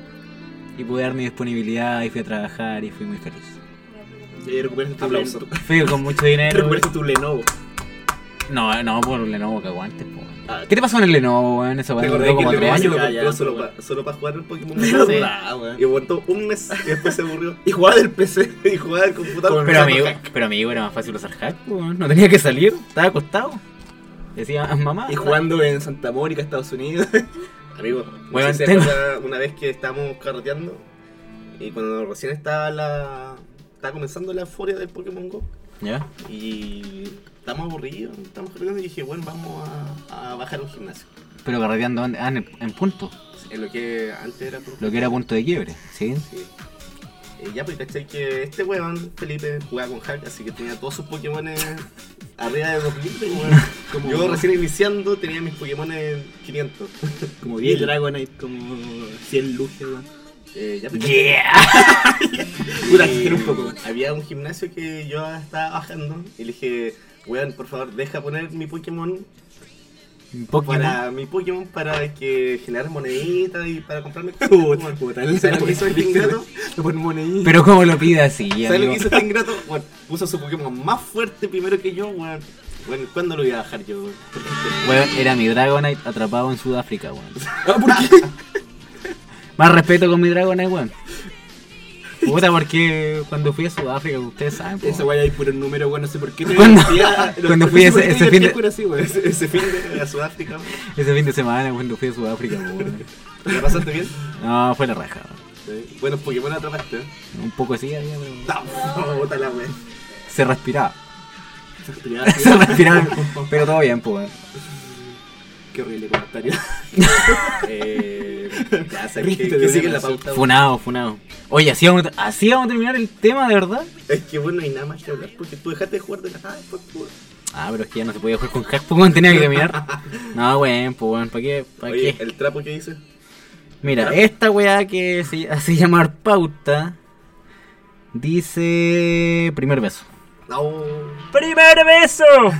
Speaker 2: Y pude dar mi disponibilidad y fui a trabajar y fui muy feliz.
Speaker 4: Y recuperas tu
Speaker 2: Ah,
Speaker 3: Aplauso.
Speaker 4: Lenovo.
Speaker 2: Fui con mucho dinero. weón.
Speaker 4: Recuperas tu Lenovo.
Speaker 2: No, no, por un Lenovo que aguantes, po. weón. ¿Qué te pasó en el Lenovo, weón? Esa
Speaker 3: Ah.
Speaker 2: weá
Speaker 3: ¿Te acordás
Speaker 2: duró
Speaker 3: que
Speaker 2: como
Speaker 3: el
Speaker 2: tres
Speaker 3: Lenovo se
Speaker 2: años.
Speaker 3: lo
Speaker 4: Ya, ya,
Speaker 3: compró
Speaker 4: no,
Speaker 3: solo,
Speaker 4: weón.
Speaker 3: pa- solo para jugar el Pokémon
Speaker 4: Pero,
Speaker 3: Go?
Speaker 4: ah, weón.
Speaker 3: Y aguantó un mes y después se aburrió.
Speaker 4: Y jugaba del PC.
Speaker 3: Y jugaba al computador.
Speaker 2: Pero amigo, pero amigo, era más fácil usar hack, po, weón. No tenía que salir, estaba acostado. Decía, "Ah, mamá.
Speaker 4: Y jugando en Santa Mónica, Estados Unidos.
Speaker 3: Amigo,
Speaker 2: Bueno,
Speaker 3: no sé si se
Speaker 2: tengo-
Speaker 3: acuerda una vez que estábamos carreteando y cuando recién estaba la. Estaba comenzando la euforia del Pokémon Go.
Speaker 2: ¿Ya?
Speaker 3: Y estamos aburridos, estamos carreteando y dije, bueno, vamos a, a bajar un gimnasio.
Speaker 2: Pero carreteando dónde? Ah, en, el- en punto.
Speaker 3: En lo que antes era por-
Speaker 2: Lo que era punto de quiebre, ¿sí?
Speaker 3: Sí. Eh, ya, pues cachai que este weón, Felipe, jugaba con hack, así que tenía todos sus Pokémones arriba de 2000, pues, weón.
Speaker 4: Como-
Speaker 3: Yo recién iniciando tenía mis Pokémones 500.
Speaker 4: Como 10 Dragonite, como 100 luces, weón.
Speaker 3: Eh, ya, pues, cachai.
Speaker 2: ¡Yeah!
Speaker 4: Puta, exagero un poco.
Speaker 3: Había un gimnasio que yo estaba bajando y le dije, weón, por favor, deja poner mi Pokémon
Speaker 2: Pokémon.
Speaker 3: para mi Pokémon para que generar moneditas y para comprarme cosas.
Speaker 4: Puta,
Speaker 3: weón".
Speaker 4: puta.
Speaker 3: ¿Sabes lo que hizo este ingrato?
Speaker 4: Lo pone monedita.
Speaker 2: Pero cómo lo pide así,
Speaker 3: ¿Sabes lo
Speaker 2: amigo?
Speaker 3: que hizo este ingrato? Bueno, puso su Pokémon más fuerte primero que yo, weón. Bueno, ¿cuándo lo iba a bajar yo, weón?
Speaker 2: Weón, era mi Dragonite atrapado en Sudáfrica, weón.
Speaker 4: Ah, ¿Por qué?
Speaker 2: Más respeto con mi Dragonite, weón. Puta, porque cuando fui a Sudáfrica, ustedes saben. po.
Speaker 4: Esa weá hay puro número, weón, no sé por qué.
Speaker 2: Cuando-
Speaker 4: Decía- los-
Speaker 2: cuando fui
Speaker 4: no
Speaker 2: ese-
Speaker 4: sé por qué
Speaker 2: ese fin de-
Speaker 4: era puro así, weón.
Speaker 3: Ese, ese fin de a Sudáfrica. weón.
Speaker 2: Ese fin de semana, cuando fui a Sudáfrica, po, weón.
Speaker 3: ¿La pasaste bien?
Speaker 2: No, fue la raja. weón.
Speaker 3: Sí. Bueno, Pokémon atrapaste. ¿eh?
Speaker 2: Un poco así había, pero
Speaker 3: No, bota la wea.
Speaker 2: se respiraba.
Speaker 3: Se respiraba
Speaker 4: Ah,
Speaker 3: así.
Speaker 2: se respiraba, pero todo bien, pues. weón.
Speaker 3: Qué horrible comentario.
Speaker 7: Eh, ya sabes
Speaker 3: Ríete
Speaker 7: que,
Speaker 3: de
Speaker 7: que
Speaker 3: una
Speaker 7: sigue la
Speaker 3: razón.
Speaker 7: pauta.
Speaker 2: Funado, funado. Oye, así vamos, a- así vamos a terminar el tema, de verdad.
Speaker 3: Es que bueno, no hay nada más que hablar porque tú dejaste de jugar de la nada después, pues.
Speaker 2: Ah, pero es que ya no se podía jugar con hack, pues, weón, tenía que terminar. No, weón, pues, weón, ¿para qué? ¿Para
Speaker 3: Oye,
Speaker 2: qué?
Speaker 3: el trapo que hice.
Speaker 2: Mira, esta weá que se hace llamar pauta dice primer beso.
Speaker 3: No.
Speaker 2: ¡Primer beso!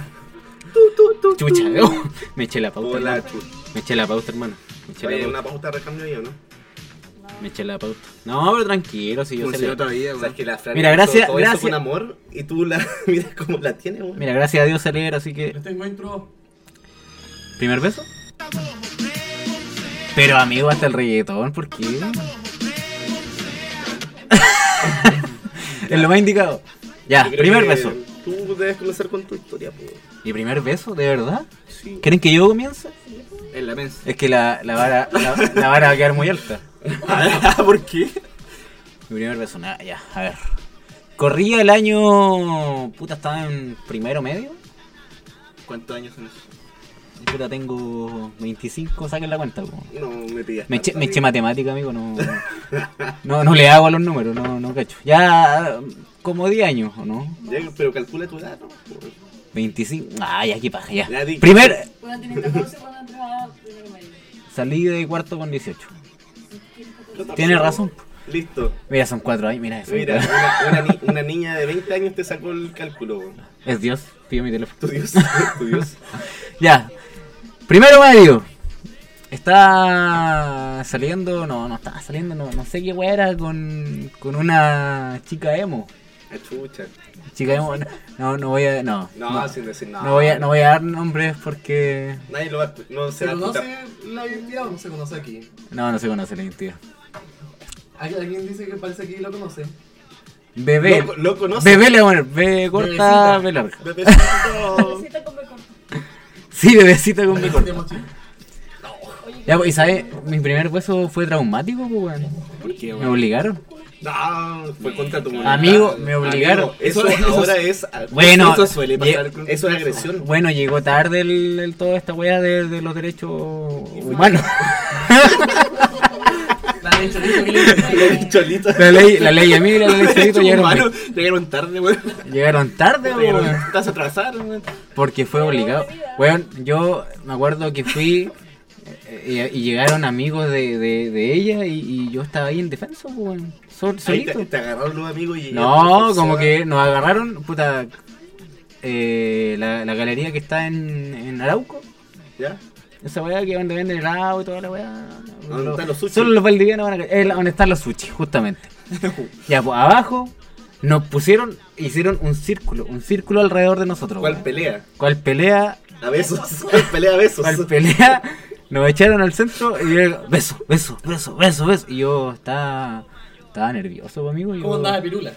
Speaker 2: Chucha, oh, me eché la pauta,
Speaker 3: Hola,
Speaker 2: hermano. Me eché la pauta, hermano. Me eché
Speaker 3: Oye,
Speaker 2: la
Speaker 3: una
Speaker 2: pauta.
Speaker 3: pauta de recambio yo, ¿no?
Speaker 2: Me eché la pauta. No, pero tranquilo, si yo sé
Speaker 4: Funcionó
Speaker 2: leer.
Speaker 4: todavía,
Speaker 3: Sabes
Speaker 4: weón.
Speaker 3: que la Fran
Speaker 2: Mira,
Speaker 3: hizo
Speaker 2: gracias-
Speaker 3: todo
Speaker 2: gracias.
Speaker 3: Eso con amor y tú la mira cómo la tienes, weón.
Speaker 2: Mira, gracias a Dios sé leer, así que.
Speaker 1: Yo tengo intro.
Speaker 2: ¿Primer beso? Pero amigo, hasta el reggaetón, ¿por qué? es lo más indicado. Ya,
Speaker 3: Yo creo
Speaker 2: primer
Speaker 3: que
Speaker 2: beso.
Speaker 3: Tú debes comenzar con tu historia, pues.
Speaker 2: ¿Y primer beso? ¿De verdad?
Speaker 3: Sí.
Speaker 2: ¿Quieren que yo comience?
Speaker 4: En la mensa.
Speaker 2: Es que la, la vara, la, la vara va a quedar muy alta.
Speaker 4: Ah, ¿Por qué?
Speaker 2: Mi primer beso, nada, ya, a ver. Corría el año. Puta, estaba en primero medio.
Speaker 4: ¿Cuántos años son esos?
Speaker 2: Y Puta, tengo 25, saquen la cuenta. po.
Speaker 3: No, me pillas.
Speaker 2: Me eché,
Speaker 3: tanto,
Speaker 2: me eché
Speaker 3: amigo.
Speaker 2: matemática, amigo, no, no. No le hago a los números, no, no cacho. Ya, como 10 años, ¿o no?
Speaker 3: Ya, pero calcula tu edad, ¿no? Pues.
Speaker 2: 25. Ay, aquí paja, ya.
Speaker 3: Ya di-
Speaker 2: Primer.
Speaker 6: Bueno, tiene 14 cuando entraba primero medio.
Speaker 2: Salí de cuarto con 18. Tienes razón.
Speaker 3: Listo.
Speaker 2: Mira, son 4 años, mira eso.
Speaker 3: Mira, una, una ni- una niña de 20 años te sacó el cálculo, weón.
Speaker 2: Es Dios, pido mi teléfono.
Speaker 3: Tu Dios, tu Dios.
Speaker 2: Ya. Primero medio. Está saliendo, no, no estaba saliendo, no, no sé qué weá era con, con una chica emo.
Speaker 3: A Ah, chucha.
Speaker 2: Chica emo, no, no, no voy a, no.
Speaker 3: No, sin decir nada.
Speaker 2: No voy a, no voy a dar nombres porque...
Speaker 3: Nadie lo va a escu- No se
Speaker 1: ¿Se
Speaker 3: va a escuchar.
Speaker 1: conoce la identidad o no se conoce aquí?
Speaker 2: No, no se conoce la identidad.
Speaker 1: Hay alguien dice que parece que lo conoce.
Speaker 2: Bebé.
Speaker 3: Lo, lo conoce.
Speaker 2: Bebé le voy a poner, B corta,
Speaker 1: Bebecita.
Speaker 2: B larga.
Speaker 3: Bebecito.
Speaker 6: Necesita comer corto.
Speaker 2: Sí, bebecita con B corta.
Speaker 1: Tenemos chip.
Speaker 6: Oye,
Speaker 2: Ya, pues, y sabes, mi primer beso fue traumático, pues, weón. Me obligaron.
Speaker 3: No, fue contra tu voluntad.
Speaker 2: Amigo, me obligaron.
Speaker 3: Eso, ahora es.
Speaker 2: Bueno,
Speaker 3: eso suele pasar.
Speaker 2: lle-
Speaker 3: con- Eso es agresión.
Speaker 2: Bueno, llegó tarde el, el- toda esta weá de, de los derechos humanos.
Speaker 1: La de Chorito que le
Speaker 3: Cholito.
Speaker 2: La ley, la ley Emilia, la ley Chorito llegaron,
Speaker 4: Hermano, llegaron tarde, weón.
Speaker 2: llegaron tarde, weón.
Speaker 4: Estás atrasado, weón.
Speaker 2: Porque fue obligado. Weón, yo me acuerdo que fui eh, y, y llegaron amigos de, de, de ella y, y yo estaba ahí en defensa, pues, weón. sol-
Speaker 3: Ahí
Speaker 2: solito.
Speaker 3: te, te agarraron los amigos y.
Speaker 2: No, como que nos agarraron, puta, eh, la, la galería que está en, en Arauco.
Speaker 3: ¿Ya?
Speaker 2: Esa weá que donde venden helado y toda la weá.
Speaker 3: ¿Dónde están los sushi?
Speaker 2: Solo los valdivianos van a caer. Es la- donde están los sushi, justamente. ya, pues abajo nos pusieron, hicieron un círculo, un círculo alrededor de nosotros.
Speaker 3: ¿Cuál
Speaker 2: weón.
Speaker 3: pelea?
Speaker 2: ¿Cuál pelea?
Speaker 3: A besos. ¿Cuál pelea a besos?
Speaker 2: ¿Cuál pelea? Nos echaron al centro y yo, beso, beso, beso, beso, beso. Y yo estaba, estaba nervioso, pues, amigo. y
Speaker 1: ¿Cómo
Speaker 2: yo-
Speaker 1: andaba de pirula?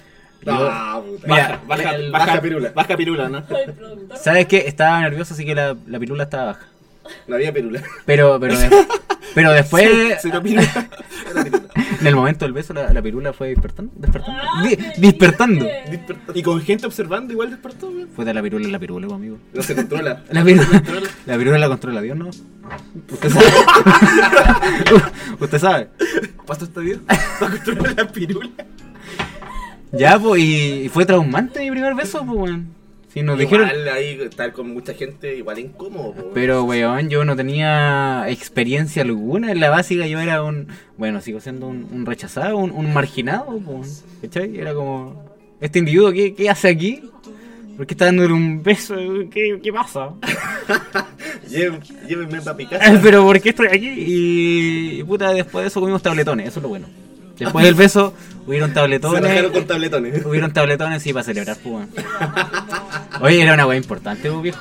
Speaker 2: yo-
Speaker 3: No, puta.
Speaker 2: Mira,
Speaker 3: baja, baja, pirula.
Speaker 4: Baja pirula, ¿no?
Speaker 6: el productor.
Speaker 2: ¿Sabes qué? Estaba nervioso, así que la, la pirula estaba baja.
Speaker 3: No había pirula.
Speaker 2: Pero, pero, de- pero después,
Speaker 4: Cero pirula.
Speaker 2: en el momento del beso, la, la pirula fue despertando. despertando
Speaker 6: Ah,
Speaker 2: di-
Speaker 6: qué
Speaker 2: despertando.
Speaker 6: bien.
Speaker 4: Y con gente observando, igual despertó, weón.
Speaker 2: Fue de la pirula, la pirula, pues, amigo.
Speaker 3: No se controla.
Speaker 2: La pirula, la pirula la controla Dios, ¿no? Usted sabe. Usted sabe.
Speaker 4: ¿Pasó esta vida? ¿Para construir la pirula?
Speaker 2: Ya, pues, y, y fue traumante mi primer beso, pues, weón. Si nos dijeron.
Speaker 3: Igual ahí estar con mucha gente igual es incómodo. po.
Speaker 2: Pero, weón, yo no tenía experiencia alguna. En la básica yo era un. Bueno, sigo siendo un, un rechazado, un, un marginado, pues, ¿cachai? Era como. Este individuo, ¿qué, qué hace aquí? ¿Por qué está dándole un beso? ¿Qué, qué pasa?
Speaker 3: Lle- Llévenme para mi
Speaker 2: Eh,
Speaker 3: casa.
Speaker 2: Pero ¿por qué estoy aquí? Y, y puta, después de eso comimos tabletones, eso es lo bueno. Después del beso hubieron
Speaker 3: Se rajaron con
Speaker 2: tabletones.
Speaker 3: tabletones.
Speaker 2: Hubieron tabletones, sí, para celebrar, pues, weón. Oye, era una weá importante, pues, viejo.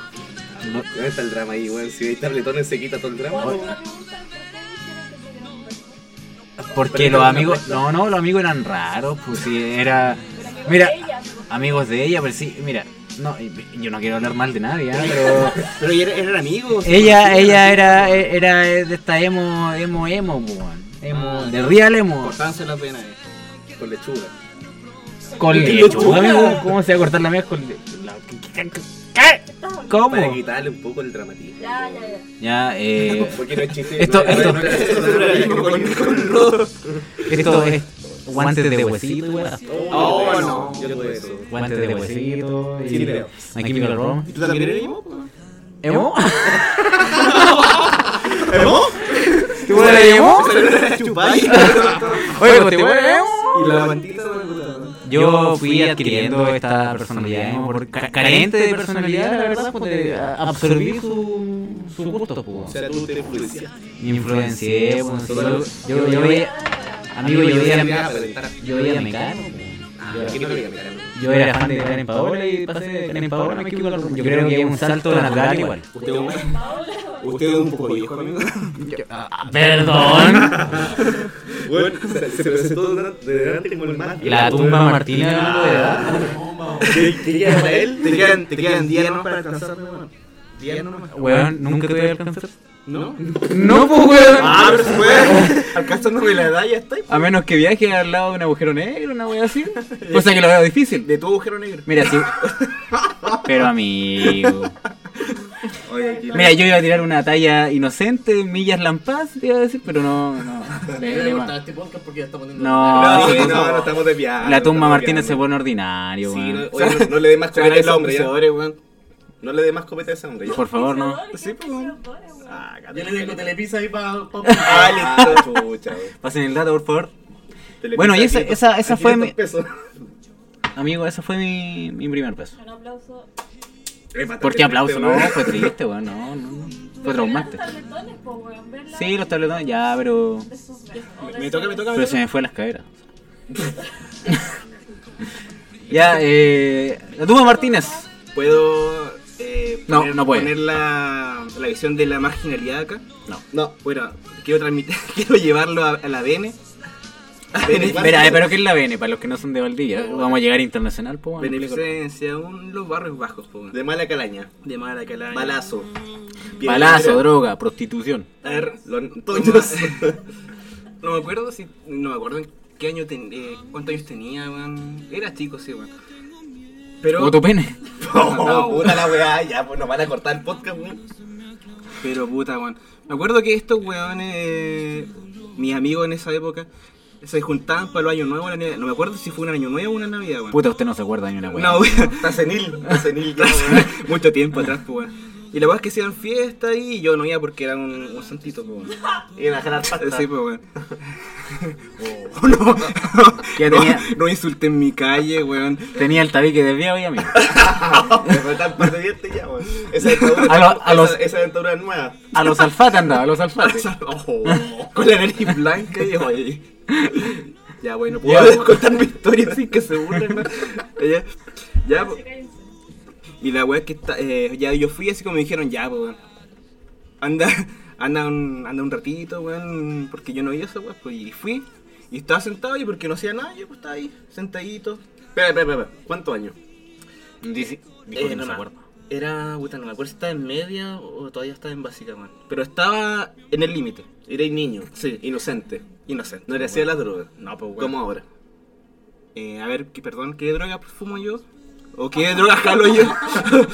Speaker 2: No-
Speaker 3: ¿Dónde está el drama ahí, weón? Si hay tabletones se quita todo el drama.
Speaker 6: ¿Cuál
Speaker 3: weón.
Speaker 6: es la pregunta? ¿Por qué dijeron que te dieron un beso?
Speaker 2: Porque los amigos. No, no, los amigos eran raros, pues sí, era. Mira, amigos de ella, pero sí, mira. No, yo no quiero hablar mal de nadie, ¿ah? pero
Speaker 4: Pero ya era- eran amigos.
Speaker 2: ella, ella era, era de esta emo, emo, emo, pues, weón. emo,
Speaker 4: Ah,
Speaker 2: de real emo,
Speaker 4: Cortándose las venas. eh.
Speaker 3: Con lechuga.
Speaker 2: con lechuga, amigo, ¿cómo se va a cortar la mía con lechuga?
Speaker 3: Para
Speaker 2: ¿Cómo?
Speaker 3: quitarle un poco el dramatismo.
Speaker 6: Ya, ya, ya.
Speaker 2: Ya, eh,
Speaker 3: Porque no es chiste.
Speaker 2: Esto-
Speaker 3: no, no,
Speaker 2: esto-
Speaker 3: no, no, no, no, no, no, no, no, no.
Speaker 2: esto es guantes de huesito, weón.
Speaker 3: Oh, no. Yo tuve eso.
Speaker 2: Guantes de huesito, y
Speaker 3: Sí, creo.
Speaker 2: My Chemical Romance.
Speaker 4: ¿Y tú también eres emo?
Speaker 2: ¿Emo?
Speaker 4: ¿Tú eres emo? Chupada.
Speaker 2: Oye, pues, ¿te huele emo?
Speaker 4: Y la mantita de la computadora.
Speaker 2: Yo fui adquiriendo esta personalidad emo, por- ca- carente de personalidad, la verdad, pues, de- a- absorbí su, su gusto,
Speaker 3: O
Speaker 2: pues.
Speaker 3: sea, tú te influencias.
Speaker 2: Me influencié, pues, yo, yo, yo veía, amigo, yo veía, yo veía Mecano, pues.
Speaker 3: Aquí no quería mirar.
Speaker 2: yo era fan de Karen Paola y pasé de Karen Paola a My Chemical Romance. Yo creo que es un salto natural igual.
Speaker 4: Usted es un- usted es un poco viejo, amigo.
Speaker 2: Perdón.
Speaker 3: Bueno, se, se presentó de delante como el más.
Speaker 2: La tumba Martina hablando de edad.
Speaker 3: ¿Qué qué queda para él?
Speaker 4: Ah. Te quedan, te quedan días nomás para alcanzarme, weón. Días nomás.
Speaker 2: Weón, nunca te voy a alcanzar.
Speaker 4: ¿No?
Speaker 2: No, pues weón.
Speaker 4: Ah, pero si puedes. Alcanzándome la edad ya estoy.
Speaker 2: A menos que viaje al lado de un agujero negro, una wea así. O sea que lo veo difícil.
Speaker 4: De tu agujero negro.
Speaker 2: Mira, sí. Pero amigo. Mira, yo iba a tirar una talla inocente, millas lampas, te iba a decir, pero no, no.
Speaker 1: Me voy a cortar este podcast porque ya está poniendo. Ah,
Speaker 2: No,
Speaker 3: No,
Speaker 2: sí,
Speaker 3: no,
Speaker 2: no.
Speaker 3: no, estamos desviados.
Speaker 2: La tumba
Speaker 3: estamos
Speaker 2: Martínez se
Speaker 3: desviando.
Speaker 2: pone ordinario,
Speaker 3: Sí, no,
Speaker 2: weón.
Speaker 3: oye, no, no le dé más
Speaker 4: Se
Speaker 3: copete a
Speaker 4: ven
Speaker 3: ese
Speaker 4: los
Speaker 3: hombre. ya.
Speaker 4: auspiciadores, weón.
Speaker 3: No le dé más copete a ese hombre. ya.
Speaker 2: Por favor, no.
Speaker 4: Sí, pues.
Speaker 3: Ah,
Speaker 1: Yo
Speaker 3: cállate,
Speaker 1: le dejo
Speaker 3: cállate.
Speaker 1: Telepizza ahí para. Pa,
Speaker 3: Ah, listo. Chucha, güey.
Speaker 2: Pasen el dato, por favor.
Speaker 3: Telepizza
Speaker 2: Bueno, y esa-
Speaker 3: aquí,
Speaker 2: esa- esa
Speaker 3: aquí
Speaker 2: fue
Speaker 3: estos
Speaker 2: mi-
Speaker 3: pesos.
Speaker 2: Amigo, ese fue mi, mi primer peso.
Speaker 6: Un aplauso.
Speaker 3: Remátate,
Speaker 2: ¿Por qué aplauso? No,
Speaker 3: güey.
Speaker 2: fue triste, Ah, weón, no, no. Fue traumante.
Speaker 6: tabletones, po, weón, verla.
Speaker 2: Sí, los tabletones, ya, pero.
Speaker 6: De sus- de- o de
Speaker 4: Me toca,
Speaker 6: sus-
Speaker 4: me toca, me
Speaker 2: Pero
Speaker 4: toca.
Speaker 2: se me fue las caderas. ya, eh. La tumba Martínez.
Speaker 4: ¿Puedo eh,
Speaker 2: No,
Speaker 4: poner,
Speaker 2: no puede.
Speaker 4: poner la, la visión de la marginalidad acá?
Speaker 3: No.
Speaker 4: Bueno, quiero transmitir, quiero llevarlo a, a E. la BN.
Speaker 2: Espera, eh, pero que es la BN, para los que no son de Valdivia. Vamos a llegar internacional, po. weón.
Speaker 4: Beneficencia, aún los barrios bajos, po, de,
Speaker 3: De mala calaña.
Speaker 4: de Maracalá.
Speaker 3: Balazo.
Speaker 2: Palazo, droga, prostitución.
Speaker 4: A ver,
Speaker 3: Los
Speaker 4: Toños.
Speaker 3: toños.
Speaker 4: no me acuerdo si, no me acuerdo en qué año ten- eh, cuántos años tenía, weón. Era chico, sí, weón. Pero,
Speaker 2: O tu pene.
Speaker 3: No, puta la weá, ya, pues nos van a cortar el podcast, güey.
Speaker 4: pero puta, weón. Me acuerdo que estos weones, eh, mis amigos en esa época, se juntaban para los años nuevos, la Navidad. no me acuerdo si fue un año nuevo o una Navidad, weón.
Speaker 2: Puta, usted no se acuerda ni una weá.
Speaker 4: No, weón.
Speaker 3: Está senil, está senil ya, weón.
Speaker 4: mucho tiempo atrás, pues, weón. Y la verdad es que hacían fiesta y yo no iba porque era un, un santito, pues, weón.
Speaker 3: Iban a jalar pasta.
Speaker 4: Sí, pues, weón. Oh, no.
Speaker 2: Ya
Speaker 4: no,
Speaker 2: tenía-
Speaker 4: no insulten mi calle, weón.
Speaker 2: Tenía el tabique desviado y a mí.
Speaker 3: Me faltan par de dientes ya, weón. Esa dentadura,
Speaker 2: Ah. A lo- a los-
Speaker 3: esa, esa dentadura es nueva.
Speaker 2: A los alfates andaba, a los alfates.
Speaker 3: Ojo.
Speaker 4: Con la nariz blanca y oye. Ya, bueno,
Speaker 3: Ya.
Speaker 4: puedo contar mi historia sin que se burlen, weón. Ya, ya, pues. po. Y la weá es que está, eh, ya yo fui así como me dijeron, ya, pues, weón. Anda, anda un, anda un ratito, weón, porque yo no vi esa weá, pues, y fui. Y estaba sentado y porque no hacía nada, yo pues estaba ahí, sentadito.
Speaker 3: Espera, espera, espera. ¿Cuántos años?
Speaker 2: Dice, dijo
Speaker 4: Eh,
Speaker 2: que no
Speaker 4: no
Speaker 2: se
Speaker 4: me-
Speaker 2: acuerda.
Speaker 4: Era, puta, no me acuerdo si estaba en media o todavía estaba en básica, weón. Pero estaba en el límite,
Speaker 3: Eres niño.
Speaker 4: Sí.
Speaker 3: Inocente.
Speaker 4: inocente.
Speaker 3: No le hacía las drogas.
Speaker 4: No, pues, weón.
Speaker 3: Como ahora.
Speaker 4: Eh, a ver, que, perdón, ¿qué droga fumo yo? ¿O qué droga jalo yo?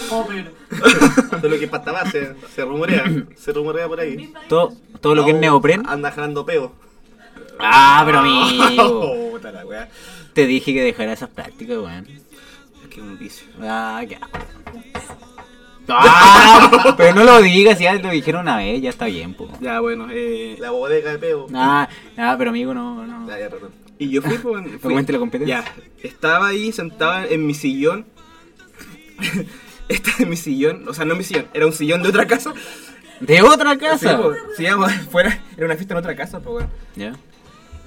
Speaker 3: Todo lo que pasta base, se rumorea. Se rumorea por ahí.
Speaker 2: Todo, todo lo que es
Speaker 3: No,
Speaker 2: neopren.
Speaker 3: Anda jalando peo.
Speaker 2: Ah, pero amigo.
Speaker 3: Oh, puta la weá.
Speaker 2: Te dije que dejara esas prácticas, weón.
Speaker 4: es que un vicio.
Speaker 2: Ah, qué asco. Ah, pero no lo digas, ya lo dijeron una vez, ya está bien, po.
Speaker 4: Ya, bueno, eh,
Speaker 3: La bodega de peo.
Speaker 2: Ah, ah, pero amigo, no, no.
Speaker 3: Ya, ya, perdón.
Speaker 4: Y yo fui, pues, bueno, fui.
Speaker 2: Aumente la competencia.
Speaker 4: Ya, estaba ahí sentado en mi sillón. estaba en mi sillón, o sea, no en mi sillón, era un sillón de otra casa.
Speaker 2: De otra
Speaker 4: Sí,
Speaker 2: casa.
Speaker 4: pues, sí, vamos, fuera, era una fiesta en otra casa, pues, bueno.
Speaker 2: Ya.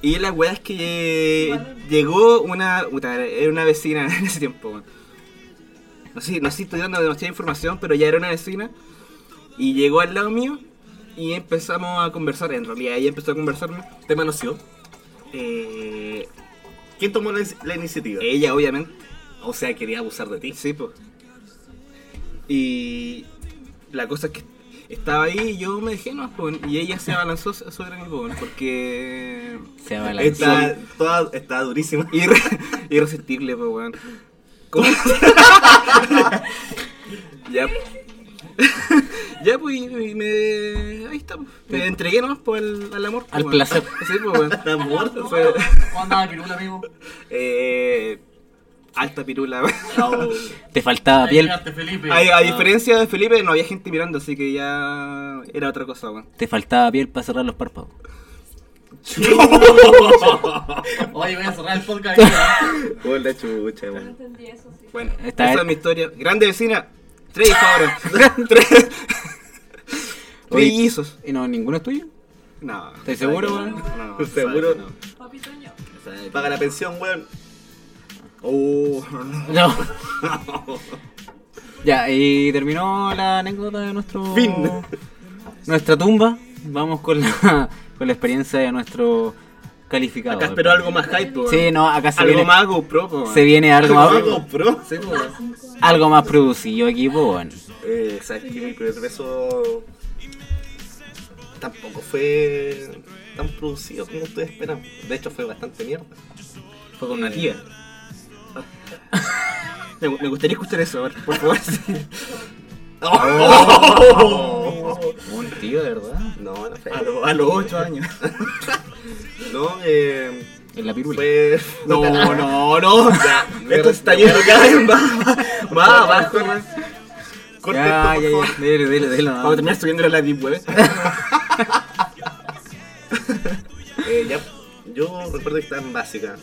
Speaker 4: Y la weá es que eh, llegó una. puta, era una vecina en ese tiempo, weón. No sé, no sé si estoy dando demasiada información, pero ya era una vecina. Y llegó al lado mío y empezamos a conversar. En realidad ella empezó a conversarme. Te manoseó.
Speaker 3: eh, ¿Quién tomó la, la iniciativa?
Speaker 4: Ella, obviamente.
Speaker 3: Eh, O sea, quería abusar de ti.
Speaker 4: Sí, pues. Y la cosa es que estaba ahí y yo me dejé no, pues, y ella se abalanzó so- sobre mí, pues, porque
Speaker 2: Se va la
Speaker 3: Está, toda, está durísima.
Speaker 4: irre- irresistible, pues, weón. ¿Cómo? ya. ya, pues, y y me. Ahí está, pues. Me entregué nomás, pues, al, al amor. pues,
Speaker 2: Al
Speaker 4: weón.
Speaker 2: placer.
Speaker 4: Sí, pues, weón.
Speaker 3: Está muerto.
Speaker 4: Fue,
Speaker 1: ¿Cómo andaba el pirula, amigo?
Speaker 4: eh, alta pirula, weón.
Speaker 2: Te faltaba piel.
Speaker 1: Llegaste, Felipe.
Speaker 4: A, a diferencia de Felipe, no había gente mirando, así que ya era otra cosa, weón.
Speaker 2: Te faltaba piel para cerrar los párpados.
Speaker 1: Oye, voy a cerrar el podcast. ahí, ¿eh?
Speaker 3: Hola, chucha,
Speaker 6: No
Speaker 3: weón.
Speaker 6: entendí eso, sí.
Speaker 4: Bueno,
Speaker 2: Está
Speaker 4: esa
Speaker 2: el-
Speaker 4: es mi historia. Grande vecina, tres ahora. tres. Trillizos.
Speaker 2: ¿Y no, ninguno es tuyo?
Speaker 4: No.
Speaker 2: ¿Estás seguro, weón?
Speaker 4: No, no,
Speaker 3: ¿Seguro?
Speaker 4: sabe que
Speaker 6: Papi Toño.
Speaker 4: no, sabe que
Speaker 3: Paga la pensión, weón.
Speaker 4: Oh,
Speaker 2: No. ya, y terminó la anécdota de nuestro.
Speaker 3: Fin.
Speaker 2: Nuestra tumba. Vamos con la, con la experiencia de nuestro calificado.
Speaker 3: Acá espero algo más hype, weón.
Speaker 2: Sí, no, acá se
Speaker 4: algo
Speaker 2: viene.
Speaker 4: más GoPro, po, weón.
Speaker 2: Se viene algo más.
Speaker 3: Algo pro.
Speaker 4: Sí, po, weón.
Speaker 2: Algo más producido aquí, po, weón.
Speaker 3: Eh, sabes que mi primer beso tampoco fue tan producido como ustedes esperaban. De hecho, fue bastante mierda.
Speaker 4: Fue con una tía. Me, me gustaría escuchar eso, a ver, por favor. sí.
Speaker 3: Oh.
Speaker 4: Un tío, de verdad.
Speaker 3: No, Oh. Ah, no fue.
Speaker 4: A, lo- a los 8 años.
Speaker 3: No, eh.
Speaker 2: En la pirula.
Speaker 3: Fue.
Speaker 4: No, no, no.
Speaker 3: Ya, me
Speaker 4: Esto está
Speaker 3: retiro.
Speaker 4: yendo cada vez más, más abajo. weón.
Speaker 3: Corta
Speaker 2: ya,
Speaker 3: esto,
Speaker 2: ya,
Speaker 3: por favor.
Speaker 2: ya. Dele, dele, dele. no.
Speaker 4: Vamos a terminar subiendo la Deep Web.
Speaker 3: Eh, ya. Yo recuerdo que estaba en básica.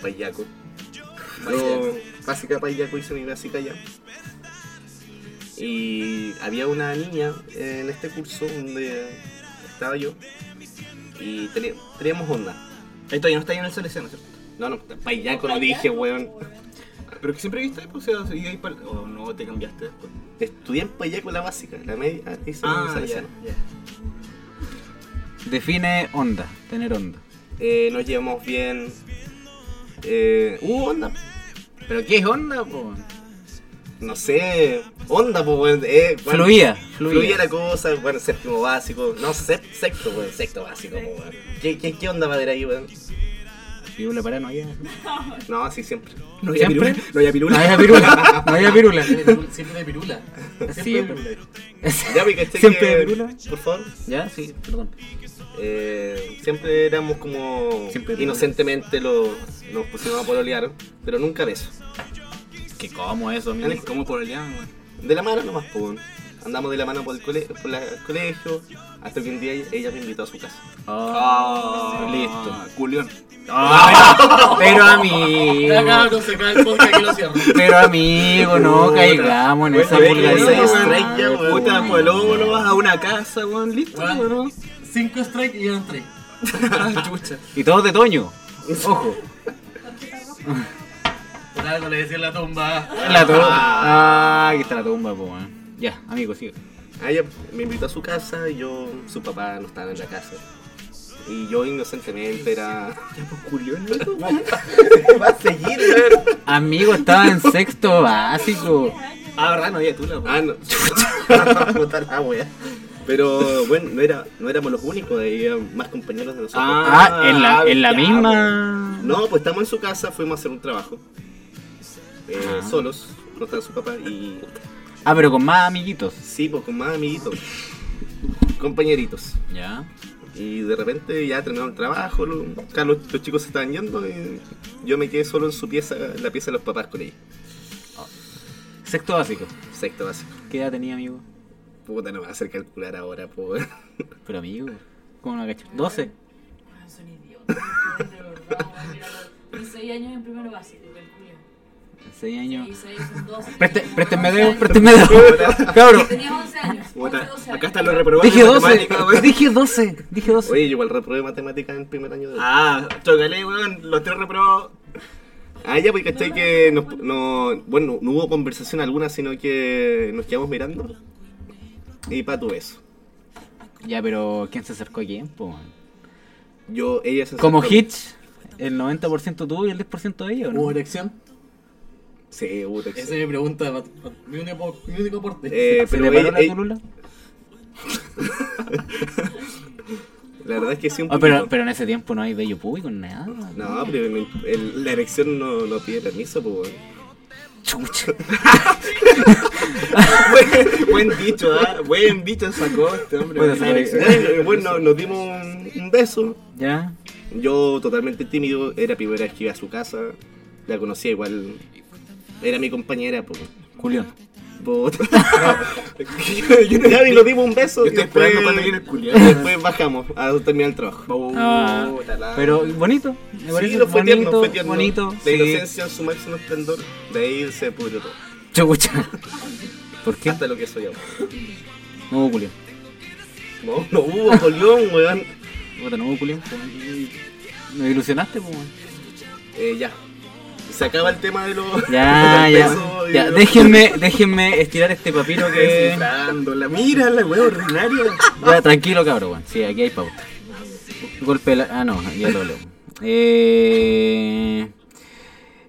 Speaker 3: Payaco. Yo, básica payaco hice mi básica ya. Y había una niña en este curso donde estaba yo. Y teni- teníamos onda.
Speaker 4: Ahí todavía no está ahí en el selección, ¿cierto?
Speaker 3: No, no, payaco no dije, weón.
Speaker 4: Pero que siempre viste ahí, pues, o sea, y ahí para... O no, te cambiaste después.
Speaker 3: Estudié en payaco la básica, la media hice en Salesiano.
Speaker 4: Ah, ya.
Speaker 2: Define onda, tener onda.
Speaker 3: Eh, nos llevamos bien. Eh, hubo onda.
Speaker 2: ¿Pero qué es onda, po? weón?
Speaker 3: No sé, onda, pues, weón. Eh, weón.
Speaker 2: Fluía, fluía.
Speaker 3: Fluía. la cosa, bueno, séptimo básico, no, sé, sexto, weón, sexto básico, po, weón. ¿Qué, qué, qué onda va a haber ahí, weón?
Speaker 2: Pirula para no había. No
Speaker 3: No, así siempre.
Speaker 4: No había
Speaker 2: ¿Siempre?
Speaker 4: pirula. No había pirula.
Speaker 2: había pirula. No había pirula.
Speaker 1: Siempre de pirula.
Speaker 2: Siempre.
Speaker 3: Ya me caché
Speaker 2: Siempre
Speaker 3: que,
Speaker 2: de pirula.
Speaker 3: por favor,
Speaker 2: Ya, sí, perdón.
Speaker 3: eh, siempre éramos como
Speaker 2: Siempre de
Speaker 3: inocentemente los, nos pusimos a pololear, pero nunca beso.
Speaker 2: Que como eso,
Speaker 4: Miren ¿Cómo pololeaban, weón?
Speaker 3: De la mano nomás, pues, weón. Andamos de la mano por el, cole- por la- el colegio, hasta que un día ella- ella me invitó a su casa.
Speaker 2: Ah,
Speaker 3: Ah.
Speaker 2: Oh. listo.
Speaker 4: Culión.
Speaker 2: Pero
Speaker 1: Ya,
Speaker 2: amigo.
Speaker 1: cabrón, se cae el podcast que lo cierro.
Speaker 2: Pero amigo, no caigamos en
Speaker 3: Bueno,
Speaker 2: esa
Speaker 3: ve,
Speaker 2: vulgaridad.
Speaker 3: ese strike ya, weón.
Speaker 4: Puta, pues luego no vas a una casa, weón. Listo,
Speaker 1: Weón.
Speaker 4: weón.
Speaker 1: Cinco strikes y yo entré.
Speaker 4: Ah, Chucha.
Speaker 2: Y todos de Toño. Ojo.
Speaker 1: Por algo le decía en la tumba.
Speaker 2: La tumba. Ah, aquí está la tumba, po. weón. Ya, amigo, sigue.
Speaker 3: Ah, ella me invitó a su casa y yo, su papá no estaba en la casa. Y yo inocentemente era...
Speaker 4: Ya, pues culión, ¿no?
Speaker 3: Va a seguir, weón.
Speaker 2: Amigo, estaba en sexto básico.
Speaker 4: Ah, verdad, no había tula, weón.
Speaker 3: Ah, no. Puta la wea. Pero bueno, no, era, no éramos los únicos, había más compañeros de nosotros.
Speaker 2: Ah, en la, en la
Speaker 3: ya,
Speaker 2: misma.
Speaker 3: No, pues estamos en su casa, fuimos a hacer un trabajo. Eh, Solos, no estaba su papá. Y
Speaker 2: Ah, pero con más amiguitos.
Speaker 3: sí, pues con más amiguitos. Compañeritos.
Speaker 2: Ya.
Speaker 3: Y de repente ya terminaron el trabajo, lo- acá los, los chicos se estaban yendo y yo me quedé solo en su pieza, en la pieza de los papás con ella.
Speaker 2: Sexto básico.
Speaker 3: Sexto básico.
Speaker 2: ¿Qué edad tenía, amigo?
Speaker 3: Puta, no me va a hacer calcular ahora, pues.
Speaker 2: Pero amigo, ¿cómo no cachar? 12.
Speaker 6: Weón, son idiotas. weón, de verdad, weón, mira, weón. 16 años en primero básico, el culiao.
Speaker 2: 6 años.
Speaker 6: 16, son 12.
Speaker 2: Preste,
Speaker 6: tenía
Speaker 2: préstenme
Speaker 6: 11
Speaker 2: dedo,
Speaker 6: años.
Speaker 2: préstenme dedo. Cabro.
Speaker 6: Tenía 11 años. 11, 12
Speaker 4: Puta,
Speaker 6: años.
Speaker 4: acá están los reprobados.
Speaker 2: Dije
Speaker 4: de
Speaker 2: 12.
Speaker 4: matemática, weón.
Speaker 2: Dije 12. Dije 12.
Speaker 3: Oye, yo igual reprobé matemáticas en primer año de.
Speaker 4: Ah, chocale, weón. Los tres reprobados.
Speaker 3: Ah, ya, porque cachai que nos- no, bueno, no hubo conversación alguna, sino que nos quedamos mirando. Y pa' tu beso.
Speaker 2: Ya, pero ¿quién se acercó a quién, po? man?
Speaker 9: yo, ella se
Speaker 2: Como
Speaker 9: hit
Speaker 2: Hitch, el 90% tú y el 10% de ellos,
Speaker 1: ¿Hubo
Speaker 2: ¿no?
Speaker 1: erección?
Speaker 9: Sí, puta,
Speaker 1: Esa es mi pregunta, Pat- Pat- mi único, mi único aporte.
Speaker 9: Eh,
Speaker 2: ¿Se
Speaker 9: pero
Speaker 2: le paró
Speaker 9: ella-
Speaker 2: la
Speaker 9: ella-
Speaker 2: culula?
Speaker 9: la verdad es que sí un
Speaker 2: Ah, pero,
Speaker 9: poquito.
Speaker 2: pero en ese tiempo no hay bello público, nada.
Speaker 9: No, pero el- el- la erección no, no pide permiso, pues. weón.
Speaker 2: Chucha.
Speaker 3: Buen- buen dicho, ¿ah? Buen dicho sacó este hombre.
Speaker 2: Bueno, sí,
Speaker 3: bueno, bueno, nos dimos un, un beso.
Speaker 2: Ya.
Speaker 3: Yo totalmente tímido, era primera vez que iba a su casa. La conocía igual. Era mi compañera, pues.
Speaker 2: Julián.
Speaker 3: ya, y nos dimos un beso.
Speaker 4: Yo
Speaker 3: y
Speaker 4: estoy
Speaker 3: después-
Speaker 4: esperando cuando viene el culiado.
Speaker 3: Después bajamos a terminar el trabajo.
Speaker 2: Ah, pero bonito. Me
Speaker 3: Sí,
Speaker 2: parece
Speaker 3: no fue
Speaker 2: bonito,
Speaker 3: tierno, fue tierno.
Speaker 2: bonito.
Speaker 3: La
Speaker 2: sí.
Speaker 3: inocencia en su máximo esplendor, de ahí se pudrió todo.
Speaker 2: Chucha. ¿Por qué?
Speaker 3: Hasta lo que soy ahora.
Speaker 2: No hubo Julián.
Speaker 3: No, no hubo Polión, weón.
Speaker 2: Puta, no hubo Julián. pues. Me ilusionaste, pues.
Speaker 3: Eh, ya. Se acaba el tema de los.
Speaker 2: Ya,
Speaker 3: de los
Speaker 2: ya.
Speaker 3: pesos y
Speaker 2: Ya,
Speaker 3: de los-
Speaker 2: déjenme, déjenme estirar este papiro que.
Speaker 3: Descifrándola. Mira la weá ordinaria.
Speaker 2: Ya, tranquilo, cabrón, weón. Sí, aquí hay pauta. Golpe de la... Ah, no, ya lo leo. Eh...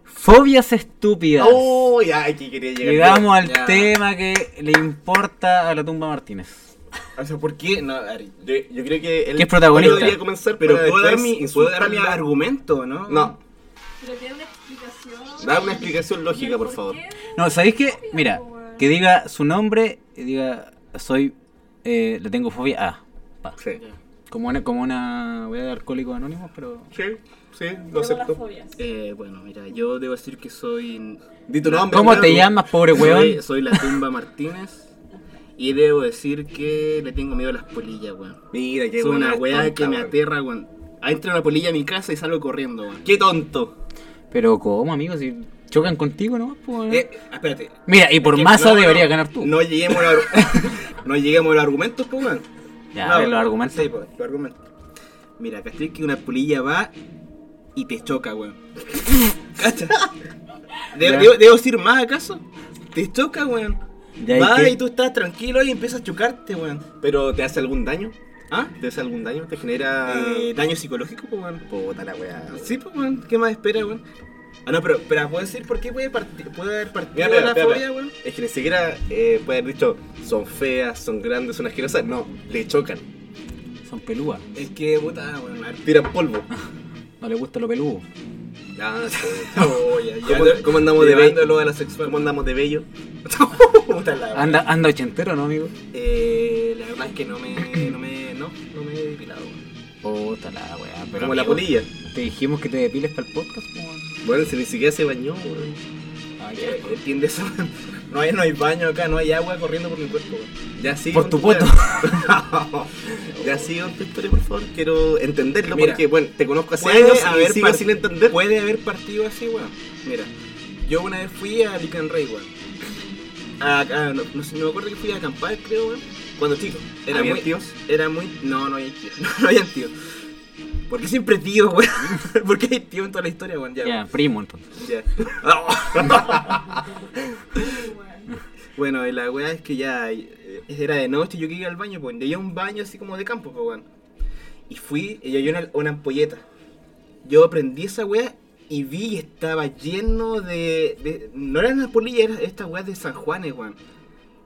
Speaker 2: Fobias estúpidas.
Speaker 3: Oh, ya, aquí quería llegar.
Speaker 2: Llegamos al
Speaker 4: ya.
Speaker 2: tema que le importa a la tumba Martínez.
Speaker 4: O sea, ¿por qué? No, a ver,
Speaker 3: Yo, yo creo que él.
Speaker 2: Que es protagonista.
Speaker 3: él debería comenzar,
Speaker 4: pero
Speaker 3: pero
Speaker 4: puedo dar, mi, puedo dar mi
Speaker 3: argumento.
Speaker 4: argumento, ¿no?
Speaker 3: No,
Speaker 6: Pero tiene una explicación.
Speaker 3: da una explicación lógica, por favor.
Speaker 2: No, ¿sabéis qué? Mira, que diga su nombre y diga, soy... Eh, le tengo fobia a... Pa.
Speaker 3: Sí.
Speaker 2: Como una, como una wea de alcohólico anónimo, pero...
Speaker 3: Sí, sí, lo acepto.
Speaker 4: Eh, bueno, mira, yo debo decir que soy.
Speaker 3: Di tu nombre.
Speaker 2: ¿Cómo
Speaker 3: weón.
Speaker 2: te llamas, pobre
Speaker 4: Soy,
Speaker 2: weón?
Speaker 4: soy la tumba Martínez. Y debo decir que le tengo miedo a las polillas, weón.
Speaker 3: Mira, qué
Speaker 4: Es una
Speaker 3: buena
Speaker 4: weá
Speaker 3: tonta,
Speaker 4: que me
Speaker 3: weón.
Speaker 4: aterra, weón. Ah, Entra una polilla a mi casa y salgo corriendo, weón.
Speaker 3: Qué tonto.
Speaker 2: Pero ¿cómo, amigo? Si chocan contigo, ¿no? Pues,
Speaker 4: Eh, espérate.
Speaker 2: Mira, y por
Speaker 4: que-
Speaker 2: masa
Speaker 4: no, no,
Speaker 2: debería ganar tú.
Speaker 4: No lleguemos a, los- no lleguemos a los argumentos, pues, weón.
Speaker 2: Ya,
Speaker 4: No,
Speaker 2: a ver, los argumentos.
Speaker 4: Sí, pues, los argumentos. Mira, caché que una polilla va y te choca, weón. ¿Cacha? De-
Speaker 2: Ya.
Speaker 4: debo, debo decir más acaso? Te choca, weón.
Speaker 2: Ya, ¿y
Speaker 4: va
Speaker 2: qué?
Speaker 4: y tú estás tranquilo y empiezas a chocarte, weón.
Speaker 3: ¿Pero te hace algún daño?
Speaker 4: ¿Ah?
Speaker 3: ¿Te hace algún daño? ¿Te genera.?
Speaker 4: Eh, daño psicológico, pues, weón.
Speaker 3: Puta la weá.
Speaker 4: Sí, pues, weón. ¿Qué más espera, weón? Ah, no, pero, pero ¿puedo decir por qué puede, parti- puede haber
Speaker 3: Mira,
Speaker 4: partido
Speaker 3: mira,
Speaker 4: la
Speaker 3: mira,
Speaker 4: fobia,
Speaker 3: mira.
Speaker 4: weón?
Speaker 3: Es que ni siquiera eh, puede haber dicho son feas, son grandes, son asquerosas. No, le chocan.
Speaker 2: Son pelúas.
Speaker 4: Es que, puta, weón. a ver.
Speaker 3: Tiran polvo.
Speaker 2: No le gusta lo peludo.
Speaker 3: Ya, sí.
Speaker 4: Oh, ya, ya,
Speaker 3: ¿Cómo,
Speaker 4: ya.
Speaker 3: cómo andamos de bello?
Speaker 4: Llevándolo a la sexual.
Speaker 3: ¿Cómo andamos de bello?
Speaker 4: Puta la
Speaker 2: Anda, anda ochentero, ¿no, amigo?
Speaker 4: Eh, la verdad es que no me, no me, no, no me he depilado.
Speaker 2: Puta la weá. Pero
Speaker 3: Como la
Speaker 2: amigo,
Speaker 3: polilla.
Speaker 2: Te dijimos que te depiles para el podcast, pues, weón.
Speaker 3: Bueno, si ni siquiera se bañó, weón.
Speaker 2: Ay, qué-
Speaker 4: ¿Entiendes eso? No hay, no hay baño acá, no hay agua corriendo por mi cuerpo. weón.
Speaker 3: Ya sigue.
Speaker 2: Por
Speaker 3: con
Speaker 2: tu poto.
Speaker 3: weá. ya sigue con tu historia, por favor. Quiero entenderlo
Speaker 4: Mira,
Speaker 3: porque, bueno, te conozco hace
Speaker 4: puede
Speaker 3: años
Speaker 4: haber
Speaker 3: y sigo
Speaker 4: par-
Speaker 3: sin entender.
Speaker 4: Puede haber partido así, weón. Mira, yo una vez fui a Lican Rey, weón. A- a- no, no sé, no me acuerdo que fui a acampar, creo, weón. Cuando chico. Era
Speaker 3: ¿Habían
Speaker 4: muy,
Speaker 3: tíos?
Speaker 4: Era muy. No, no había tíos. No, no había tíos. ¿Por qué siempre tíos, weón? ¿Por qué hay tíos en toda la historia, weón? Ya,
Speaker 2: Ya, primo, entonces.
Speaker 4: Ya. bueno, y la weá es que ya eh, era de noche y yo quería ir al baño, pues. Y había un baño así como de campo, pues, weón. Y fui y había una, una ampolleta. Yo prendí esa weá y vi y estaba lleno de. de- no eran las polillas, eran estas weas de San Juanes, weón.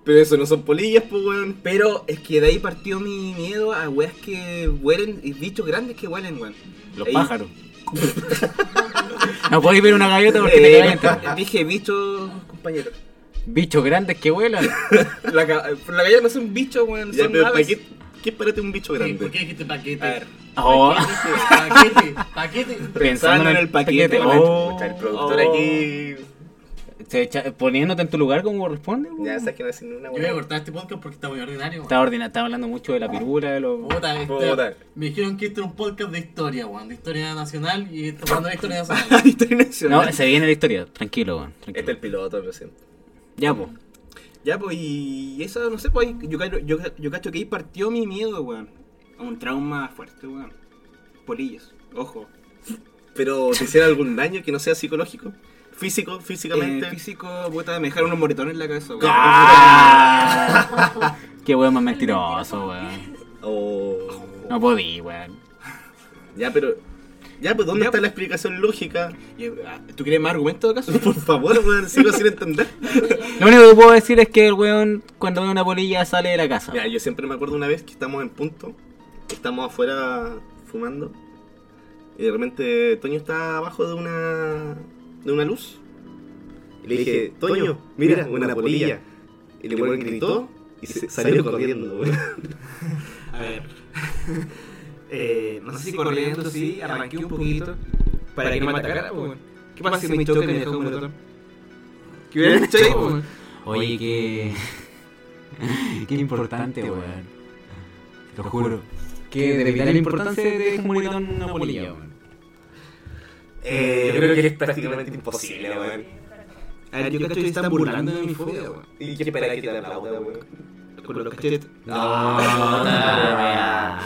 Speaker 3: Pero eso no son polillas, pues, weón.
Speaker 4: Pero es que de ahí partió mi miedo a weas que huelen, y bichos grandes que huelen, weón.
Speaker 2: Los
Speaker 4: Ahí-
Speaker 2: pájaros. no podéis ver una gaviota porque
Speaker 4: Eh,
Speaker 2: te calientan.
Speaker 4: dije bichos, compañeros.
Speaker 2: Bichos grandes que vuelan.
Speaker 4: La, ca- la gallina no es un bicho, weón.
Speaker 3: Ya,
Speaker 4: son
Speaker 3: pero ¿para
Speaker 4: aves.
Speaker 3: qué, qué párate un bicho
Speaker 1: Sí, ¿Por qué
Speaker 3: grande?
Speaker 1: dijiste paquete?
Speaker 4: A ver.
Speaker 2: Oh,
Speaker 1: Paquete, paquete, paquete.
Speaker 2: pensando en el paquete.
Speaker 3: weón.
Speaker 2: Oh,
Speaker 3: Puta, el productor aquí.
Speaker 2: se echa- poniéndote en tu lugar como corresponde. pues. weón.
Speaker 3: Ya sabes que no es ninguna
Speaker 1: Yo voy a
Speaker 3: weón.
Speaker 1: cortar este podcast porque está muy ordinario, weón.
Speaker 2: Está ordinario, está hablando mucho de la pirula, de los...
Speaker 1: Puta, este-
Speaker 3: Puta.
Speaker 1: Me dijeron que este era un podcast de historia, weón. De historia nacional y está hablando de historia nacional.
Speaker 2: No, se viene la historia, tranquilo, weón. tranquilo.
Speaker 3: Este es el piloto, lo siento.
Speaker 2: Ya, po.
Speaker 4: Ya, pues, y eso, no sé, pues, ahí yo, cacho- yo, yo cacho que ahí partió mi miedo, weón. A un trauma fuerte, weón. Polillas, ojo.
Speaker 3: Pero te hiciera algún daño que no sea psicológico, físico,
Speaker 4: Eh,
Speaker 3: físicamente.
Speaker 4: físico, puta, me dejaron unos moretones en la cabeza, weón.
Speaker 2: Ah. Qué weón más mentiroso, weón.
Speaker 3: o
Speaker 2: No podí, weón.
Speaker 3: Oh. Ya, pero. Ya, pues, ¿dónde
Speaker 4: Ya,
Speaker 3: está la explicación lógica?
Speaker 4: Y, ah, ¿Tú quieres más argumentos acaso?
Speaker 3: Por favor, weón, sigo sin entender.
Speaker 2: Lo único que puedo decir es que el weón, cuando ve una polilla, sale de la casa.
Speaker 3: Mira, yo siempre me acuerdo una vez que estamos en punto, que estamos afuera fumando, y de repente Toño está abajo de una de una luz. Y le dije, Toño, mira, una polilla. Y el weón gritó y se salió corriendo, weón.
Speaker 4: A ver. Eh, no sé si corriendo, sí, arranqué un poquito. Para que no me atacara, pues, weón. ¿Qué pasa si me choca y me dejó un motor? ¿Qué hubiera hecho ahí, pues, weón?
Speaker 2: Oye, qué. qué importante, weón. Te lo juro. Que de vital importancia de un moretón una polilla, weón.
Speaker 3: Eh, yo creo que es prácticamente imposible, weón.
Speaker 4: A ver, yo cacho que están burlando de mi fobia, weón.
Speaker 3: Y que espera que te aplauda, weón.
Speaker 4: Con los cachetes.
Speaker 2: No, no, Ah,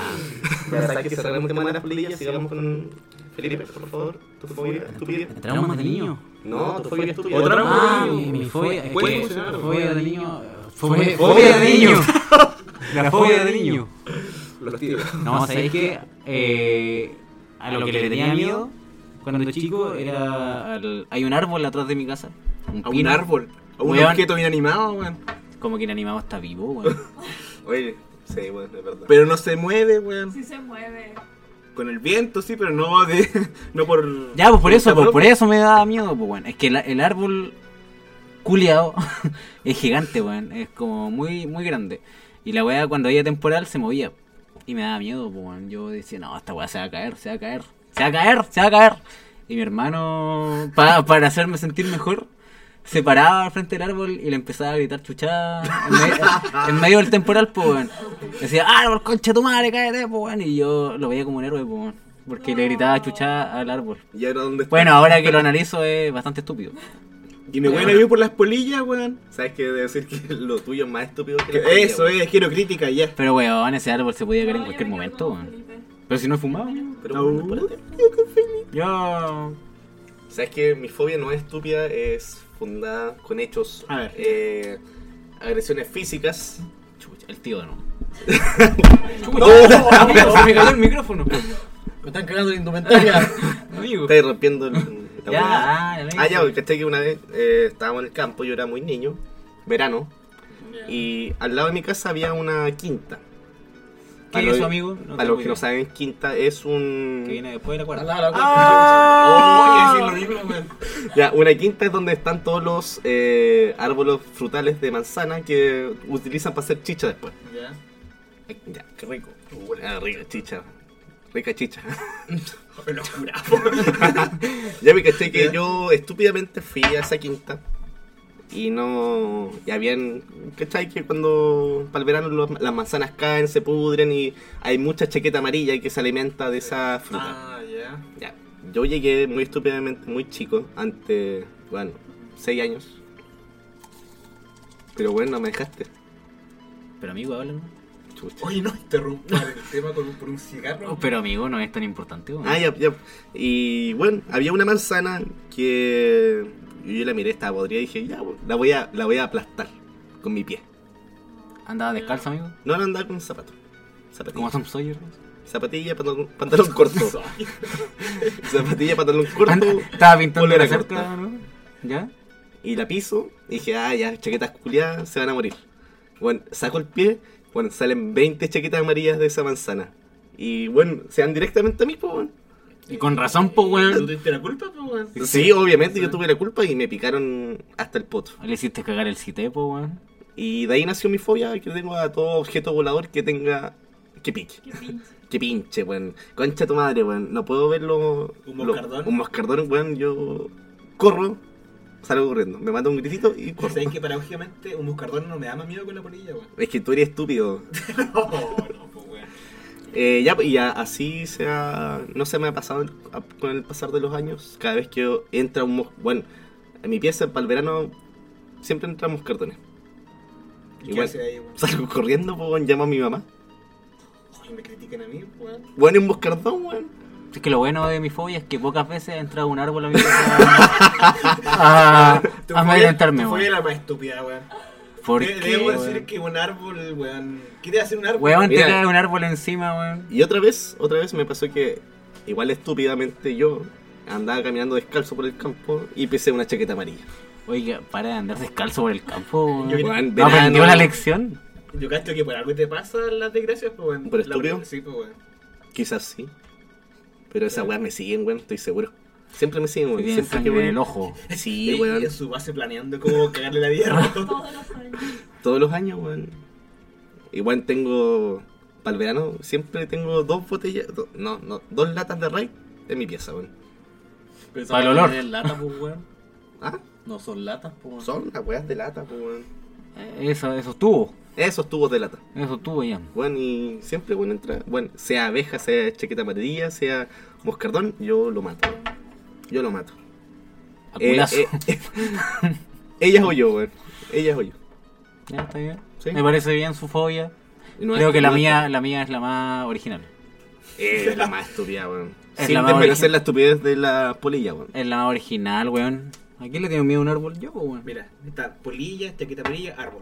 Speaker 3: Ya sabes que cerramos el tema de las polillas, sigamos con Felipe, por favor. ¿Tu fobia estúpida?
Speaker 2: Traumas de niño.
Speaker 3: No, tu fobia estúpida.
Speaker 4: Otra no.
Speaker 2: Ah, mi, mi fobia. Es
Speaker 4: Puede
Speaker 2: que,
Speaker 4: funcionar,
Speaker 2: fobia de niño. Fobia, fobia de niño. La fobia de niño.
Speaker 4: Los tíos.
Speaker 2: No, ¿sabéis que a lo que le tenía miedo cuando chico era. al- hay un árbol atrás de mi casa.
Speaker 4: A un
Speaker 2: pino.
Speaker 4: árbol. A un
Speaker 2: Weón.
Speaker 4: objeto bien animado, weón.
Speaker 2: Como que inanimado está vivo, weón.
Speaker 3: Oye, sí, bueno, es verdad.
Speaker 4: Pero no se mueve, weón.
Speaker 6: Sí se mueve.
Speaker 4: Con el viento, sí, pero no de. No por.
Speaker 2: Ya, pues por eso, por,
Speaker 4: por-
Speaker 2: por eso me da miedo, pues weón. Es que la- el árbol culiao es gigante, weón. Es como muy, muy grande. Y la weá cuando había temporal se movía. Y me daba miedo, pues weón. Yo decía, no, esta weá se va a caer, se va a caer, se va a caer, se va a caer. Y mi hermano, pa- para hacerme sentir mejor, se paraba al frente del árbol y le empezaba a gritar chuchada en, me- en medio del temporal, pues weón. Decía, árbol, concha de tu madre, cállate, pues weón. Y yo lo veía como un héroe, pues weón. Porque le gritaba chuchada al árbol.
Speaker 3: ¿Y ahora dónde está?
Speaker 2: Bueno, ahora que lo analizo es bastante estúpido.
Speaker 4: Y me voy a vivir por las polillas, weón.
Speaker 3: ¿Sabes qué? Debe decir que lo tuyo es más estúpido que
Speaker 4: Que
Speaker 3: la tuya,
Speaker 4: Eso
Speaker 3: weón.
Speaker 4: es, quiero crítica y ya.
Speaker 2: Pero weón, ese árbol se podía caer en
Speaker 6: No, yo
Speaker 2: cualquier
Speaker 6: me quedo
Speaker 2: momento,
Speaker 6: con
Speaker 2: weón.
Speaker 6: Felipe.
Speaker 2: Pero si no he fumado, weón.
Speaker 3: Pero bueno,
Speaker 4: Au.
Speaker 3: espérate.
Speaker 2: Yo.
Speaker 3: ¿Sabes qué? Mi fobia no es estúpida, es fundada con hechos.
Speaker 4: A ver.
Speaker 3: eh, agresiones físicas.
Speaker 2: Chucha, el tío no. Se me cayó el micrófono. pues.
Speaker 1: Me están cagando la indumentaria.
Speaker 2: Amigo.
Speaker 3: Estáis rompiendo el- la
Speaker 2: Ya,
Speaker 3: weá.
Speaker 2: ah, amigo.
Speaker 3: Ah, ya, porque que una vez eh, estábamos en el campo, yo era muy niño, verano, y al lado de mi casa había una quinta.
Speaker 2: ¿Qué es eso, amigo? No
Speaker 3: Para
Speaker 2: tengo
Speaker 3: los que
Speaker 2: idea.
Speaker 3: no saben, quinta es un.
Speaker 2: Que viene después de la
Speaker 1: Al
Speaker 2: cuarta.
Speaker 1: lado de la
Speaker 3: ¡Ah!
Speaker 1: cuarta. Oye, sí, lo digo, weón.
Speaker 3: Ya, una quinta es donde están todos los eh, árboles frutales de manzana que utilizan para hacer chicha después.
Speaker 1: Ya.
Speaker 3: Ay, Ya, qué rico. Buena, rica chicha. Rica chicha. ya me caché que yo estúpidamente fui a esa quinta. Y no. Y habían. ¿Cachai? Que cuando. Para el verano los- las manzanas caen, se pudren y hay mucha chaqueta amarilla que se alimenta de esa fruta.
Speaker 4: Ah, ya.
Speaker 3: Ya. Yo llegué muy estúpidamente, muy chico, ante, bueno, 6 años. Pero bueno, me dejaste.
Speaker 2: Pero amigo, háblame.
Speaker 3: Chucha.
Speaker 1: Oye, no interrumpas el tema con un- por un cigarro.
Speaker 2: Oh, Pero amigo, no es tan importante, weón.
Speaker 3: Ah, ya, ya. Y bueno, había una manzana que yo la miré, estaba podrida y dije, ya, la voy a, la voy a aplastar con mi pie.
Speaker 2: Andaba descalzo, amigo.
Speaker 3: No, no andaba con zapato.
Speaker 2: Como
Speaker 3: Zapatilla,
Speaker 2: Tom Sawyer. pues. weón.
Speaker 3: zapatilla pantalón, pantalón corto. zapatilla, pantalón corto.
Speaker 2: Anda- Estaba pintando
Speaker 3: Polera
Speaker 2: la cerca,
Speaker 3: corta.
Speaker 2: ¿no? ¿Ya?
Speaker 3: y la piso. Y dije, ah, ya, chaquetas culiadas, se van a morir. Bueno, saco el pie, bueno, salen 20 chaquetas amarillas de esa manzana. Y bueno, se dan directamente a mí, pues, bueno.
Speaker 2: Y con razón, po,
Speaker 1: ¿Tú
Speaker 2: weón.
Speaker 1: tuviste la culpa, pues, weón?
Speaker 3: Sí, obviamente yo tuve la culpa y me picaron hasta el poto.
Speaker 2: Le hiciste cagar el cité, po, weón.
Speaker 3: Y de ahí nació mi fobia, que tengo a todo objeto volador que tenga... Que pique,
Speaker 6: Qué pinche.
Speaker 3: que pinche, weón. Concha tu madre, weón. No puedo verlo...
Speaker 1: Un
Speaker 3: lo-
Speaker 1: moscardón.
Speaker 3: un moscardón, weón. Yo corro, salgo corriendo. Me manda un gritito y corro.
Speaker 1: ¿Sabes que paradójicamente un buscardón no me da más miedo que una polilla, weón?
Speaker 3: Es que tú eres estúpido.
Speaker 1: No, no, pues, weón.
Speaker 3: Eh, ya, y a- así se ha- no se me ha pasado el- a- con el pasar de los años. Cada vez que entra un mos- bueno, en mi pieza para el verano siempre entran moscardones.
Speaker 1: ¿Y
Speaker 3: Igual.
Speaker 1: qué hace ahí, weón?
Speaker 3: Salgo corriendo, po, weón, llamo a mi mamá.
Speaker 1: Oye, me critiquen a mí, weón.
Speaker 3: Bueno, un moscardón, weón.
Speaker 2: Es que lo bueno de mi fobia es que pocas veces he entrado a un árbol a mi casa a, a,
Speaker 1: Tu
Speaker 2: a
Speaker 1: fobia-
Speaker 2: amedrentarme,
Speaker 1: tu fobia
Speaker 2: weón.
Speaker 1: era más estúpida, weón.
Speaker 2: ¿Por
Speaker 1: De-
Speaker 2: qué,
Speaker 1: Debo
Speaker 2: weón?
Speaker 1: decir que un árbol, weón. ¿Qué te hace un árbol?
Speaker 2: Weón, te
Speaker 3: Mira.
Speaker 2: cae un árbol encima, weón.
Speaker 3: Y otra vez, otra vez me pasó que igual estúpidamente yo andaba caminando descalzo por el campo y pisé una chaqueta amarilla.
Speaker 2: Oiga, para de andar descalzo por el campo.
Speaker 4: Yo-
Speaker 3: Weón,
Speaker 2: ¿No aprendió
Speaker 3: verano,
Speaker 2: la lección?
Speaker 4: Yo cacho que por algo te pasan las desgracias, pues, weón.
Speaker 3: ¿Por
Speaker 4: La-
Speaker 3: estúpido?
Speaker 4: Sí, pues, weón.
Speaker 3: Quizás sí. Pero esas weas me siguen, weón, estoy seguro. Siempre me siguen,
Speaker 2: Que
Speaker 3: weón.
Speaker 2: tiene
Speaker 3: Siempre que
Speaker 2: sangre en el
Speaker 3: voy.
Speaker 2: ojo.
Speaker 3: Sí,
Speaker 4: Y
Speaker 3: weón.
Speaker 4: en su base planeando cómo cagarle la vida. weón.
Speaker 6: Todos los años.
Speaker 3: Todos los años, weón. Igual tengo. Para el verano siempre tengo dos botellas. do- no, no, dos latas de Ray en mi pieza, weón.
Speaker 1: Pero
Speaker 2: Para el
Speaker 1: esa
Speaker 2: olor.
Speaker 1: weá es lata, pues, weón.
Speaker 3: Ah,
Speaker 1: No son latas, pues. weón.
Speaker 3: son las weas de lata, pues, weón.
Speaker 2: Eh, Eso, esos tubos.
Speaker 3: Esos tubos de lata.
Speaker 2: Esos tubos, ya.
Speaker 3: Bueno, y siempre bueno entra. Bueno, sea abeja, sea chaqueta amarilla, sea moscardón, yo lo mato. Yo lo mato.
Speaker 2: Al
Speaker 3: Eh,
Speaker 2: culazo.
Speaker 3: eh, ellas o yo, weón. Ellas o yo.
Speaker 2: Ya, está bien.
Speaker 3: Sí.
Speaker 2: Me parece bien su fobia.
Speaker 3: Y no
Speaker 2: Creo
Speaker 3: es-
Speaker 2: que la
Speaker 3: no es-
Speaker 2: mía, la mía es la más original.
Speaker 3: Es la más estúpida, weón.
Speaker 2: Es
Speaker 3: Sin
Speaker 2: la más
Speaker 3: desmerecer
Speaker 2: original.
Speaker 3: la estupidez de la polilla, weón.
Speaker 2: Es la más original, weón. ¿A quién le tengo miedo a un árbol yo, weón?
Speaker 4: Mira, está polilla, chaqueta amarilla, árbol.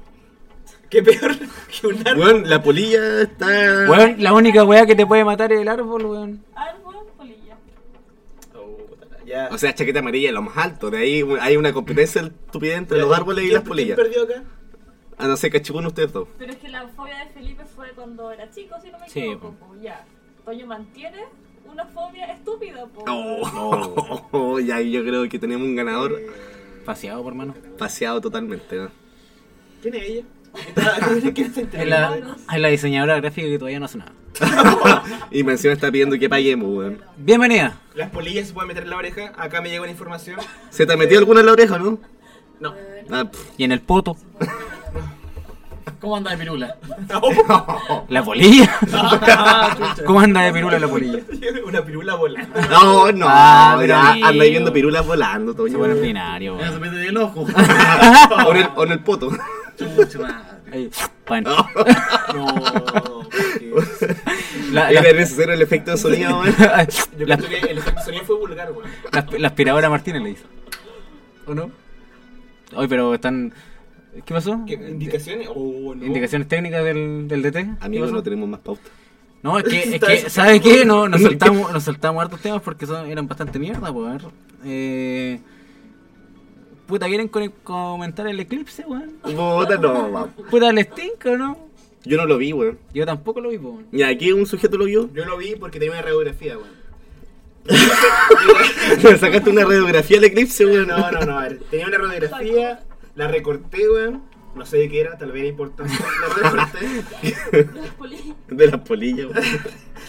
Speaker 4: ¿Qué peor que un árbol?
Speaker 3: Weón, la polilla está.
Speaker 2: Weón, la única weá que te puede matar es el árbol, weón.
Speaker 6: Árbol, polilla.
Speaker 4: Oh, ya.
Speaker 3: O sea, chaqueta amarilla es lo más alto. De ahí hay una competencia estúpida entre
Speaker 4: Ya,
Speaker 3: los árboles y
Speaker 4: ¿quién-
Speaker 3: las polillas.
Speaker 4: ¿Quién perdió acá?
Speaker 3: A no ser cachipún ustedes dos.
Speaker 6: Pero es que la fobia de Felipe fue cuando era chico, si no me
Speaker 2: Sí,
Speaker 6: equivoco.
Speaker 2: po.
Speaker 6: po, Ya. Toño mantiene una fobia estúpida, po.
Speaker 3: Oh, ya yo creo que tenemos un ganador
Speaker 2: Paseado, por mano.
Speaker 3: paseado totalmente, ¿no?
Speaker 4: ¿Quién es ella? Está- ¿Quién se
Speaker 2: Es
Speaker 4: enteró?
Speaker 2: la, es la diseñadora gráfica que todavía no hace nada.
Speaker 3: Y mención está pidiendo que paguemos, weón.
Speaker 2: Bienvenida.
Speaker 4: Las polillas se pueden meter en la oreja. Acá me llegó la información.
Speaker 3: ¿Se te metió alguna en la oreja, no?
Speaker 4: No.
Speaker 3: Ah, pff.
Speaker 2: Y en el poto.
Speaker 1: ¿Cómo anda de pirula?
Speaker 2: La polilla. ¿Cómo anda de pirula la polilla?
Speaker 4: Una pirula volando.
Speaker 3: No, no,
Speaker 2: Ah, pero
Speaker 3: ya
Speaker 2: amigo.
Speaker 3: andáis viendo pirulas volando, todo
Speaker 2: Se pone ordinario,
Speaker 1: Ya se
Speaker 2: weón.
Speaker 1: mete del ojo.
Speaker 3: O en el, o en el poto.
Speaker 1: Chucha madre.
Speaker 2: Ahí, pan.
Speaker 4: No. porque-
Speaker 2: La- la-
Speaker 3: Era necesario el efecto de sonido, weón.
Speaker 4: Yo
Speaker 2: la-
Speaker 4: creo que el efecto sonido fue vulgar, weón.
Speaker 2: La, la aspiradora Martínez le hizo. ¿O no? Hoy, pero están. ¿Qué pasó?
Speaker 4: ¿Qué, ¿Indicaciones? Oh, no.
Speaker 2: ¿Indicaciones técnicas del, del DT? ¿Qué
Speaker 3: Amigos,
Speaker 2: pasó?
Speaker 3: no tenemos más pauta.
Speaker 2: No, es que, es
Speaker 4: Está
Speaker 2: que
Speaker 4: eso.
Speaker 2: ¿sabes qué? No, nos, saltamos, nos saltamos hartos temas porque son, eran bastante mierda, pues. a ver. Eh, puta, ¿quieren co- comentar el eclipse, weón?
Speaker 3: Puta, no, va.
Speaker 2: Puta, el stinko, ¿no?
Speaker 3: Yo no lo vi, weón.
Speaker 2: Yo tampoco lo vi, po, weón.
Speaker 3: Y aquí un sujeto lo vio.
Speaker 4: Yo lo vi porque tenía una radiografía, weón.
Speaker 3: Le sacaste una radiografía al eclipse, weón.
Speaker 4: No, no, no, a ver. Tenía una radiografía, la recorté, weón. No sé de qué era, tal vez era importante. La recorté,
Speaker 6: Las polillas.
Speaker 3: De las polillas, weón.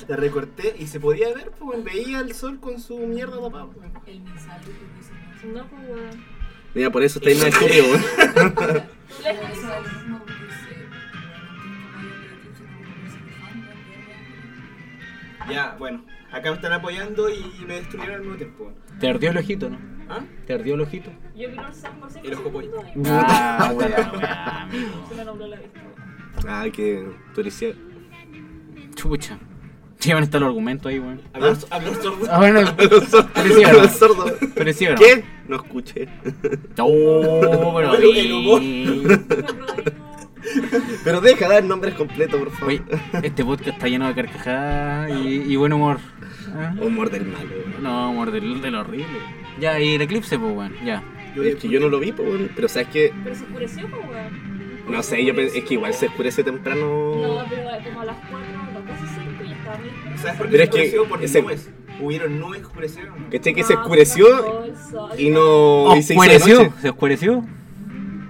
Speaker 4: la recorté y se podía ver, pues, weón. Veía el sol con su mierda tapada, weón.
Speaker 6: El mensaje que dice. No, pues, weón.
Speaker 3: Mira, por eso estáis más estúpido, weón.
Speaker 4: Ya, bueno. Acá me están apoyando y me destruyeron al mismo tiempo, weón.
Speaker 2: Te ardió el ojito, ¿no?
Speaker 4: ¿Ah?
Speaker 2: Te ardió el ojito.
Speaker 6: Yo vi el Sam por 5
Speaker 4: El ojo pollo.
Speaker 6: segundos y
Speaker 2: Ah, weón, weón, amigo.
Speaker 6: se me nubló la vista. weón.
Speaker 3: Ah, que tú eres ciego.
Speaker 2: Chucha. Llevan hasta los argumentos ahí, weón.
Speaker 4: Habló, habló sordo.
Speaker 2: Ah, bueno,
Speaker 3: Los sordos.
Speaker 2: Tú eres ciego, ¿no?
Speaker 3: Los sordos.
Speaker 2: pero sí, ¿o no?
Speaker 3: ¿Qué? No escuché.
Speaker 2: No, pero
Speaker 4: El- el humor.
Speaker 3: Pero deja dar nombres completos, por favor.
Speaker 2: Oye, este podcast está lleno de carcajadas y, y buen humor. ¿Ah?
Speaker 3: Humor del malo, weón.
Speaker 2: No, humor del, del horrible. Ya, y el eclipse, pues, weón. Ya.
Speaker 3: Es que yo no lo vi, pues, weón. Pero sabes que,
Speaker 6: Pero se oscureció, pues, weón.
Speaker 3: no sé, yo pensé, es que igual se oscurece temprano.
Speaker 6: No, pero eh, como a las 4, las casi 5 y estaba muy
Speaker 4: ¿Sabes por qué
Speaker 3: Pero
Speaker 4: se
Speaker 3: es que
Speaker 4: oscureció? Por
Speaker 3: ese-
Speaker 4: nubes. Hubieron nubes que oscurecieron.
Speaker 3: ¿Cachai? Que
Speaker 6: No,
Speaker 3: se oscureció
Speaker 6: sacó el sol.
Speaker 3: y no. Oh, Y se hizo de
Speaker 2: Oscureció,
Speaker 3: noche.
Speaker 2: se oscureció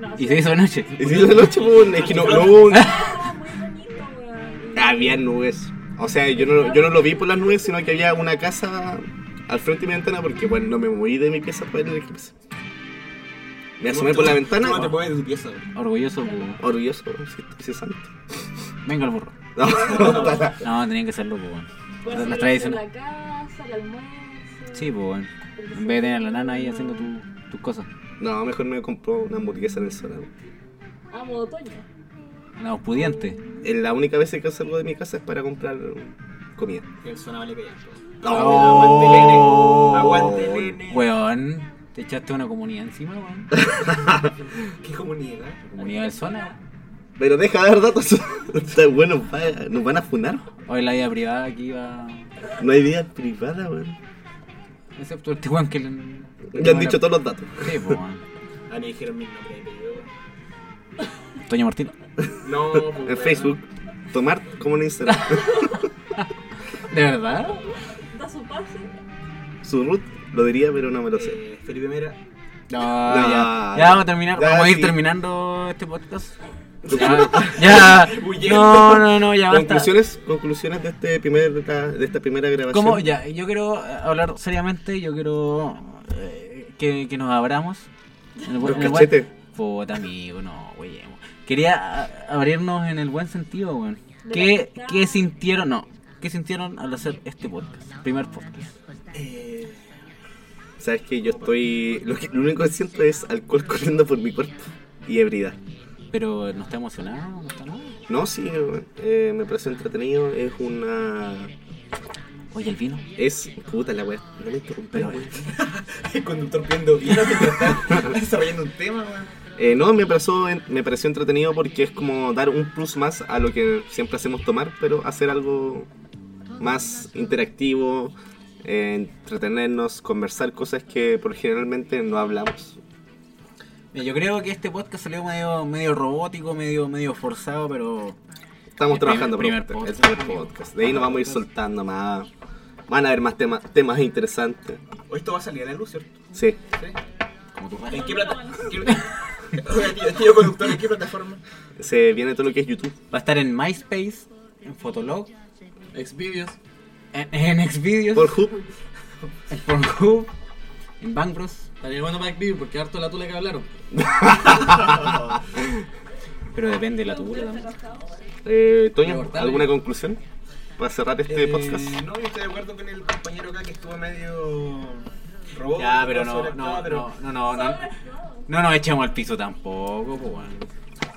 Speaker 6: No,
Speaker 2: y
Speaker 6: sí,
Speaker 2: se hizo de noche.
Speaker 3: Y se hizo de noche, pues, weón. Es que no, no hubo un-
Speaker 6: estaba muy bonito, weón.
Speaker 2: Ah,
Speaker 3: Había nubes. O sea, yo no, yo no lo vi por las nubes, sino que había una casa al frente de mi ventana porque, bueno, no me moví de mi pieza para ver el eclipse. Me asomé por la ventana.
Speaker 4: No te puedes de tu pieza, weón.
Speaker 2: Orgulloso, pues, weón.
Speaker 3: Orgulloso, sí, sí, santo.
Speaker 2: Venga el burro.
Speaker 3: No,
Speaker 2: No, tenían que serlo, pues, weón.
Speaker 6: Por
Speaker 2: Las
Speaker 6: hacer
Speaker 2: tradiciones.
Speaker 6: La casa, el almuerzo.
Speaker 2: Sí, pues, weón. En vez de tener a la nana ahí haciendo tu- tus cosas.
Speaker 3: no, mejor me compró una hamburguesa en el sonado.
Speaker 6: Amo otoño.
Speaker 2: No, pudiente.
Speaker 3: Es la única vez que salgo de mi casa es para comprar comida.
Speaker 4: El zona vale callar, weón.
Speaker 3: No,
Speaker 4: Aguante, Lene.
Speaker 3: Oh,
Speaker 2: Oh.
Speaker 4: Aguante, Lene.
Speaker 2: Weón, te echaste una comunidad encima, weón.
Speaker 4: Qué comunidad.
Speaker 2: Comunidad del zona.
Speaker 3: Pero deja de dar datos. Está bueno, va- nos van a funar.
Speaker 2: Hoy la vida privada aquí va.
Speaker 3: No hay vida privada, weón.
Speaker 2: Excepto este weón que le.
Speaker 3: Ya han dicho todos los datos.
Speaker 2: Sí, po, weón.
Speaker 4: Ah, me dijeron mi nombre y apellido, weón.
Speaker 2: Toño Martín.
Speaker 4: No, pues,
Speaker 3: En
Speaker 4: weón.
Speaker 3: Facebook, tomar como en Instagram.
Speaker 1: ¿De verdad?
Speaker 6: Da su pase.
Speaker 3: Su root lo diría, pero no me lo sé.
Speaker 10: Eh, Felipe Mera.
Speaker 2: No,
Speaker 3: No,
Speaker 2: ya.
Speaker 3: no.
Speaker 2: Ya vamos a terminar.
Speaker 3: Ya,
Speaker 2: vamos a ir
Speaker 3: sí.
Speaker 2: terminando este podcast. Ya. ya. No, no, no, ya basta.
Speaker 3: Conclusiones, conclusiones de este primer de esta primera grabación.
Speaker 2: ¿Cómo? Ya, yo quiero eh, hablar seriamente, yo quiero eh, que, que nos abramos. En el buen-
Speaker 3: Los
Speaker 2: en el buen-
Speaker 3: cachetes.
Speaker 2: Puta, amigo, no, güey. Quería a- abrirnos en el buen sentido, güey.
Speaker 6: De
Speaker 2: ¿Qué,
Speaker 6: la-
Speaker 2: ¿Qué sintieron? No. ¿Qué sintieron al hacer este podcast? Primer podcast.
Speaker 3: Sabes que yo estoy. Lo, que- lo único que siento es alcohol corriendo por mi cuerpo y ebriedad.
Speaker 2: Pero no está emocionado, no está nada.
Speaker 3: No, sí, weón. Eh, me parece entretenido. Es una.
Speaker 2: Oye, el vino.
Speaker 3: Es. Puta la weá. No me interrumpí, weón.
Speaker 4: El conductor pidiendo vino mientras está desarrollando un tema, weón.
Speaker 3: Eh, no, me pareció, me pareció entretenido porque es como dar un plus más a lo que siempre hacemos tomar, pero hacer algo más interactivo, eh, entretenernos, conversar cosas que por generalmente no hablamos.
Speaker 2: Mira, Yo creo que este podcast salió medio, medio robótico, medio, medio forzado, pero
Speaker 3: Estamos
Speaker 2: El
Speaker 3: trabajando
Speaker 2: primer-
Speaker 3: por
Speaker 2: primer
Speaker 3: el primer podcast. De ahí nos vamos a ir soltando más. Van a haber más temas, temas interesantes.
Speaker 10: O esto va a salir a la luz, ¿cierto?
Speaker 3: Sí.
Speaker 2: como tú
Speaker 4: ¿En
Speaker 2: vas.
Speaker 4: qué plataforma? Oye, tío, tío conductor, ¿en qué plataforma?
Speaker 3: Se viene todo lo que es YouTube.
Speaker 2: Va a estar en MySpace, en Fotolog,
Speaker 1: Exvideos.
Speaker 2: en, en Xvideos,
Speaker 3: Por Hub.
Speaker 2: en Pornhub, en Bang Bros.
Speaker 1: Estaría bueno para Xvideos porque harto la tula que hablaron.
Speaker 2: Pero depende de la tuya también.
Speaker 3: Eh, Toño,
Speaker 1: Recortale.
Speaker 3: ¿alguna conclusión? Para cerrar este
Speaker 4: Eh,
Speaker 3: podcast.
Speaker 4: No, yo estoy de acuerdo con el compañero acá que estuvo medio robot.
Speaker 2: Ya, pero no,
Speaker 4: sobreactuado,
Speaker 2: no,
Speaker 4: pero-
Speaker 2: no, no, no, no, no nos echamos al piso tampoco, pues bueno.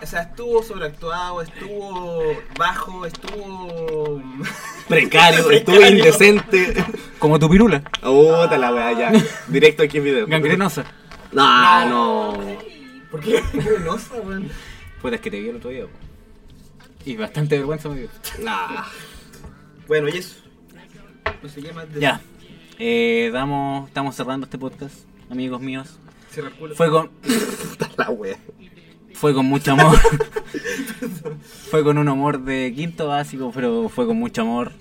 Speaker 10: O sea, estuvo sobreactuado, estuvo bajo, estuvo.
Speaker 3: Precario, estuve indecente.
Speaker 2: Como tu pirula,
Speaker 3: Oh, ta la weá, ya. Directo aquí en video.
Speaker 2: gangrenosa.
Speaker 3: No, no.
Speaker 4: ¿Por qué? Qué venosa, weón.
Speaker 2: Puta, es que te vi el otro día, po. Y bastante vergüenza me dio.
Speaker 3: Nah.
Speaker 10: Bueno, y eso. No se llama. de-
Speaker 2: Ya, eh, damos, estamos cerrando este podcast, amigos míos.
Speaker 4: Cierra el culo.
Speaker 2: Fue con,
Speaker 3: Puta la weá.
Speaker 2: fue con mucho amor. fue con un amor de quinto básico, pero fue con mucho amor.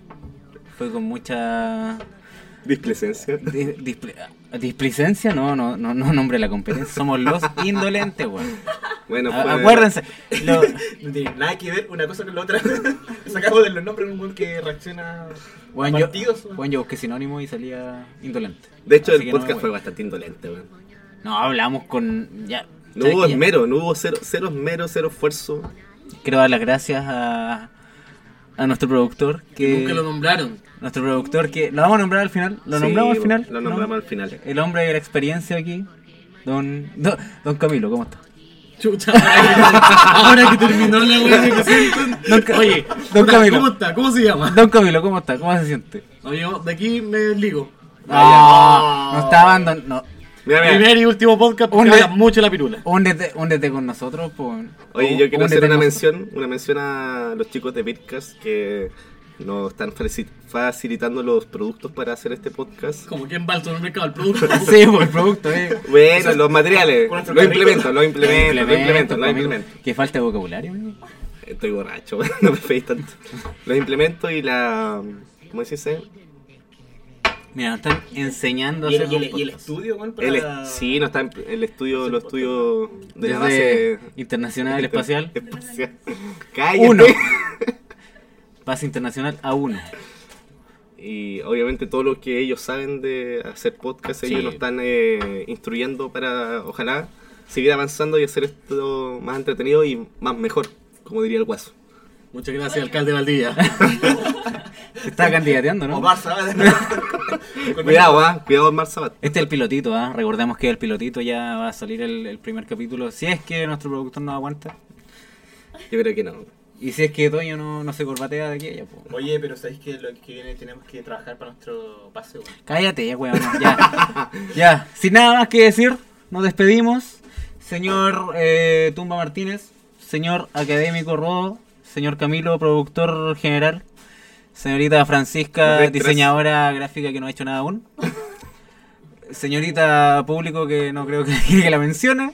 Speaker 2: Fue con mucha
Speaker 3: Displicencia.
Speaker 2: dis- displi- displicencia, no, no, no, no nombre la competencia. Somos los indolentes, weón.
Speaker 3: Bueno,
Speaker 2: A-
Speaker 3: fue-
Speaker 2: Acuérdense. lo-
Speaker 4: No tiene nada que ver una cosa con la otra. Sacamos de los nombres un weón que reacciona.
Speaker 2: weón, yo,
Speaker 4: Partidos, weón.
Speaker 2: weón, yo busqué sinónimo y salía indolente.
Speaker 3: De hecho,
Speaker 2: Así
Speaker 3: el
Speaker 2: que no
Speaker 3: podcast
Speaker 2: me
Speaker 3: fue
Speaker 2: voy.
Speaker 3: bastante indolente, weón.
Speaker 2: No, hablamos con. Ya,
Speaker 3: No
Speaker 2: ¿sabes
Speaker 3: hubo
Speaker 2: qué? Ya-
Speaker 3: esmero, no hubo cero, cero esmero, cero esfuerzo.
Speaker 2: Quiero dar las gracias a, a nuestro productor. Que,
Speaker 1: Nunca lo nombraron.
Speaker 2: nuestro productor que. Lo vamos a nombrar al final. Lo
Speaker 3: Sí,
Speaker 2: nombramos al final.
Speaker 3: Lo nombramos
Speaker 2: ¿No?
Speaker 3: al final.
Speaker 2: El hombre de la experiencia aquí. Don, don, don Camilo, ¿cómo está?
Speaker 1: Chucha, ahora que terminó la weá que
Speaker 2: Don Ca-
Speaker 1: Oye,
Speaker 2: don
Speaker 1: hola,
Speaker 2: Camilo.
Speaker 1: ¿cómo está? ¿Cómo se llama?
Speaker 2: Don Camilo, ¿cómo está? ¿Cómo se siente? Ah,
Speaker 1: No, yo de aquí me ligo.
Speaker 3: Ah.
Speaker 2: No, no está abandonando.
Speaker 3: Mira, mira.
Speaker 1: Primer y último podcast porque
Speaker 2: Una-
Speaker 1: habla mucho la pirula.
Speaker 2: Úndete, úndete con nosotros. Pues,
Speaker 3: Oye, yo quiero
Speaker 2: úndete
Speaker 3: hacer una
Speaker 2: con
Speaker 3: mención, una mención a los chicos de Bitcast que nos están faci- facilitando los productos para hacer este podcast.
Speaker 1: Como que en va al supermercado el producto.
Speaker 2: nosotros. Sí, por el producto, eh.
Speaker 3: Bueno, los materiales,
Speaker 4: con nuestro
Speaker 3: lo
Speaker 4: carrito.
Speaker 3: implemento, lo implemento, lo implemento, lo
Speaker 2: Camilo.
Speaker 3: implemento.
Speaker 2: Que falta de vocabulario, amigo.
Speaker 3: Estoy borracho, no me pedís tanto. Los implemento y la... ¿Cómo se dice?
Speaker 2: Mira, nos están enseñando a
Speaker 4: Y
Speaker 2: hacer
Speaker 4: el, y el-
Speaker 2: un
Speaker 4: y el
Speaker 2: podcast.
Speaker 4: estudio, weón, para.
Speaker 3: El est- sí, no está en el estudio, los estudios de
Speaker 2: Desde
Speaker 3: la base... Este-
Speaker 2: Internacional Espacial.
Speaker 3: espacial. Cállate.
Speaker 2: Uno. Pase internacional a uno.
Speaker 3: Y obviamente todo lo que ellos saben de hacer podcast, ellos
Speaker 2: Sí.
Speaker 3: nos están eh, instruyendo para, ojalá, seguir avanzando y hacer esto más entretenido y más mejor, como diría el guaso.
Speaker 1: Muchas gracias, alcalde Valdivia.
Speaker 2: Se está candidateando,
Speaker 10: O
Speaker 2: ¿no?
Speaker 10: Barça, ¿verdad?
Speaker 3: Cuidado, ah, cuidado Omar Sabat.
Speaker 2: Este es el pilotito, ¿ah? Recordemos que el pilotito ya va a salir el, el primer capítulo. Si es que nuestro productor nos aguanta.
Speaker 3: Yo creo que no.
Speaker 2: Y si es que Toño no, no se corbatea de aquí a allá, po.
Speaker 4: Oye, pero sabéis que lo que viene tenemos que trabajar para nuestro pase, weón.
Speaker 2: Cállate, ya, weón. Ya. ya. Sin nada más que decir, nos despedimos. Señor eh, Tumba Martínez, señor académico Rodo, señor Camilo, productor general, Señorita Francisca,
Speaker 9: Rectras.
Speaker 2: diseñadora gráfica que no ha hecho nada aún. Señorita público que no creo que, que la mencione.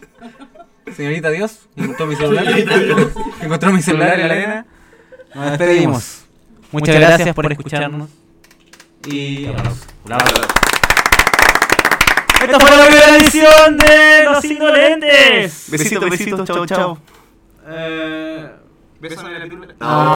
Speaker 2: Señorita Dios, que encontró mi celular. que encontró mi celular en la arena. Nos despedimos. Muchas gracias por escucharnos. Y aplausos. Esta fue la primera edición de Los Indolentes.
Speaker 9: Besitos, besitos, chao, chao.
Speaker 5: Beso en el epílogo.
Speaker 2: No.